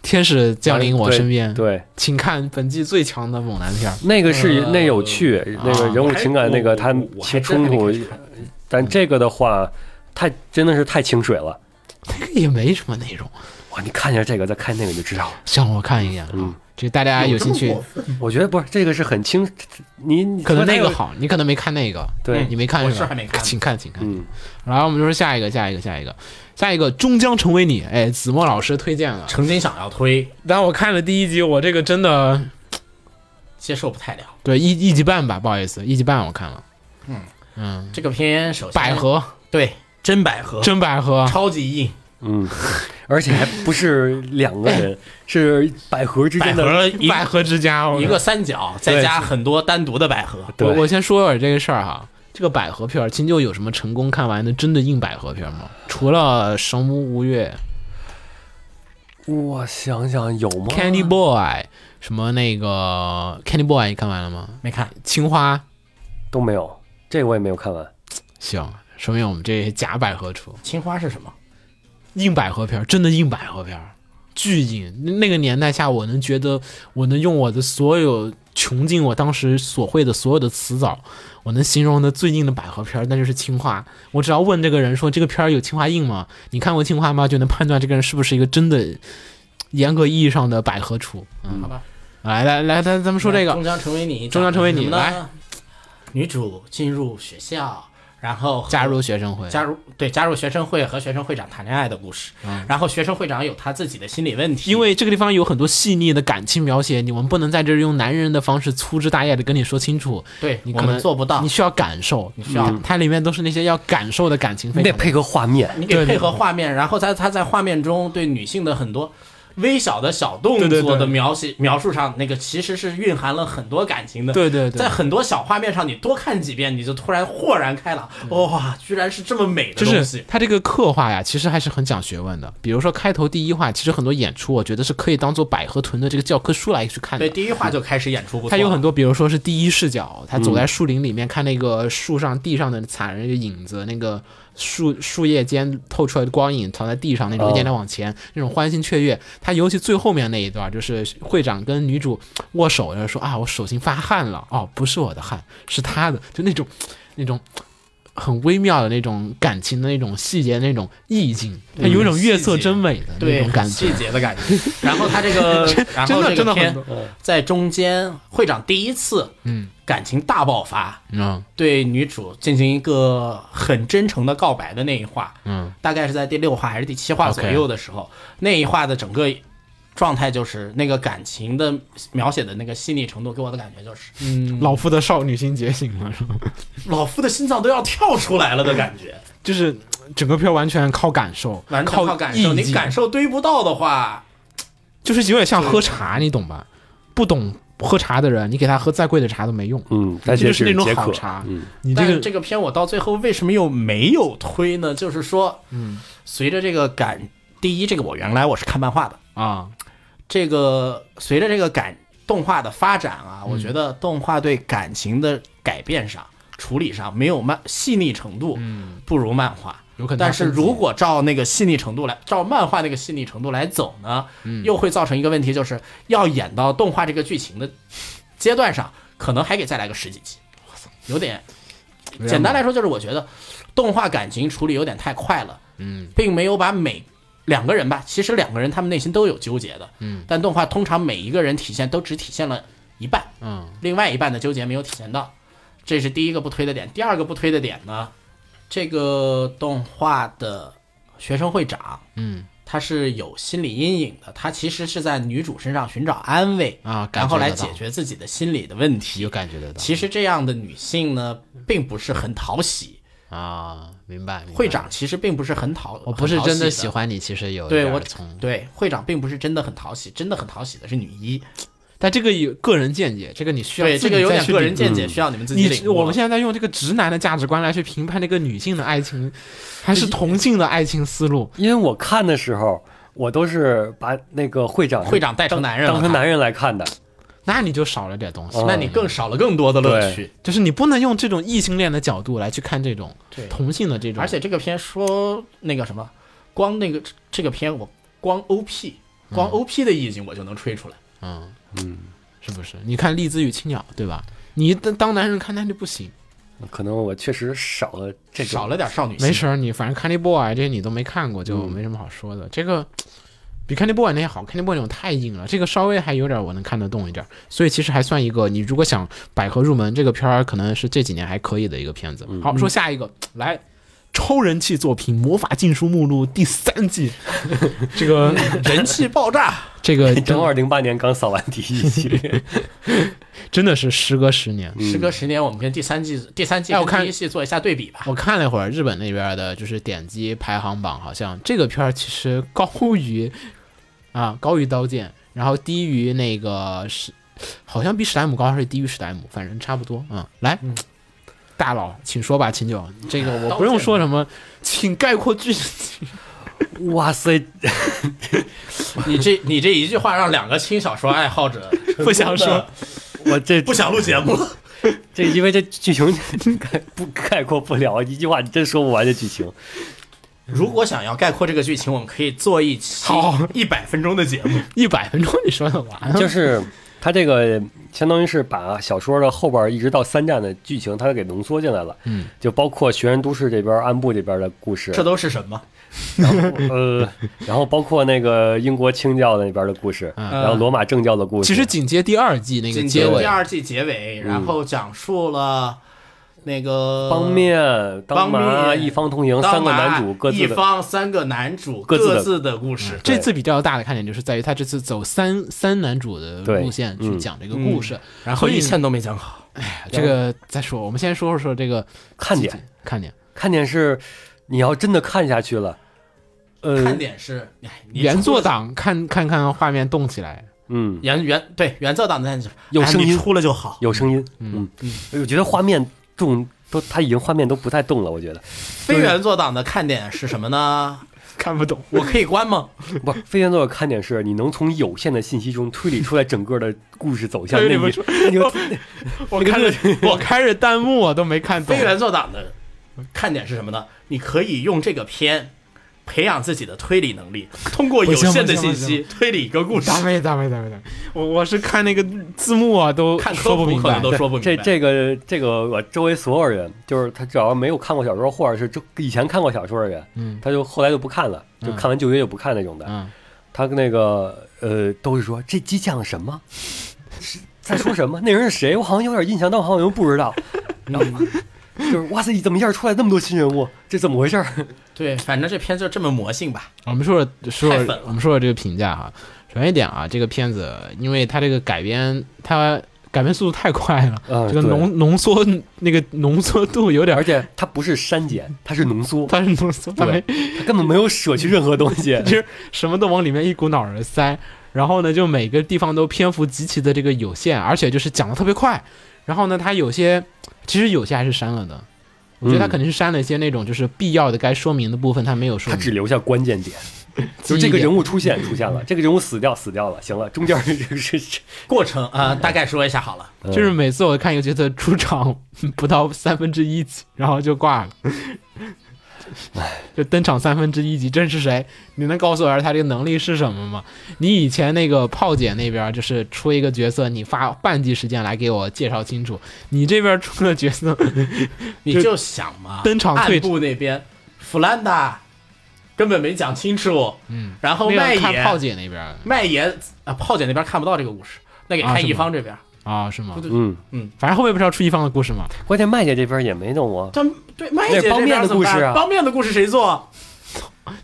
C: 天使降临我身边，
B: 对，
C: 请看本季最强的猛男片儿。
B: 那个是
D: 呃
B: 那有趣，那个人物情感那个他
D: 我还
B: 情冲突
D: 我还真没看，
B: 但这个的话，太真的是太清水了。
C: 那个也没什么内容，
B: 哇，你看一下这个，再看那个你就知道了。
C: 让我看一眼啊。
B: 嗯
C: 这大家有兴趣，
B: 我觉得不是这个是很清，你你
C: 可能那个
B: 好，
C: 好，你可能没看那个，嗯
B: 对
C: 你没看
D: 我
C: 是吧？
D: 是还没看
C: 请看，请看。
B: 嗯，
C: 然后我们就说下一个，下一个，下一个，下一个终将成为你。哎，子墨老师推荐了，
D: 曾经想要推，
C: 但我看了第一集，我这个真的
D: 接受不太了。
C: 对一一集半吧，不好意思，一集半我看了。嗯嗯，
D: 这个片首先
C: 百合
D: 对真百合，
C: 真百合，
D: 超级硬，
B: 嗯 而且还不是两 个人，是百合之
D: 百
B: 间的。
D: 合一
C: 百合之家，我
D: 一个三角，再
B: 对
D: 加很多单独的百合。
C: 我
B: 对
C: 我先说一会儿这个事儿哈。这个百合片儿，青旧有什么成功看完的真的硬百合片儿吗？除了《神木无月
B: 我想想有》吗
C: Candy Boy，什么那个 Candy Boy，你看完了吗？
D: 没看，
C: 青花，
B: 都没有，这个我也没有看完。
C: 行，说明我们这些假百合厨，
D: 青花是什么？
C: 硬百合片儿，真的硬百合片儿，巨硬。那那个年代下，我能觉得我能用我的所有穷尽我当时所会的所有的词藻，我能形容的最硬的百合片儿，那就是青花。我只要问这个人说这个片儿有青花硬吗？你看过青花吗？就能判断这个人是不是一个真的严格意义上的百合厨。嗯，好吧。来来来，咱咱们说这个
D: 终将成为你，
C: 终将成为你
D: 讲的是什么呢？女主进入学校，然后和
C: 加入学生会，
D: 加入对加入学生会和学生会长谈恋爱的故事。然后学生会长有他自己的心理问题，
C: 嗯因为这个地方有很多细腻的感情描写，你们不能在这儿用男人的方式粗枝大叶的跟你说清楚，
D: 对
C: 你
D: 我
C: 可能
D: 们做不到
C: 你，需要感受，你
D: 需要
C: 它里面都是那些要感受的感情非
B: 你
C: 常
B: 得
C: 多，
B: 配合画面，
D: 你
C: 对
D: 得
C: 对
D: 配合画面，然后在他在画面中对女性的很多微小的小动
C: 对对
D: 作
C: 对
D: 的描写描述上，那个其实是蕴含了很多感情的。
C: 对对对
D: 在很多小画面上，你多看几遍，你就突然豁然开朗，哇，居然是这么美的
C: 就
D: 东
C: 是
D: 西。
C: 它这个刻画呀，其实还是很讲学问的。比如说开头第一话，其实很多演出，我觉得是可以当做百合屯的这个教科书来去看的
D: 对，。第一话就开始演出不错，啊嗯
C: 它有很多，比如说是第一视角，他走在树林里面看那个树上、地上的惨人的影子，那个树树叶间透出来的光影躺在地上，那种
B: 哦
C: 一点点往前，那种欢欣雀跃。他尤其最后面那一段，就是会长跟女主握手，然后说啊，我手心发汗了，哦，不是我的汗，是他的，就那种那种。 很微妙的那种感情的那种细节，那种意境，它有一种月色
D: 细节
C: 真美的那
D: 对
C: 种感觉
D: 细。节的感觉。 然后他这个，然
C: 真
D: 后
C: 的
D: 这
C: 真的
D: 个
C: 很
D: 片在中间，会长第一次
C: 嗯
D: 感情大爆发，
C: 嗯
D: 对女主进行一个很真诚的告白的那一话，
C: 嗯，
D: 大概是在第六话还是第七话
C: OK
D: 左右的时候那一话的整个状态就是那个感情的描写的那个细腻程度，给我的感觉就是，嗯，
C: 老夫的少女心觉醒了，是吧？
D: 老夫的心脏都要跳出来了的感觉，
C: 就是呃整个片完全靠感受，
D: 完全靠感受，
C: 意
D: 你
C: 境
D: 感受堆不到的话，
C: 就是有点像喝茶，你懂吧？不懂喝茶的人，你给他喝再贵的茶都没用。
B: 嗯，但
C: 这就是是那种
B: 解
C: 好
B: 渴，
C: 茶，
B: 嗯，
C: 你这
D: 但是
C: 个
D: 这个片我到最后为什么又没有推呢？就是说，
C: 嗯，
D: 随着这个感，第一，这个我原来我是看漫画的，
C: 啊，
D: 这个随着这个感动画的发展啊，我觉得动画对感情的改变上、处理上没有漫细腻程度，
C: 嗯，
D: 不如漫画。
C: 有可能
D: 但
C: 他
D: 是
C: 升级
D: 如果照那个细腻程度来，照漫画那个细腻程度来走呢，
C: 嗯
D: 又会造成一个问题，就是要演到动画这个剧情的阶段上，可能还给再来个十几集，有点简单来说就是我觉得动画感情处理有点太快了，嗯，并没有把每两个人吧，其实两个人他们内心都有纠结的，嗯，但动画通常每一个人体现都只体现了一半，
C: 嗯，
D: 另外一半的纠结没有体现到，这是第一个不推的点。第二个不推的点呢，这个动画的学生会长，
C: 嗯，
D: 他是有心理阴影的，他其实是在女主身上寻找安慰
C: 啊感
D: 然后
C: 觉得
D: 来
C: 到
D: 解决自己的心理的问题
C: 有。感觉得到。
D: 其实这样的女性呢，并不是很讨喜。
C: 啊，明白。明白
D: 会长，其实并不是很讨，
C: 我不是真
D: 的
C: 的喜，欢你，其实有一
D: 对
C: 点
D: 我
C: 儿从，
D: 对会长并不是真的很讨喜，真的很讨喜的是女一。
C: 但这个有个人见解，这个你需要
D: 对，
C: 自
D: 这个
C: 己
D: 有
C: 再
D: 点
C: 去
D: 个
C: 领
D: 人见解，
C: 悟
D: 需要你们自己领
C: 你
D: 悟了。
C: 我们现在在用这个直男的价值观来去评判这个女性的爱情，还是同性的爱情思路？
B: 因为我看的时候，我都是把那个会长
D: 会长带成哎男人了
B: 当成
D: 他
B: 男人来看的。
C: 那你就少了点东西。
D: 那你更少了更多的乐
B: 对
D: 趣。
C: 就是你不能用这种异性恋的角度来去看这种
D: 对
C: 同性的这种，
D: 而且这个片说那个什么，光那个这个片我光 OP，光 OP 的意境我就能吹出来。
C: 嗯是不是？你看《荔枝与青鸟》，对
D: 嗯
C: 吧？你当当男人看那就不行，
B: 可能我确实少了这种
D: 少了点少女心，
C: 没事儿，你反正《Candy Boy》这些你都没看过，
D: 嗯
C: 就没什么好说的。这个比《Candy Boy》那些好，《Candy Boy》那种太硬了，这个稍微还有点我能看得动一点儿，所以其实还算一个你如果想百合入门，这个片儿可能是这几年还可以的一个片子。
D: 嗯
C: 好，说下一个来。超人气作品《魔法禁书目录》第三 季，这个
D: 人气爆炸。
C: 这
D: 哎
C: 个
B: 正好零八年刚扫完第一季，
C: 真的是时隔十年，
B: 嗯
D: 时隔十年，我们跟第三季、第三季
C: 哎
D: 跟
C: 我看
D: 第一季做一下对比吧。
C: 我看了一会儿日本那边的，就是点击排行榜，好像这个片儿其实高于啊高于《刀剑》，然后低于那个是好像比史莱姆高还是低于史莱姆，反正差不多啊、嗯。来，大佬，请说吧，秦九，这个我不用说什么，请概括剧情。
B: 哇塞，
D: 你这你这一句话让两个轻小说爱哎好者
C: 不想说，
B: 我这
D: 不想录节目了。
B: 这因为这剧情 概不概括不了，一句话你真说不完这剧情。
D: 如果想要概括这个剧情，我们可以做一期
C: 好
D: 一百分钟的节目。
C: 一百分钟你说得
D: 嗯
C: 完？
B: 就是他这个相当于是把小说的后边一直到三战的剧情，他给浓缩进来了。嗯，就包括学人都市这边、安部这边的故事，
D: 这都是什嗯么？
B: 呃，然后包括那个英国清教的那边的故事，
D: 嗯
B: 然后罗马正教的故事。
C: 其实紧接第二季那个
D: 紧
C: 结
D: 接着
C: 尾嗯
D: 第，二季结尾，然后讲述了那个
B: 呃方面、当麻、
D: 当面
B: 一方通行
D: 当
B: 三个
D: 麻
B: 男主各
D: 一
B: 自的
D: 方三个男主
B: 各自的嗯
D: 各自的故事。
C: 这次比较大的看点就是在于他这次走三三男主的
B: 对
C: 路线去
B: 嗯
C: 讲这个故事，
D: 然后
C: 所以
D: 一线都没讲好，
C: 哎这个再说，我们先说说这个
B: 看
C: 季
B: 点。
C: 节看点。
B: 看点是，你要真的看下去了，呃
D: 看，点是，哎你
C: 原
D: 出
C: 作
D: 了
C: 党看看看画面动起 来，
B: 嗯，
D: 原原对原作党的那就是
B: 有
D: 哎
B: 声
D: 你
B: 音
D: 出了就好。
B: 有声音，嗯，我觉得画面动都，它已经画面都不太动了，我觉得。
D: 非原作党的看点是什么 呢？
C: 看不懂。
D: 我可以关吗？
B: 不是，飞天座的看点是你能从有限的信息中推理出来整个的故事走向，那
C: 推理
B: 你
C: 不
B: 那 你就
C: 我看着我看着弹幕我都没看懂
D: 非。原作党的看点是什么呢？你可以用这个片培养自己的推理能力，通过有限的信息推理一个故事。
C: 大妹大妹大妹大妹，我我是看那个字幕啊，都
D: 看科
C: 说不
D: 普
C: 明
D: 可
C: 白
D: 能。都说不明白。
B: 这这个这个，我周围所有人，就是他只要没有看过小说，或者是就以前看过小说的人，
C: 嗯
B: 他就后来就不看了，就看完旧约就不看那种的。
C: 嗯，
B: 他那个呃，都是说这鸡讲什么， 是在说什么？那 人是谁？我好像有点印象，但我好像又不知道。然后
C: 嗯
B: 就是哇塞，怎么一下出来那么多新人物？这怎么回 事儿？
D: 对，反正这片就这么魔性吧。
C: 我们说说
D: 太
C: 说
D: 粉了
C: 我们说说这个评价哈。首先一点啊，这个片子因为它这个改编，它改编速度太快了，
B: 嗯
D: 啊
C: 这个
B: 对
C: 浓浓缩那个浓缩度有点
B: 而
C: 儿，
B: 且它不是删减，它是浓缩，
C: 它是浓缩，它没
B: 对，它根本没有舍去任何东 西。
C: 就是什么都往里面一股脑儿的塞，然后呢，就每个地方都篇幅极其的这个有限，而且就是讲的特别快。然后呢，它有些其实有些还是删了的，我觉得它
B: 嗯
C: 肯定是删了一些那种就是必要的该说明的部分，它没有说
B: 它
C: 明。
B: 只留下关键点，就是这个人物出现出现了，这个人物死掉死掉了，行了，中间是是是
D: 过程啊、呃大概说一下好了。
B: 嗯
C: 就是每次我看一个角色出场不到三分之一集，然后就挂了。 就登场三分之一集，这是谁？你能告诉我一下他这个能力是什么吗？你以前那个炮姐那边就是出一个角色，你花半集时间来给我介绍清楚，你这边出个角色，
D: 你就想嘛，
C: 登场退
D: 暗部那边，弗兰达根本没讲清楚，嗯，然后
C: 没
D: 麦
C: 有看炮
D: 爷，
C: 姐那边
D: 麦爷啊，炮姐那边看不到这个故事，那给
C: 啊
D: 开
C: 是吗
D: 一方这边，
C: 啊？是吗？
B: 嗯，
C: 反正后面不是要出一方的故事吗？
B: 关键麦姐这边也没弄啊，
D: 他对麦
B: 那
D: 姐
B: 是帮
D: 这
B: 面
D: 边
B: 的
D: 怎么
B: 故事
D: 办？
B: 啊
D: 帮面的故事谁做？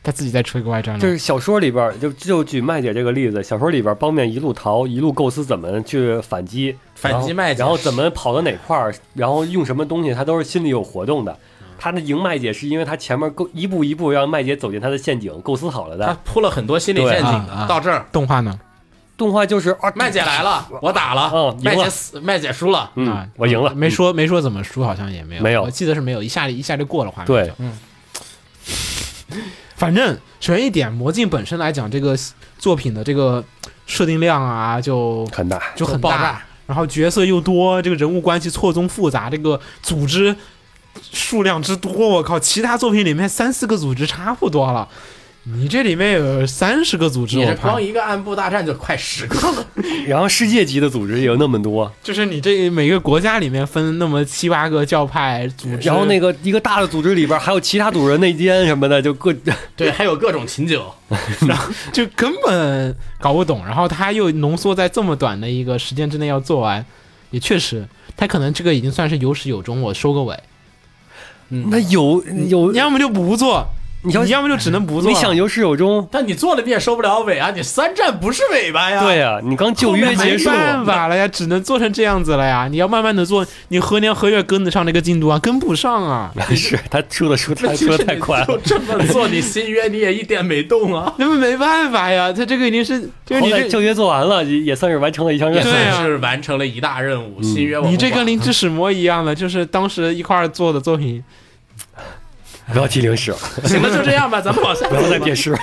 C: 他自己再出一个外传了。
B: 就是小说里边儿就就举麦姐这个例子，小说里边儿包面一路逃，一路构思怎么去反击，
D: 反击
B: 然后
D: 麦姐
B: 然后怎么跑到哪块儿，然后用什么东西，他都是心里有活动的。
D: 嗯
B: 他那赢麦姐是因为他前面构一步一步让麦姐走进他的陷阱，构思好了
D: 他
B: 的。
D: 啊铺了很多心理
B: 对
D: 陷阱
C: 啊啊
D: 的，到这儿。
C: 动画呢？
B: 嗯动画就是啊，
D: 麦姐来了，我打哦了。
B: 嗯赢了
D: 麦姐死，麦姐输了。
B: 嗯
C: 啊，，
B: 我赢了，
C: 没说没说怎么输，好像也没有，
B: 没有
C: 我记得是没有，一下一下就过了画面。
B: 对，
C: 反正首先一点，魔镜本身来讲，这个作品的这个设定量啊，就
B: 很大。
C: 就很
D: 爆
C: 大，
D: 炸
C: 然后角色又多，这个人物关系错综复杂，这个组织数量之多，我靠，其他作品里面三四个组织差不多了。你这里面有三十个组织，
D: 你
C: 我
D: 这
C: 靠
D: 光！一个暗部大战就快十个了，
B: 然后世界级的组织也有那么多，
C: 就是你这每个国家里面分那么七八个教派组织，
B: 然后那个一个大的组织里边儿还有其他组织的内奸什么的，就各
D: 对， 还有各种琴酒。
C: 就根本搞不懂。然后他又浓缩在这么短的一个时间之内要做完，也确实，他可能这个已经算是有始有终，我收个尾。嗯
B: 那有有
D: 嗯
C: 你，要么就不做，
B: 你
C: 你
B: 要
C: 要么就只能不做。
B: 你想有始有终。
D: 但你做了你也收不了尾啊，你三战不是尾巴呀。
B: 对呀、你刚旧约结束，
C: 没办法了呀，只能做成这样子了呀。你要慢慢的做，你何年何月跟得上这个进度啊？跟不上啊！
B: 是他出的书太出的太快
D: 就
B: 了，
D: 这么做，你新约你也一点没动啊。
C: 那么没办法呀，他这个已经是就是
B: 好
C: 你
B: 歹
C: 这
B: 旧约做完了，也也算是完成了一项
D: 也
B: 任 务。
C: 对啊嗯
D: 算是完成了一大任务。新约我不管
C: 你这跟灵之使魔一样的，就是当时一块儿做的作品。
B: 不要提零食了，
D: 行了，就这样吧，咱们 往下
B: 不
D: 走
B: 要再
D: 吧
B: 变，尸了。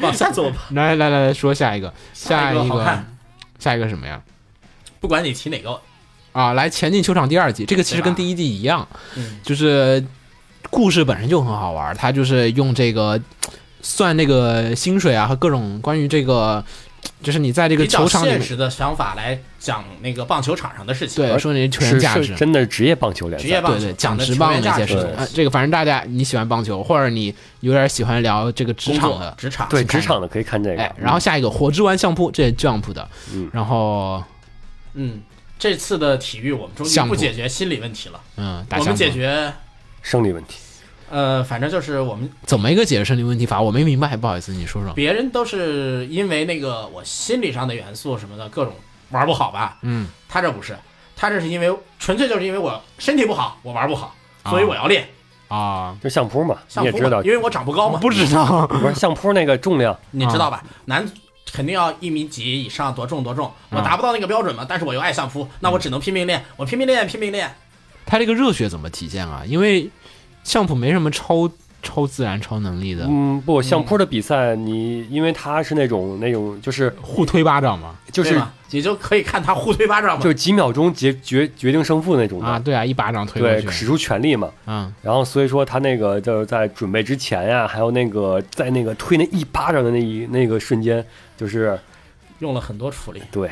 D: 往下走吧。
C: 来来来来说下一个，下
D: 下一个
C: 一
D: 好
C: 个
D: 看，
C: 下一个什么呀？
D: 不管你提哪个，
C: 啊，来《前进球场》第二季，这个其实
D: 对吧
C: 跟第一季一样，
D: 嗯
C: 就是故事本身就很好玩，它就是用这个算这个薪水啊和各种关于这个，就是你在这个
D: 比
C: 球
D: 较
C: 场里
D: 现
C: 面，
D: 实的想法来讲那个棒球场上的事情。
C: 对，说你球员
B: 是
C: 价
B: 是
C: 值，
B: 真的职业棒球联
D: 职业
B: 赛，
D: 棒球
C: 对对，讲
D: 的
C: 职棒
D: 球员
C: 那
D: 价
C: 些
D: 值
C: 事情
B: 对，
C: 啊这个反正大家你喜欢棒球，或者你有点喜欢聊这个职
D: 工
C: 场
D: 作
C: 的，
D: 职场
B: 对职场的可以看这个
C: 哎，。然后下一个《火之丸相扑》，这也 Jump 的，
B: 嗯
C: 然后
D: 嗯，这次的体育我们终于
C: 相扑
D: 不解决心理问题了，
C: 嗯，打
D: 我们
C: 相扑
D: 解决
B: 生理问题，
D: 呃，反正就是我们
C: 怎么一个解决生理问题法？我没明白，不好意思，你说说。
D: 别人都是因为那个我心理上的元素什么的各种玩不好吧，
C: 嗯，
D: 他这不是，他这是因为纯粹就是因为我身体不好，我玩不好，所以我要练
C: 啊，
B: 就相扑嘛，
D: 相
B: 你也
D: 扑嘛，
B: 知道，
D: 因为我长哦不高嘛，
C: 不知道，
B: 不是啊相扑那个重量，
D: 你知道吧？男肯定要一米几以上，多重多重，我
B: 啊
C: 嗯
D: 达不到那个标准嘛，但是我又爱相扑，
B: 嗯
D: 那我只能拼命练，我拼命练，拼命练。
C: 他这个热血怎么体现啊？因为相扑没什么超超自然、超能力的，
B: 嗯，不，相扑的比赛你因为它是那种那种就是
C: 互推巴掌嘛。
B: 就
D: 对
B: 是
D: 吗你就可以看他互推巴掌嘛，
B: 就几秒钟决决决定胜负那种
C: 啊，
B: 的，
C: 对啊，一巴掌推
B: 对，
C: 过
B: 使
C: 去，
B: 出全力嘛。
C: 嗯，
B: 然后所以说他那个就是在准备之前呀、还有那个在那个推那一巴掌的那一那个瞬间，就是
D: 用了很多处理，
B: 对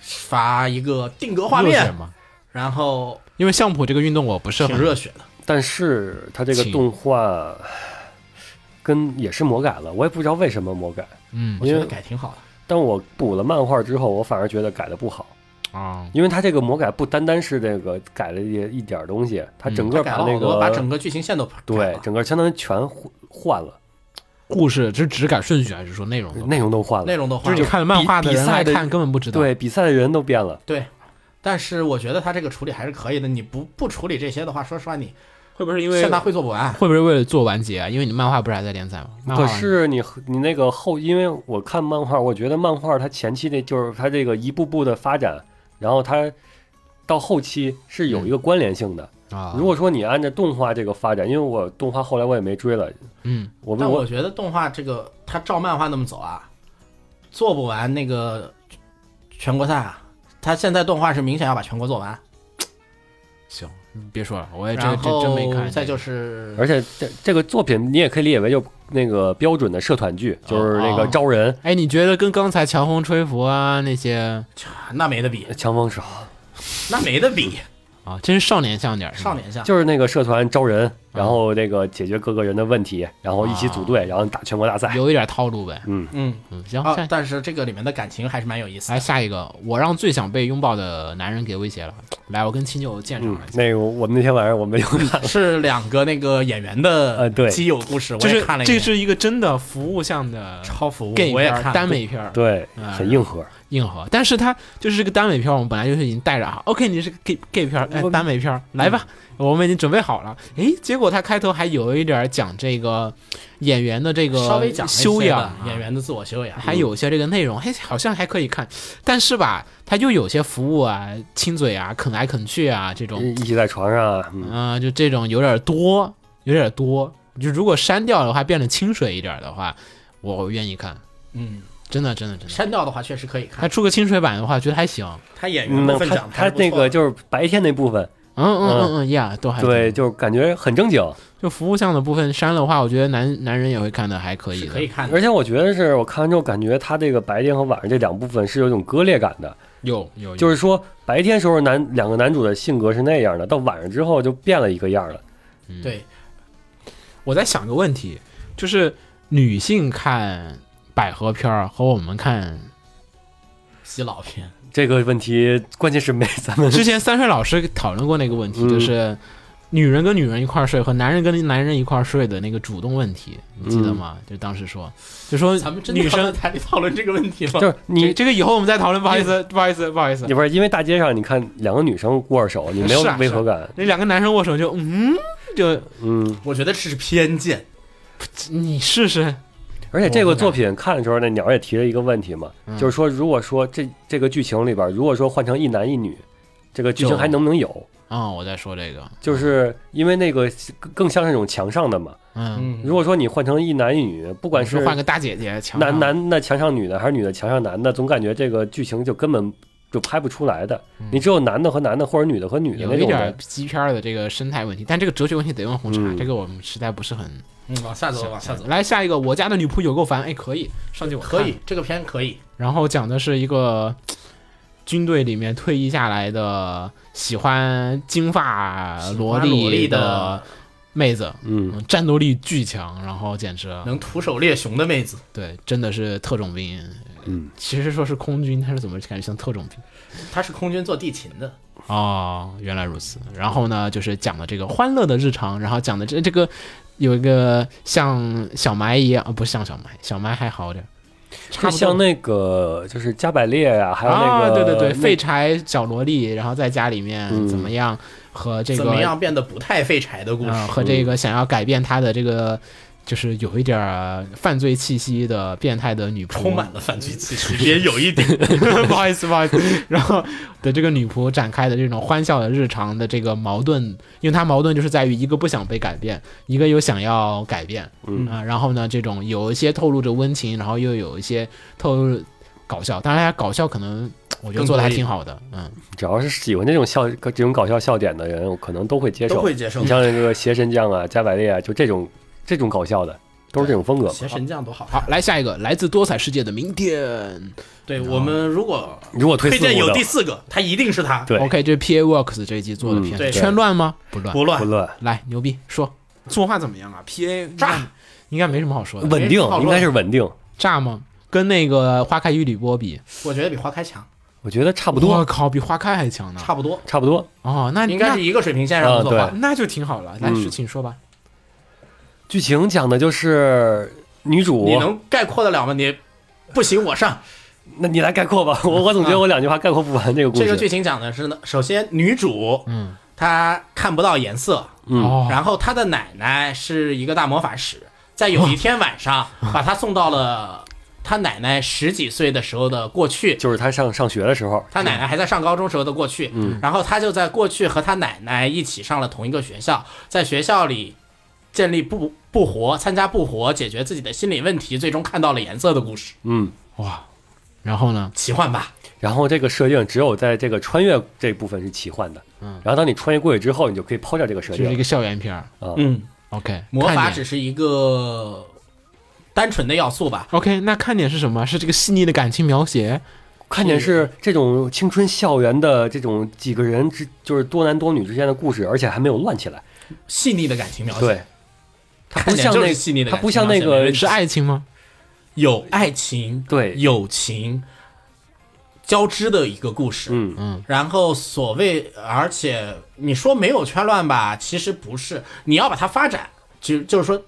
D: 发一个定格画
C: 热血
D: 面，
C: 嘛。
D: 然后
C: 因为相扑这个运动我不是
D: 挺
C: 很
D: 热血的。
B: 但是他这个
C: 请
B: 动画跟也是魔改了，我也不知道为什么魔改。
C: 嗯
D: 我觉
B: 因
D: 得
B: 为
D: 改挺好的。
B: 但我补了漫画之后，我反而觉得改的不好，
C: 啊，
B: 因为他这个魔改不单单是这个改了一一点儿东西，他整个
D: 嗯改
B: 把
D: 了
B: 那
D: 好
B: 个、
D: 多，把整个剧情线都改了
B: 对整个相当于全换换了，
C: 故事是只改顺序还是说内容都？
B: 内容都换了，
D: 内容都
C: 就
D: 换
C: 是你
D: 了。
C: 看了漫画的
B: 比
C: 人
B: 比赛
C: 来
B: 的
C: 看根本不知道。
B: 对比赛的人都变了。
D: 对，但是我觉得他这个处理还是可以的。你不不处理这些的话，说实话，你
C: 会不会是因
D: 现大会做不完。
C: 会不会为了做完结啊？因为你漫画不是还在连载吗？漫画
B: 可
C: 完
B: 是你和你那个后，因为我看漫画，我觉得漫画它前期的就是它这个一步步的发展，然后它到后期是有一个关联性的。
C: 嗯啊，
B: 如果说你按照动画这个发展，因为我动画后来我也没追了，
C: 嗯
B: 我
D: 但
B: 问
D: 我觉得动画这个，他照漫画那么走啊，做不完那个全国赛啊。他现在动画是明显要把全国做完，
C: 行，别说了，我哎也这
D: 然
C: 这
D: 后
C: 真没看。
D: 再就是
B: 而且这这个作品你也可以理解为就那个标准的社团剧，就是那个招人，
C: 哎，你觉得跟刚才强风吹拂啊那些
D: 啊那没得 比，
B: 强风手
D: 那没得比，
C: 啊，真是少年像点儿，是吗
D: 少年像。
B: 就是那个社团招
C: 啊
B: 人，然后那个解决各个人的问题，然后一起组队，然后打全国大赛。
C: 有一点套路呗。
B: 嗯
C: 嗯嗯，行，
D: 啊
C: 下，
D: 但是这个里面的感情还是蛮有意思
C: 来
D: 的。
C: 下一个，我让最想被拥抱的男人给威胁了。来，我跟秦九鉴赏
B: 嗯
C: 一，下。
B: 那个我们那天晚上我们又
C: 嗯哎
B: 看了，
D: 是两个那个演员的
B: 呃对
D: 基友故事，我
C: 就
D: 也
C: 是
D: 看了一
C: 这
D: 眼，
C: 是一个真的服务向的
D: 超服务
C: gay，
D: 我也
C: 片儿
D: 看了
C: 耽美片儿，
B: 对，
C: 嗯
B: 很硬核。
C: 硬核。但是它就是这个耽美片儿，我们本来就是已经带着啊，OK，你是个 gay gay 片儿，哎，
B: 我
C: 耽美片儿，来吧，我们已经准备好了。哎，结果它开头还有一点儿讲这个演员的这个
D: 稍微讲了一些吧
C: 修养啊，
D: 演员的自我修养，
C: 还有些这个内容，嘿，好像还可以看，但是吧，它又有些服务啊，亲嘴啊，啃来啃去啊，这种，
B: 一起在床上啊，嗯，
C: 啊、就这种有点多，有点多。就如果删掉的话，变得清水一点的话，我愿意看，
D: 嗯，
C: 真的，真的，真的。
D: 删掉的话确实可以
C: 它
D: 看。
C: 出个清水版的话，觉得还行。
D: 他演员
B: 那
D: 哎部分
B: 嗯他
D: 讲得
B: 他
D: 还是不
B: 那
D: 错
B: 个
D: 的
B: 就是白天那部分，
C: 嗯嗯嗯嗯呀，都还行
B: 对，，就是感觉很正经。
C: 就服务项的部分删了的话，我觉得男男人也会看的还可以
D: 是
C: 的，
D: 可以看的，
B: 而且我觉得是我看完之后，感觉他这个白天和晚上这两部分是有一种割裂感的，
C: 有有
B: 就是说白天时候男两个男主的性格是那样的，到晚上之后就变了一个样了。
C: 嗯
D: 对，
C: 我在想个问题，就是女性看百合片儿和我们看
D: 洗脑片，
B: 这个问题关键是没 咱们
C: 之前三水老师讨论过那个问题，
B: 嗯
C: 就是女人跟女人一块儿睡和男人跟男人一块儿睡的那个主动问题，你记
B: 嗯
C: 得吗？就当时说，就说
D: 咱们真
C: 嗯
D: 的
C: 女
D: 要在
C: 生，
D: 台里讨论这个问题吗？
B: 就是
C: 这
B: 你
C: 这个以后我们再讨论，不好意思，不好意思，不好意思
B: 你。不是因为大街上你看两个女生握着手，你没有
C: 是啊
B: 违和感，
C: 那两个男生握手就嗯，就
B: 嗯。
D: 我觉得这是偏见，
C: 你试试，
B: 而且这个作品看的时候，那鸟儿也提了一个问题嘛，
C: 嗯
B: 就是说，如果说这这个剧情里边，如果说换成一男一女，这个剧情
C: 就
B: 还能不能有？
C: 啊、我在说这个，
B: 就是因为那个更更像是那种墙上的嘛。
C: 嗯，
B: 如果说你换成一男一女，不管
C: 是
B: 是
C: 换个大姐姐强啊
B: 男男的墙上女的，还是女的墙上男的，总感觉这个剧情就根本就拍不出来的。你只有男的和男的，或者女的和女
C: 嗯
B: 的
C: 有
B: 那
C: 一
B: 种
C: 点儿
B: 的。
C: 基片儿的这个生态问题，但这个哲学问题得问红茶，
B: 嗯
C: 这个我们实在不是很
D: 嗯，往下走，往下走，
C: 来下一个，我家的女仆有够烦，哎，可以上去我
D: 可
C: 看
D: 以，这个片可以，
C: 然后讲的是一个嘖军队里面退役下来的喜欢金发萝
D: 萝莉
C: 的妹子，
B: 嗯，
C: 嗯，战斗力巨强，然后简直
D: 能徒手猎熊的妹子，
C: 对，真的是特种兵。
B: 嗯，
C: 其实说是空军，他是怎么感觉像特种兵？
D: 她是空军做地勤的，
C: 哦，原来如此。然后呢，就是讲的这个欢乐的日常，然后讲的这这个有一个像小埋一样，啊，不是像小埋，小埋还好点儿，差不
B: 就
C: 多
B: 像那个就是加百列呀、还有那个、
C: 啊、
B: 嗯
C: 对对对，
B: 那
C: 废柴小萝莉，然后在家里面怎么样和这个
D: 怎么样变得不太废柴的故
C: 啊
B: 嗯
D: 事，
C: 和这个想要改变她的这个就是有一点儿犯罪气息的变态的女仆，
D: 充满了犯罪气息，也有一点
C: 不好意思不好意思，然后的这个女仆展开的这种欢笑的日常的这个矛盾，因为她矛盾就是在于一个不想被改变，一个又想要改变，
B: 嗯
C: 啊，然后呢，这种有一些透露着温情，然后又有一些透露着搞笑，当然她搞笑可能我觉得
D: 更
C: 做的还
D: 多一
C: 挺好的，嗯。
B: 只要是喜欢这种笑这种搞笑笑点的人，我可能都会接受。
D: 都会接受
B: 你。像那个邪神将啊、加百列啊，就这种这种搞笑的，都是这种风格嘛。
D: 邪神将多好看！
C: 好，来下一个，来自多彩世界的明天。
D: 对我们如果
B: 如果推
D: 推
B: 四
D: 荐
B: 部
D: 有
B: 的
D: 第四个，他一定是他，
B: 对
C: OK，这是 PA Works 这一集做的片，
D: 嗯对
C: 圈乱吗？不乱。
D: 不
B: 不
D: 乱，
B: 论
C: 来，牛逼，说作画怎么样啊？PA
D: 炸，
C: 应该没什么好说的。
B: 稳
D: 没
B: 定
D: 什么好
B: 应
D: 说
B: 该是稳定，
C: 炸吗？跟那个《花开与李波》比，
D: 我觉得比花开强，
B: 我觉得差不
C: 我
B: 多，
C: 靠，比《花开》还强呢。
D: 差不多，
B: 差不多。
C: 哦，那
D: 应该是一个水平线上
B: 啊
D: 的作画
C: 那。那就挺好了。来，
B: 嗯
C: 是请说吧。
B: 剧情讲的就是女主，
D: 你能概括得了吗？你不行，我上。
B: 那你来概括吧，我我总觉得我两句话概括不完这个故事。
D: 啊这个剧情讲的是呢，首先女主
C: 嗯，
D: 她看不到颜色，
B: 嗯
C: 哦，
D: 然后她的奶奶是一个大魔法师，在有一天晚上把她送到了她奶奶十几岁的时候的过去，
B: 就是她上上学的时候，
D: 他奶奶还在上高中时候的过去，然后他就在过去和他奶奶一起上了同一个学校，在学校里建立不不活，参加不活，解决自己的心理问题，最终看到了颜色的故事，
B: 嗯，
C: 哇，然后呢？
D: 奇幻吧？
B: 然后这个设定只有在这个穿越这部分是奇幻的，
C: 嗯
B: 然后当你穿越过去之后，你就可以抛掉这个设
C: 就是一
B: 定
C: 个。校园片儿。
B: 啊，
E: 嗯，
C: OK，
D: 魔
C: 看
D: 法
C: 点
D: 只是一个单纯的要素吧。
C: OK，那看点是什么？是这个细腻的感情描写，
B: 看点是这种青春校园的这种几个人之，就是多男多女之间的故事，而且还没有乱起来。
D: 细腻的感情描写，
B: 对，它不
D: 看点
B: 像
D: 就
B: 那
D: 是细腻的
B: 它
D: 感情
B: 不像
D: 描
B: 那
D: 写没
B: 个
D: 问题
C: 是爱情吗？
D: 有爱情、
B: 对
D: 友情交织的一个故事。
B: 嗯
C: 嗯，
D: 然后所谓，而且你说没有圈乱吧，其实不是，你要把它发展，就就是说。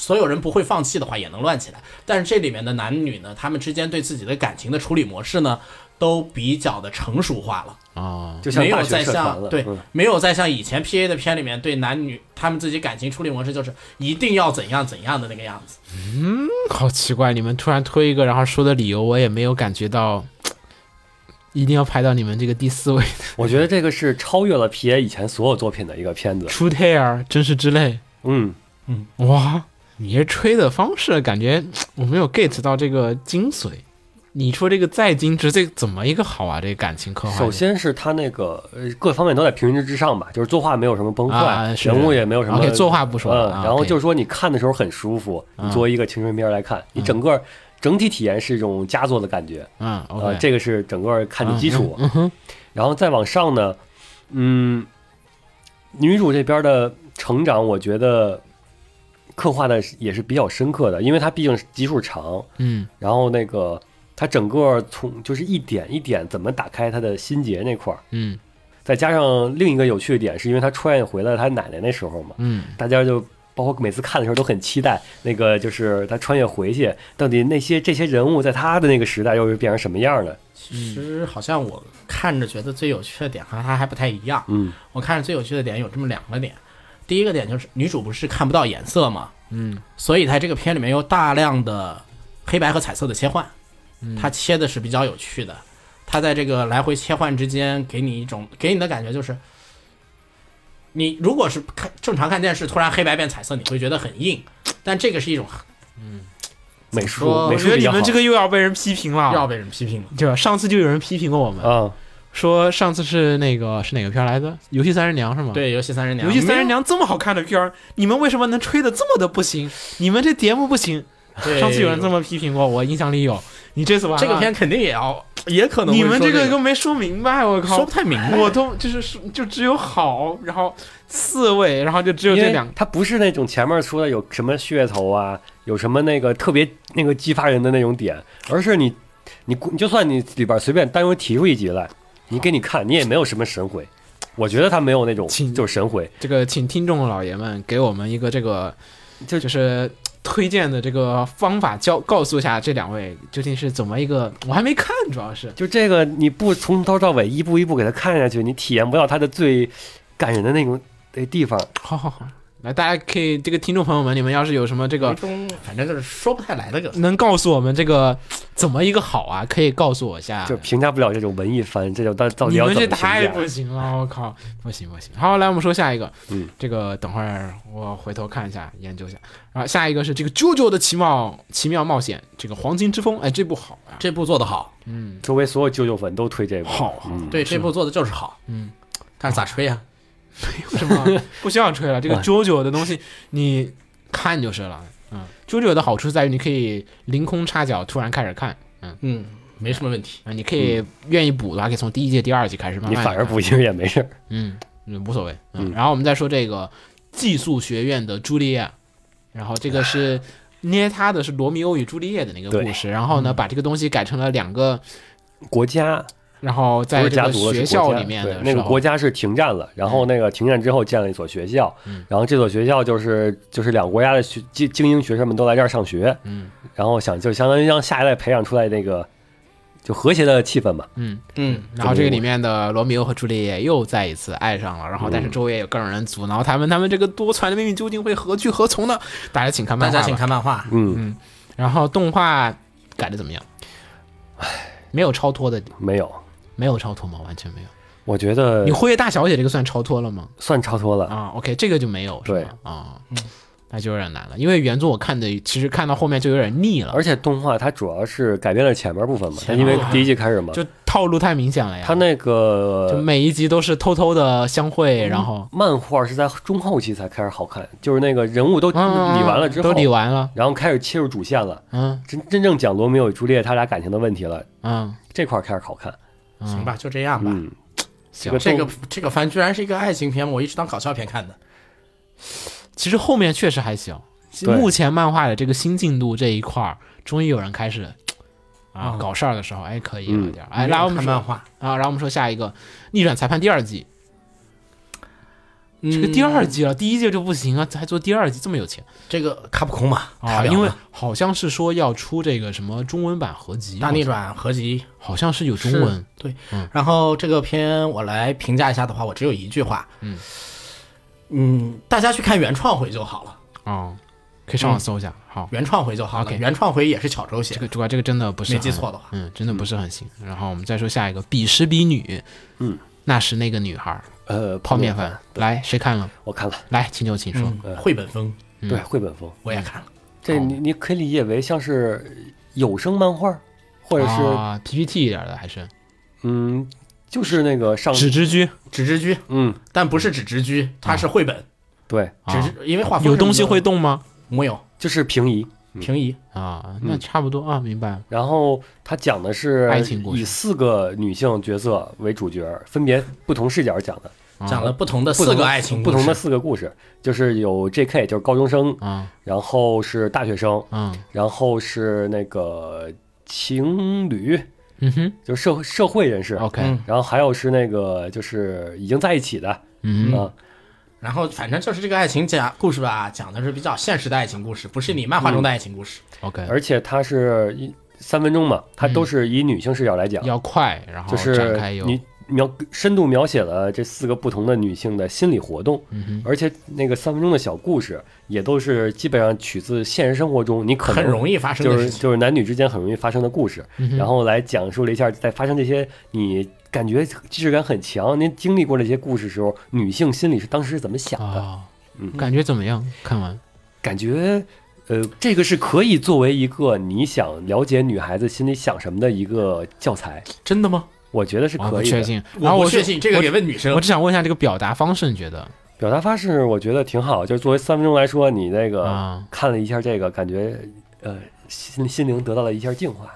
D: 所有人不会放弃的话，也能乱起来。但是这里面的男女呢，他们之间对自己的感情的处理模式呢，都比较的成熟化了。
C: 哦，
B: 就像
D: 没有
B: 大学
D: 再
B: 社团
D: 像
B: 了，
D: 对
B: 嗯，
D: 没有再像以前 P A 的片里面对男女他们自己感情处理模式就是一定要怎样怎样的那个样子。
C: 好奇怪，你们突然推一个，然后说的理由我也没有感觉到，一定要排到你们这个第四位。
B: 我觉得这个是超越了皮耶以前所有作品的一个片子。
C: True Tear 真实之泪，
B: 嗯，
C: 哇，你这吹的方式感觉我没有 get 到这个精髓。你说这个再精致，这怎么一个好啊？这个感情刻画的，
B: 首先是它那个呃各方面都在平均之上吧，就是作画没有什么崩坏，
C: 啊是
B: 人物也没有什么
C: OK，作画不说了
B: 嗯
C: 啊，
B: 然后
C: OK
B: 就是说你看的时候很舒服，
C: 嗯
B: 你作为一个青春片来看，你整个整体体验是一种佳作的感觉。
C: 嗯，OK，、
B: 呃，这个是整个看的基础。
C: 嗯嗯哼，
B: 然后再往上呢，嗯，女主这边的成长，我觉得刻画的也是比较深刻的，因为她毕竟是集数长，
C: 嗯
B: 然后那个她整个从就是一点一点怎么打开她的心结那块儿，
C: 嗯
B: 再加上另一个有趣的点，是因为她穿越回了她奶奶那时候嘛，
C: 嗯，
B: 大家就。包括每次看的时候都很期待，那个就是她穿越回去，到底那些这些人物在她的那个时代又是变成什么样的？
D: 其实好像我看着觉得最有趣的点和它还不太一样。
B: 嗯，
D: 我看着最有趣的点有这么两个点，第一个点就是女主不是看不到颜色嘛，
C: 嗯，
D: 所以在这个片里面有大量的黑白和彩色的切换，它切的是比较有趣的。它在这个来回切换之间，给你一种给你的感觉就是，你如果是看正常看电视，突然黑白变彩色，你会觉得很硬，但这个是一种
B: 美术
D: 说
B: 美
E: 我
B: 术
E: 觉得
B: 比
E: 你
B: 较
E: 们
B: 好
E: 这个又要被人批评
C: 啊
D: 要
E: 了。呃
D: 被人批评了。
C: 对吧？上次就有人批评过我们，
B: 啊，
C: 说上次是那个是哪个片儿来着？游戏三十娘是吗？，
D: 对，游戏三十娘，
E: 游戏三十娘这么好看的片儿，你们为什么能吹的这么的不行？你们这节目不行。
D: 对
C: 上次有人这么批评过，我印象里有。你这次啊完了
D: 这个片肯定也要，也可能会
E: 你们
D: 说
E: 这
D: 这
E: 个都没说明白，我
D: 说
E: 靠
D: 不！太明白。
E: 我都就是说就只有好，然后四位，然后就只有
B: 因
E: 这
B: 为
E: 两。
B: 它不是那种前面说的有什么噱头啊，有什么那个特别那个激发人的那种点，而是你你你就算你里边随便单独提出一集来，你给你看，你也没有什么神回。我觉得他没有那种
C: 请
B: 就是神回，
C: 这个，请听众老爷们给我们一个这个，
B: 就
C: 就是推荐的这个方法，教告诉一下这两位究竟是怎么一个，我还没看，主要是
B: 就这个你不从头到尾一步一步给他看下去，你体验不到他的最感人的那种的地方。
C: 好好好，来大家可以这个听众朋友们，你们要是有什么这
D: 有
C: 个
D: 一种反正就是说不太来的梗。
C: 能告诉我们这个怎么一个好啊，可以告诉我一下。
B: 就评价不了这种文艺番，这种到到底
C: 你
B: 要
C: 们
B: 怎么
C: 这
B: 评
C: 太
B: 价
C: 不？行了，我靠，不行不行。好，来我们说下一个，
B: 嗯，
C: 这个等会儿我回头看一下，研究一下。然后下一个是这个《JoJo 的奇妙奇妙冒险》，这个《黄金之风》，哎，这部好啊，
D: 这部做的好，
B: 周围所有舅舅粉都推这部，嗯
C: 好好，
D: 对，这部做的就是好。嗯，但是咋吹啊呀？
C: 为什么不需要吹了？这个
B: 哇
C: JoJo 的东西你看就是了，嗯，JoJo 的好处在于你可以凌空插脚，突然开始看。嗯
D: 嗯，没什么问题。
C: 啊，你可以愿意补的话，可以从第一季、第二季开始慢慢
B: 嗯你
C: 地
B: 反而
C: 看
B: 不行也没事儿。
C: 嗯，嗯，无所谓。嗯，
B: 嗯
C: 然后我们再说这个寄宿学院的朱丽叶，然后这个是
B: 啊
C: 捏他的是罗密欧与朱丽叶的那个故事，然
B: 嗯
C: 后呢把这个东西改成了两个，
B: 国家
C: 然后
B: 不
C: 在
B: 是
C: 这
B: 家
C: 个
B: 族了，
C: 学
B: 是
C: 校
B: 国家
C: 里面
B: 对
C: 的
B: 那个
C: 时候嗯
B: 国家是停战了，然后那个停战之后建了一所学校，然后这所学校就是就是两个国家的学精精英学生们都来这儿上学，
C: 嗯，
B: 然后想就相当于让下一代培养出来那个就和谐的气氛嘛，
D: 嗯，
C: 然后这个里面的罗密欧和朱丽叶又再一次爱上了，然后但是周围也有各种人阻挠他们，他们这个多舛的命运究竟会何去何从呢？大家请看
D: 大
C: 漫画
D: 家
C: 吧
D: 请。看漫画。
B: 嗯，
C: 然后动画改的怎么样？没有超脱的，
B: 没有，
C: 没有超脱吗？完全没有。
B: 我觉得
C: 啊你《辉夜大小姐》这个算超脱了吗？
B: 算超脱了，
C: 啊，OK，这个就没有，是
B: 对
C: 吧啊，那就有点难了，因为原作我看的其实看到后面就有点腻了，
B: 而且动画它主要是改变了前面部分嘛，它因为
C: 部分
B: 第一季开始嘛，
C: 就套路太明显了呀。
B: 它那
C: 就
B: 个
C: 每一集都是偷偷的相会，然后
B: 漫画是在中后期才开始好看，就是那个人物嗯都理
C: 嗯
B: 完了之后
C: 啊都，理完了，
B: 然后开始切入主线了，
C: 嗯
B: 真真正讲罗密欧与朱丽叶他俩感情的问题了，
C: 嗯，
B: 这块儿开始好看。
D: 行吧，就这样吧。
B: 嗯，
C: 行
B: 个
D: 这
B: 动
D: 个这个番居然是一个爱情片，我一直当搞笑片看的。
C: 其实后面确实还行。
B: 对
C: 目前漫画的这个新进度这一块儿，终于有人开始啊
D: 啊
C: 搞事儿的时候，哎，可以
B: 嗯
C: 有点儿。哎，然后我们
D: 看
C: 说
D: 漫画，
C: 啊，然后我们说下一个《逆转裁判》第二季，这
D: 嗯
C: 个第二季了，第一季就不行啊，还做第二季，这么有钱
D: 这个卡普空嘛，
C: 啊？
D: 大表
C: 因为
D: 嘛
C: 好像是说要出这个什么中文版合集，
D: 大逆转合集。
C: 好像是有中文，
D: 对，
C: 嗯
D: 然后这个片我来评价一下的话，我只有一句话，嗯大家去看原创回就好了，
C: 哦，可以上网搜一下。好，
D: 原创回就好了
C: OK
D: 原创回也是巧周写
C: 这
D: 的，
C: 个主要这个真的不是
D: 没记
C: 很
D: 错的话
C: 嗯，真的不是很行。然后我们再说下一个《彼时彼女》，
B: 嗯，
C: 那时那个女孩儿
B: 呃，
C: 泡面
B: 饭
C: 番，来谁看了？
B: 我看了，
C: 来，请就请说。
D: 嗯，绘本风
C: 嗯
B: 对绘本风，
D: 我也看了，
B: 这你你可以理解为像是有声漫画，或者是、
C: 啊，PPT 一点的还是
B: 嗯，就是那个
D: 嗯
B: 上
C: 纸之居，
D: 纸之居，
B: 嗯
D: 但不是纸之居，它
C: 哦
D: 是绘本，
B: 对，
D: 纸
C: 啊
D: 之因为画风
C: 有
D: 是嗯
C: 东西
D: 没
C: 会嗯动吗？
D: 没有
B: 就是平移。
D: 平移，
C: 啊，那差不多啊，明白了。
B: 然后他讲的是
C: 爱情故事
B: 以四个女性角色为主角，分别不同视角讲的
C: 啊
D: 讲了不同的
B: 不
D: 四
B: 同
D: 个
B: 的
D: 爱情
B: 不
D: 故
B: 同的
D: 事
B: 四个故事，就是有 J.K. 就是高中生，
C: 啊，
B: 然后是大学生，
C: 嗯
B: 然后是那个情侣，
C: 嗯哼
B: 就是社社会人士。
C: ，OK，
D: 嗯，
B: 然后还有是那个就是已经在一起的啊、
C: 嗯哼，
D: 然后反正就是这个爱情讲故事吧，讲的是比较现实的爱情故事，不是你漫画中
C: 嗯
D: 的爱情故事，
C: ，OK，
B: 而且他是一三分钟嘛，他都是以女性视角来讲，
C: 嗯要快，然后
B: 就是
C: 展开有
B: 你描深度描写了这四个不同的女性的心理活动，
C: 嗯
B: 而且那个三分钟的小故事也都是基本上取自现实生活中你可能
D: 很容易发生
B: 就
D: 的
B: 是
D: 事情。
B: 就是男女之间很容易发生的故事，然后来讲述了一下在发生这些你感觉即视感很强，您经历过这些故事时候，女性心里是当时是怎么想的？
C: 啊
B: 嗯，
C: 感觉怎么样？看完
B: 感觉，呃，这个是可以作为一个你想了解女孩子心里想什么的一个教材，
D: 真的吗？
B: 我觉得是
C: 啊我不
B: 可以
C: 确
B: 的。
C: 信，然后
D: 不
C: 我
D: 确
C: 是
D: 信这个
C: 我
D: 得问女
C: 我
D: 生。
C: 只想问一下这个表达方式，你觉得
B: 表达方式我觉得挺好，就是作为三分钟来说，你那个
C: 啊，
B: 看了一下这个，感觉呃心心灵得到了一下净化。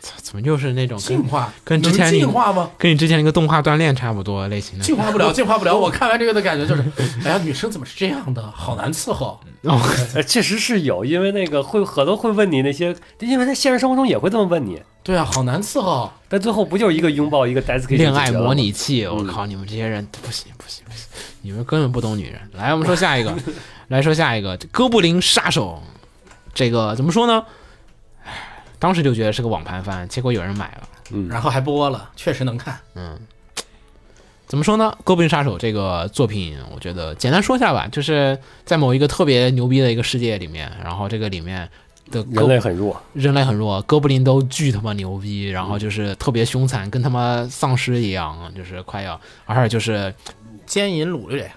C: 怎么又是那种跟
D: 进化
C: 跟之
D: 能
C: 前你
D: 进化吗？
C: 跟你之前那个动画锻炼差不多类型的？
D: 进化 不了，进化不了。我看完这个的感觉就是，哎呀，女生怎么是这样的？好难伺候。
C: 哦，
B: 呃，确实是有，因为那个会很多会问你那些，因为在现实生活中也会这么问你，
D: 对啊，好难伺候。
B: 但最后不就是一个拥抱，一个 desk
C: 恋爱模拟器，我靠，你们这些人不行不行不行，你们根本不懂女人。来，我们说下一个，来说下一个，哥布林杀手，这个怎么说呢？唉当时就觉得是个网盘番，结果有人买了。
D: 然后还播了，确实能看。
C: 怎么说呢？《哥布林杀手》这个作品，我觉得简单说一下吧，就是在某一个特别牛逼的一个世界里面，然后这个里面的哥
B: 人类很弱，
C: 人类很弱，哥布林都巨他妈牛逼，然
B: 嗯
C: 后就是特别凶残，跟他妈丧尸一样，就是快要，而且就是
D: 奸淫掳掠，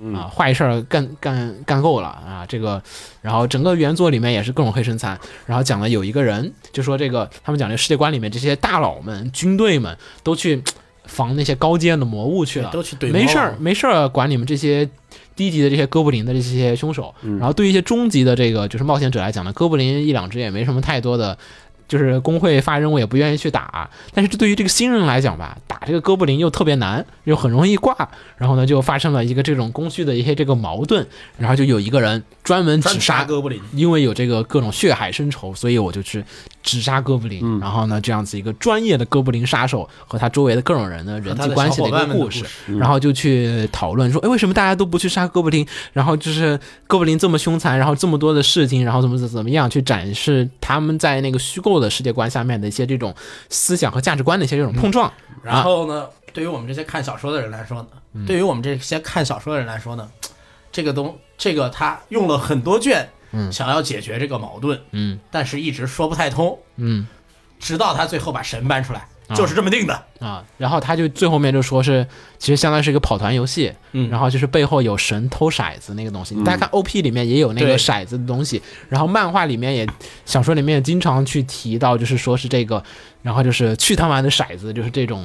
B: 嗯
C: 啊，坏事儿干干干够了啊！这个，然后整个原作里面也是各种黑身残，然后讲了有一个人，就说这个他们讲这个世界观里面这些大佬们、军队们都去嘖防那些高阶的魔物去了，
D: 都去怼魔
C: 啊没事儿嗯
D: 王
C: 没事儿管你们这些低级的这些哥布林的这些凶手，
D: 嗯
C: 然后对于一些中级的这个就是冒险者来讲呢，哥布林一两只也没什么太多的。就是工会发任务也不愿意去打，但是这对于这个新人来讲吧，打这个哥布林又特别难，又很容易挂，然后呢就发生了一个这种工序的一些这个矛盾，然后就有一个人专门
D: 专
C: 只杀
D: 杀哥布林。
C: 因为有这个各种血海深仇，所以我就去只杀哥布林。
D: 嗯
C: 然后呢，这样子一个专业的哥布林杀手和他周围的各种人的人际嗯关系一
D: 和他
C: 个
D: 的小伙伴们的
C: 故
D: 故事
C: 然后就去讨论说，哎，为什么大家都不去杀哥布林？然后就是哥布林这么凶残，然后这么多的事情，然后怎么怎么怎么样去展示他们在那个虚构的世界观下面的一些这种思想和价值观的一些这种碰撞。
D: 然后呢，对于我们这些看小说的人来说呢，对于我们这些看小说的人来说呢，这个东这个他用了很多卷，想要解决这个矛盾，
C: 嗯
D: 但是一直说不太通，
C: 嗯
D: 直到他最后把神搬出来，
F: 就是这么定的。
C: 啊，然后他就最后面就说是，其实相当于是一个跑团游戏，嗯，然后就是背后有神偷骰子那个东西，大家看 O P 里面也有那个
D: 对
C: 骰子的东西，然后漫画里面也小说里面也经常去提到，就是说是这个，然后就是去他妈的骰子，就是这种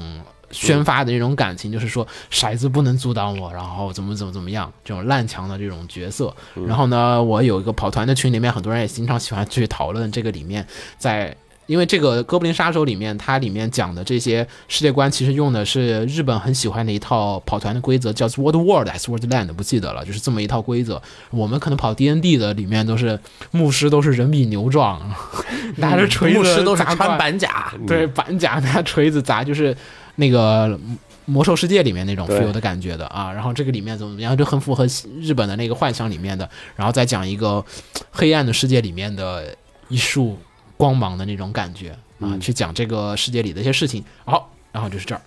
C: 宣发的这种感情，就是说骰子不能阻挡我，然后怎么怎么怎么样，这种烂强的这种角色。
D: 嗯
C: 然后呢，我有一个跑团的群里面，很多人也经常喜欢去讨论这个里面在因为这个《哥布林杀手》里面，它里面讲的这些世界观，其实用的是日本很喜欢的一套跑团的规则，叫 Sword World 还是 Sword Land，不记得了，就是这么一套规则。我们可能跑 D N D 的里面都是牧师都是人比牛壮， 拿着锤子
D: 牧师都是
C: 砸
D: 穿
C: 怪
D: 板甲，
B: 嗯
C: 对板甲拿锤子砸，就是那个魔兽世界里面那种
B: 对
C: feel 的感觉的啊。然后这个里面怎么怎么样，就很符合日本的那个幻想里面的。然后再讲一个黑暗的世界里面的一束光芒的那种感觉啊，去讲这个世界里的一些事情。好，然后就是这儿，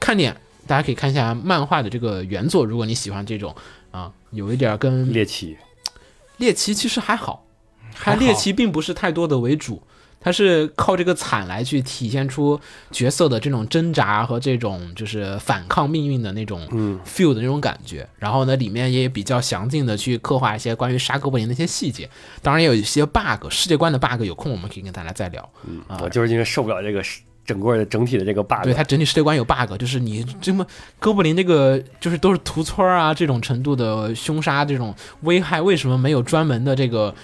C: 看点大家可以看一下漫画的这个原作，如果你喜欢这种啊，有一点儿跟
B: 嗯猎奇，
C: 猎奇其实还好，它猎奇并不是太多的为主，它是靠这个惨来去体现出角色的这种挣扎和这种就是反抗命运的那种 feel 的那种感觉。然后呢，里面也比较详尽的去刻画一些关于杀哥布林的一些细节，当然也有一些 bug，世界观的 bug，有空我们可以跟大家再聊。
B: 嗯我就是因为受不了这个是整个的整体的这个 bug，
C: 啊对它整体世界观有 bug，就是你这么哥布林这个就是都是屠村啊这种程度的凶杀这种危害，为什么没有专门的这个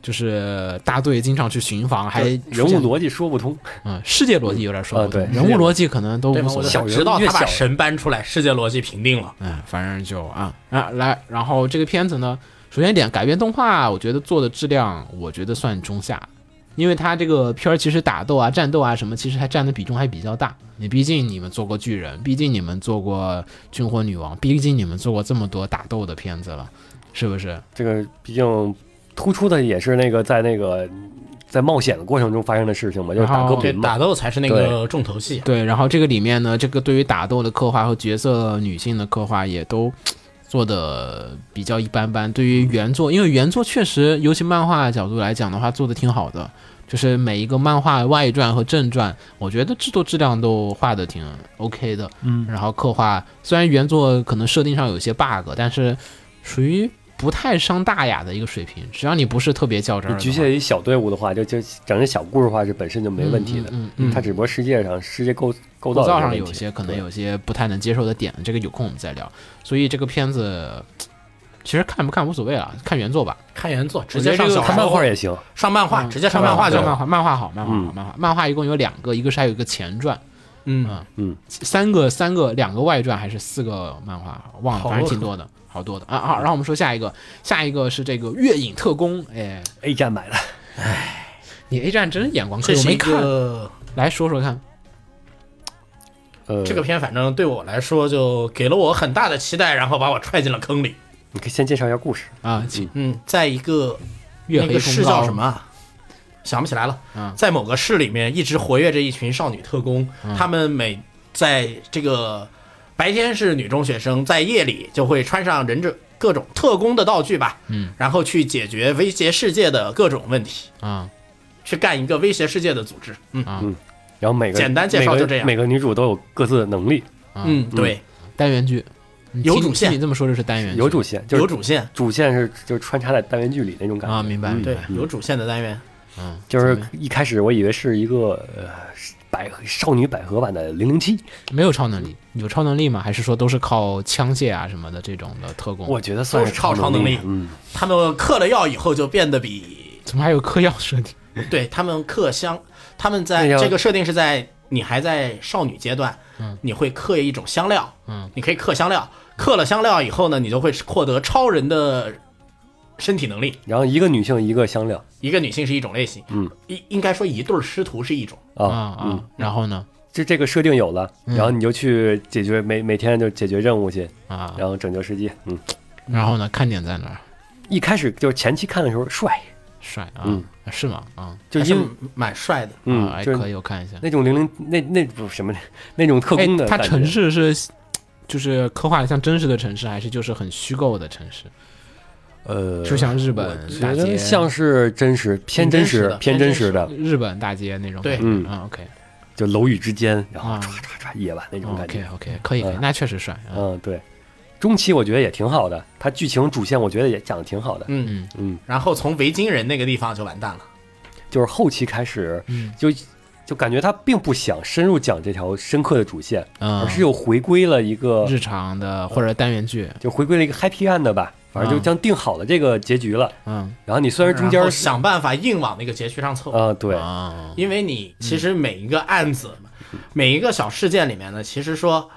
C: 就是大队经常去巡防，还
B: 人
C: 出
B: 物
C: 现
B: 逻辑说不通，
C: 嗯世界逻辑有点说不通，
B: 啊对
C: 人物逻辑可能都
D: 对
C: 无
D: 吗？
C: 所
D: 我
C: 谓
D: 就。
B: 小人
D: 直到
B: 越
D: 他把
B: 小
D: 神搬出来，世界逻辑平定了。
C: 嗯，反正就啊啊来，然后这个片子呢，首先一点改编动画，我觉得做的质量，我觉得算中下，因为它这个片儿其实打斗啊、战斗啊什么，其实还占的比重还比较大。你毕竟你们做过巨人，毕竟你们做过军火女王，毕竟你们做过这么多打斗的片子了，是不是？
B: 这个毕竟突出的也是那个在那个在冒险的过程中发生的事情嘛，就是
C: 然
B: 打
C: 后
B: 哥布
D: 对，
B: 林嘛
D: 打，斗才是那个重头戏。
C: 对，然后这个里面呢，这个对于打斗的刻画和角色女性的刻画也都做的比较一般般。对
B: 嗯
C: 于原作，因为原作确实，尤其漫画角度来讲的话，做的挺好的。就是每一个漫画外传和正传，我觉得制作质量都画的挺 OK 的。嗯，然后刻画虽然原作可能设定上有一些 bug，但是属于不太伤大雅的一个水平。只要你不是特别较真儿的
B: 你
C: 话，
B: 局限于小队伍的话，就就讲这小故事的话是本身就没问题的，
C: 嗯嗯嗯
B: 它只不过世界上世界构
C: 构
B: 构造
C: 造
B: 的
C: 上
B: 问
C: 有
B: 题
C: 些可能
B: 对
C: 有些不太能接受的点，这个有空我们再聊。所以这个片子其实看不看无所谓了，看原作吧，
D: 看原作，直
C: 我觉
D: 接
C: 得
D: 上
C: 这个
D: 小
B: 看
D: 说
B: 漫画也行，
D: 上漫画，啊直接上漫画就
C: 看漫
D: 好。
C: 画，漫画好，漫画好，
B: 嗯
C: 漫画漫画一共有两个，一个是还有一个前传，
D: 嗯，
C: 三个三个两个外传还是四个漫画，忘了，
D: 好
C: 反正挺多的，好多的啊啊！然后我们说下一个，下一个是这个《月影特工》，哎，
B: A 站买的，
C: 你 A 站真是眼光可
D: 这
C: 以，我
D: 是
C: 没
D: 一
C: 看，
D: 个
C: 来说说看，
B: 呃，
D: 这个片，反正对我来说就给了我很大的期待，然后把我踹进了坑里。
B: 你可以先介绍一下故事，
C: 啊，请
D: 嗯，在一个
C: 月
D: 那
C: 黑
D: 个
C: 风
D: 市
C: 高
D: 叫什么啊？想不起来了。
C: 嗯
D: 在某个市里面一直活跃着一群少女特工，她们每在这个白天是女中学生，在夜里就会穿上忍者各种特工的道具吧，嗯，然后去解决威胁世界的各种问题，
C: 啊？
D: 去干一个威胁世界的组织。嗯
B: 然后每个
D: 简单介绍
B: 每个
D: 就这样
B: 每个女主都有各自的能力，
D: 嗯，对，
C: 啊单元剧，你
D: 有
C: 听
D: 主
C: 听
D: 线
C: 你这么说就是单元剧
B: 有主线，就是
D: 有主线，
B: 主线是就穿插在单元剧里那种感觉，
C: 啊，明白，明白
B: 嗯
D: 对，有主线的单元。
B: 就是一开始我以为是一个呃百合少女百合版的零零七，
C: 没有超能力，有超能力吗？还是说都是靠枪械啊什么的这种的特工？
B: 我觉得算
D: 都是超
B: 超
D: 能力
B: 嗯，
D: 他们嗑了药以后就变得比
C: 怎么还有嗑药设定？
D: 对他们嗑香，他们在
B: 那嗯要
D: 这个设定是在你还在少女阶段，你会嗑一种香料，
C: 嗯，
D: 你可以嗑香料，嗑了香料以后呢，你就会获得超人的身体能力。
B: 然后一个女性一个香料
D: 一个女性是一种类型，嗯，应应该说一对儿师徒是一种，
B: 啊
C: 啊啊！嗯然后呢？
B: 这这个设定有了，然后你就去解决每每天就解决任务去，
C: 啊，
B: 然后拯救世界。嗯，
C: 然后呢？看点在哪儿？
B: 一开始就是前期看的时候帅，
C: 帅啊
B: 嗯，
C: 是吗？啊，
B: 就
D: 还是
B: 因为
D: 蛮帅的。
B: 嗯
C: 啊，还
B: 就
C: 可
B: 是
C: 以，我看一下。
B: 那种零零那那不什么那种特
C: 哎
B: 工的，
C: 它
B: 感觉
C: 城市是就是刻画的像真实的城市，还是就是很虚构的城市？
B: 呃，
C: 就像日
B: 我
C: 本大
B: 觉
C: 街，
B: 得像是真实偏
D: 真
B: 真
D: 实
B: 实
D: 的
B: 偏
D: 偏
B: 真
D: 真实
B: 实的，
C: 日本大街那种
D: 对
C: 感觉。
B: 嗯
C: 啊，OK，
B: 就楼宇之间，然后
C: 啊
B: 唰唰唰夜晚那种感觉
C: OK。OK，可以，可以
B: 嗯
C: 那确实帅啊。
B: 嗯，对，中期我觉得也挺好的，它剧情主线我觉得也讲的挺好的。
D: 嗯，
C: 嗯
B: 嗯，
D: 然后从维京人那个地方就完蛋了。
B: 就是后期开始
C: 嗯
B: 就就感觉他并不想深入讲这条深刻的主线，
C: 嗯
B: 而是嗯又回归了一个
C: 日常的或者单元剧，
B: 就回归了一个 happy end 的吧，反正就
C: 嗯
B: 将定好了这个结局了。
C: 嗯
B: 然后你虽然中间
D: 然后想办法硬往那个结局上凑，
B: 啊，对，
C: 啊，
D: 因为你其实每一个案子、每一个小事件里面呢，其实说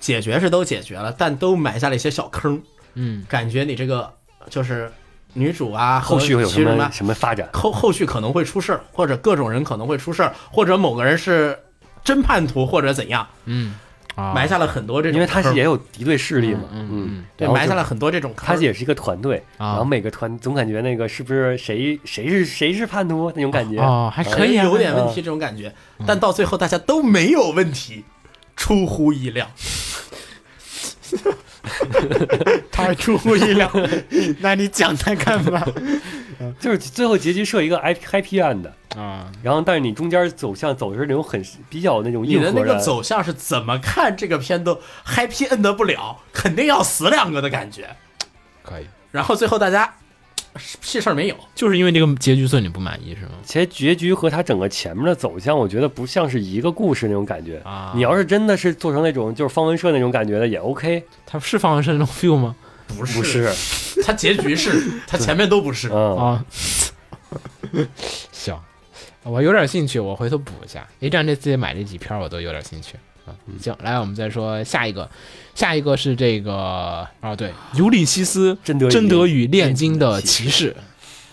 D: 解决是都解决了，但都埋下了一些小坑，
C: 嗯
D: 感觉你这个就是女主啊，
B: 后续会有
D: 其
B: 什
D: 实
B: 么
D: 呢，
B: 什么发展？
D: 后后续可能会出事儿，或者各种人可能会出事儿，或者某个人是真叛徒或者怎样，
C: 嗯啊，
D: 埋下了很多这种
B: 因为他
D: 坑
B: 是也有敌对势力嘛，
C: 嗯嗯嗯
D: 对
B: 然后
D: 埋下
B: 就
D: 了很多这种坑，
B: 他也是一个团队，
C: 啊
B: 然后每个团总感觉那个是不是谁谁是谁是叛徒那种感觉，
C: 哦，还可以啊，
D: 有点问题这种感觉，但到最后大家都没有问题，出乎意料，
C: 他还出乎意料，那你讲他干嘛？
B: 就是最后结局设一个 i happy end 的，
C: 啊，
B: 然后但是你中间走向走的是那种很比较那种
D: 你
B: 硬
D: 的那
B: 核
D: 个走向是怎么看这个片都 happy end 不了，肯定要死两个的感觉。
C: 可以，
D: 然后最后大家屁事儿没有，
C: 就是因为这个结局，所以你不满意是吗？
B: 其实结局和它整个前面的走向，我觉得不像是一个故事那种感觉
C: 啊
B: 你要是真的是做成那种就是方文社那种感觉的，也 OK。
C: 他是方文山那种 feel 吗？
D: 不是，
B: 不是，
D: 他结局是，他前面都不是。
B: 嗯，
C: 啊，行，哦 我有点兴趣，我回头补一下。A 站这次也买这几篇，我都有点兴趣啊。行，来，我们再说下一个，下一个是这个啊，对，尤利西斯
B: 真德与
C: 真德与炼金的骑士。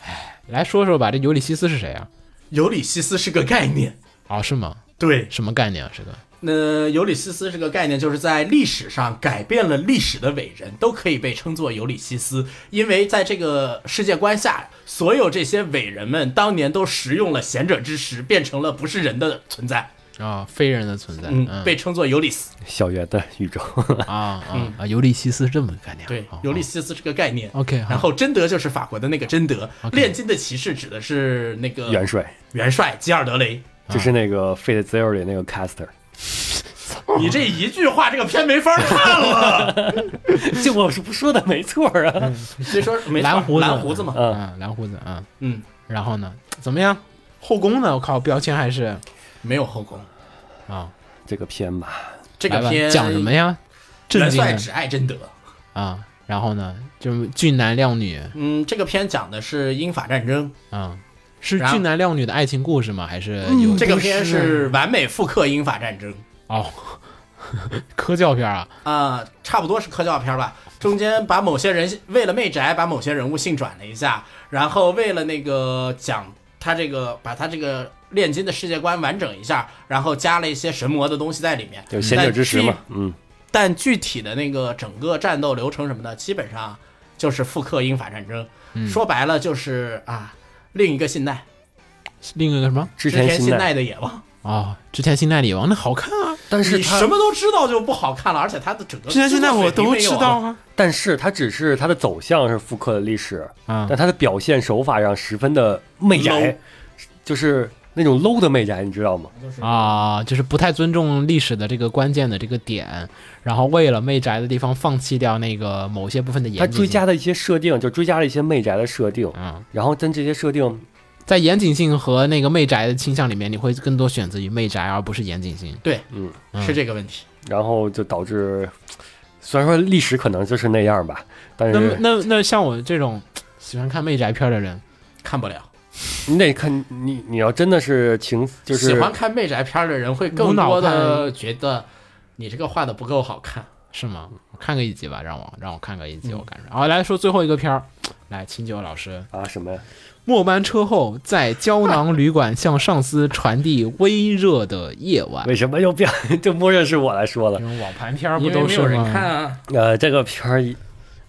C: 哎，来说说吧，这尤利西斯是谁啊？
D: 尤里西斯是个概念，
C: 哦，是吗？
D: 对，
C: 什么概念啊？这个
D: 那尤里西斯这个概念，就是在历史上改变了历史的伟人，都可以被称作尤里西斯，因为在这个世界观下，所有这些伟人们当年都食用了贤者之石，变成了不是人的存在，
C: 啊、非人的存在，
D: 嗯，
C: 嗯，
D: 被称作尤里斯。
B: 小圆的宇宙，
C: 啊 啊啊，尤利西斯是这么个概念，
D: 嗯对
C: 哦，
D: 尤利西斯这个概念。
C: OK，
D: 然
C: 好，
D: 后贞德就是法国的那个贞德，
C: OK
D: 炼金的骑士指的是那个
B: 元帅
D: 元帅吉尔德雷。
B: 就是那个 Fate Zero 里那个 Caster，
D: 你这一句话，这个片没法 看了。
B: 这我是不说的没错啊。
D: 所以说没
C: 蓝
D: 错
C: 胡子
D: 蓝胡子嘛，
B: 嗯
C: 嗯，蓝胡子，嗯，
D: 嗯，
C: 然后呢，怎么样？后宫呢？我靠，标签还是
D: 没有后宫。
C: 啊，
B: 这个片吧，
D: 这
C: 来
D: 个
C: 吧
D: 片
C: 讲什么呀？震
D: 元
C: 惊
D: 帅
C: 的
D: 只爱贞德。
C: 啊，然后呢，就是俊男靓女，
D: 嗯，这个片讲的是英法战争，
C: 啊，是
D: 然后嗯
C: 俊男靓女的爱情故事吗？还是有
D: 这个片是完美复刻英法战争
C: 哦，科教片啊？
D: 啊、差不多是科教片吧。中间把某些人为了媚宅，把某些人物性转了一下，然后为了那个讲他这个，把他这个炼金的世界观完整一下，然后加了一些神魔的东西在里面。
B: 就贤者之石嘛，嗯，
D: 但具体的那个整个战斗流程什么的，基本上就是复刻英法战争。
B: 嗯
D: 说白了就是啊，另一个信奈，
C: 另一个什么？
B: 织
D: 织
B: 田
D: 田
B: 信
D: 信
B: 奈，
D: 奈的野望，
C: 哦，之前《新代理王》那好看啊，
B: 但是
D: 你
B: 他
D: 什么都知道就不好看了，而且它的整个
E: 之前现在我都知道
D: 制作水平没有啊。
E: 啊，
B: 但是它只是它的走向是复刻的历史，
C: 啊
B: 但它的表现手法上十分的媚宅
D: Low，
B: 就是那种 low 的媚宅，你知道吗？
C: 啊，就是不太尊重历史的这个关键的这个点，然后为了媚宅的地方放弃掉那个某些部分的
B: 它
C: 严谨
B: 追
C: 性。
B: 加的一些设定，就追加了一些媚宅的设定，
C: 嗯，
B: 然后但这些设定，
C: 在严谨性和那个媚宅的倾向里面，你会更多选择于媚宅，而不是严谨性。
D: 对，
B: 嗯，
D: 是这个问题。
B: 然后就导致，虽然说历史可能就是那样吧，但
C: 那么
B: 是
C: 那那像我这种喜欢看媚宅片的人，
D: 看不了，
B: 你得看你你要真的是情就是
D: 喜欢看媚宅片的人会更多的觉得你这个画的不够好看。
C: 是吗？我看个一集吧，让我让我看个一集，
B: 嗯
C: 我感受。好，来说最后一个片儿，来秦九老师，
B: 啊什么呀？
C: 末班车后在胶囊旅馆向上司传递微热的夜晚。
B: 为什么又变就默认是我来说了
C: 这？种网盘片儿
D: 因
C: 不
D: 为
C: 都
D: 没
C: 是
D: 有人看
C: 吗？
D: 啊，
B: 呃，这个片儿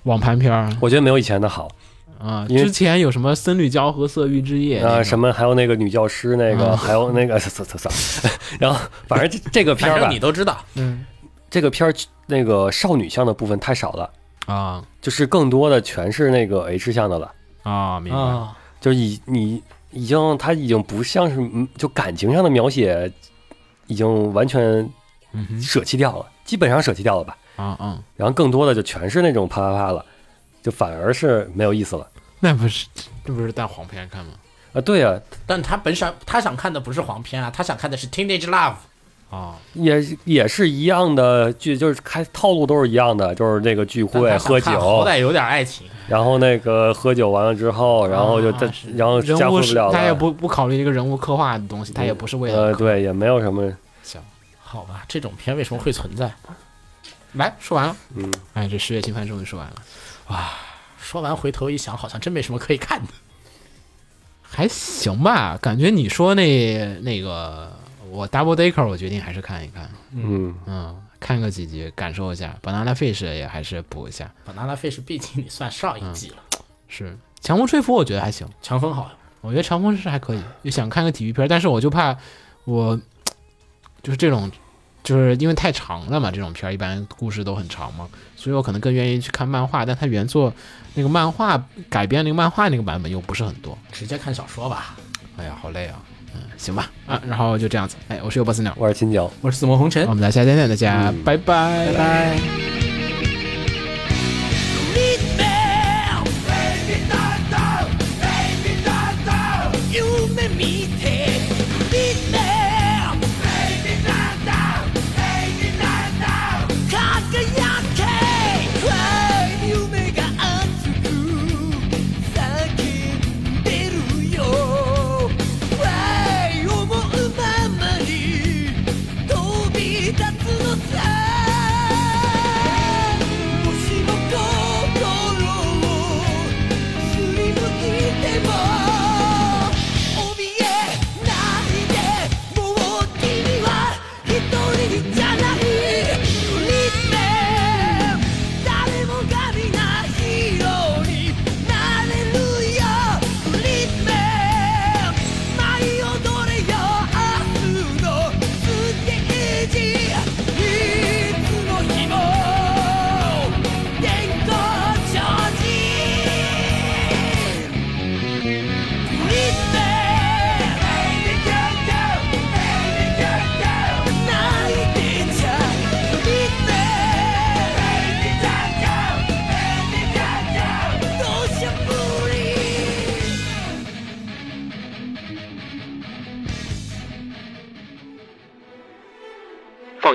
C: 网盘片儿
B: 我觉得没有以前的好，
C: 啊，
B: 因为
C: 之前有什么僧侣交和色欲之夜
B: 啊，
C: 那
B: 什
C: 种
B: 么还有那个女教师那个，
C: 嗯
B: 还有那个，操操操，然后反正这这个片
D: 反
B: 儿
D: 正
B: 吧
D: 你，都知道。
B: 这个片儿那个少女向的部分太少了，
C: 啊
B: 就是更多的全是那个 H 向的了，
C: 啊，明白
D: 啊，
B: 就已你已经他已经不像是嗯就感情上的描写。已经完全舍弃掉了，基本上舍弃掉了吧。
C: 嗯啊啊，
B: 然后更多的就全是那种啪啪啪了，就反而是没有意思了。
C: 那不是这不是当黄片看吗？
B: 啊，对啊，
D: 但他本想他想看的不是黄片啊，他想看的是 Teenage Love。
C: 啊，
B: 也也是一样的剧，就是开套路都是一样的，就是那个聚会
D: 但他想
B: 喝
D: 看好
B: 酒，
D: 歹有点爱情。
B: 然后那个喝酒完了之后，然后就再、然后
C: 啊人
B: 加
C: 物
B: 回不
C: 是
B: 了了。
C: 他也不不啊考虑这个人物刻画的东西，他也不是为
B: 呃，
C: 了
B: 对，也没有什么。
C: 行，
D: 好吧，这种片为什么会存在？
C: 来说完了，
B: 嗯，
C: 哎，这十月新番终于说完了，
D: 说完回头一想，好像真没什么可以看的。
C: 还行吧，感觉你说那那个我 Double Daker，我决定还是看一看，
B: 嗯，
C: 嗯，看个几集感受一下，Banana Fish 也还是补一下，
D: Banana Fish 毕竟你算上一季了，
C: 是强风吹拂，我觉得还
B: 嗯
C: 行。
D: 强风好，
C: 我觉得《长风是还可以，就想看个体育片儿，但是我就怕我就是这种，就是因为太长了嘛，这种片儿一般故事都很长嘛，所以我可能更愿意去看漫画，但它原作那个漫画改编那个漫画那个版本又不是很多，
D: 直接看小说吧。
C: 哎呀，好累啊，嗯，行吧，啊，然后就这样子，哎，我是有波斯鸟，
B: 我是秦九。
D: 我是紫梦红尘
C: 我。们来下期再见，大家拜嗯拜拜拜。
F: 夢が熱く叫んでるよ思うままに飛び立つのさ星の心をすりむいても怯えないでもう君は一人じゃないリッ誰もがみなヒーローになれるよフリッメン舞い踊れよ明日のステージいつの日も天候常時 Please!
G: 《放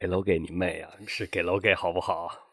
B: 给楼给你妹啊！是给楼给好不好？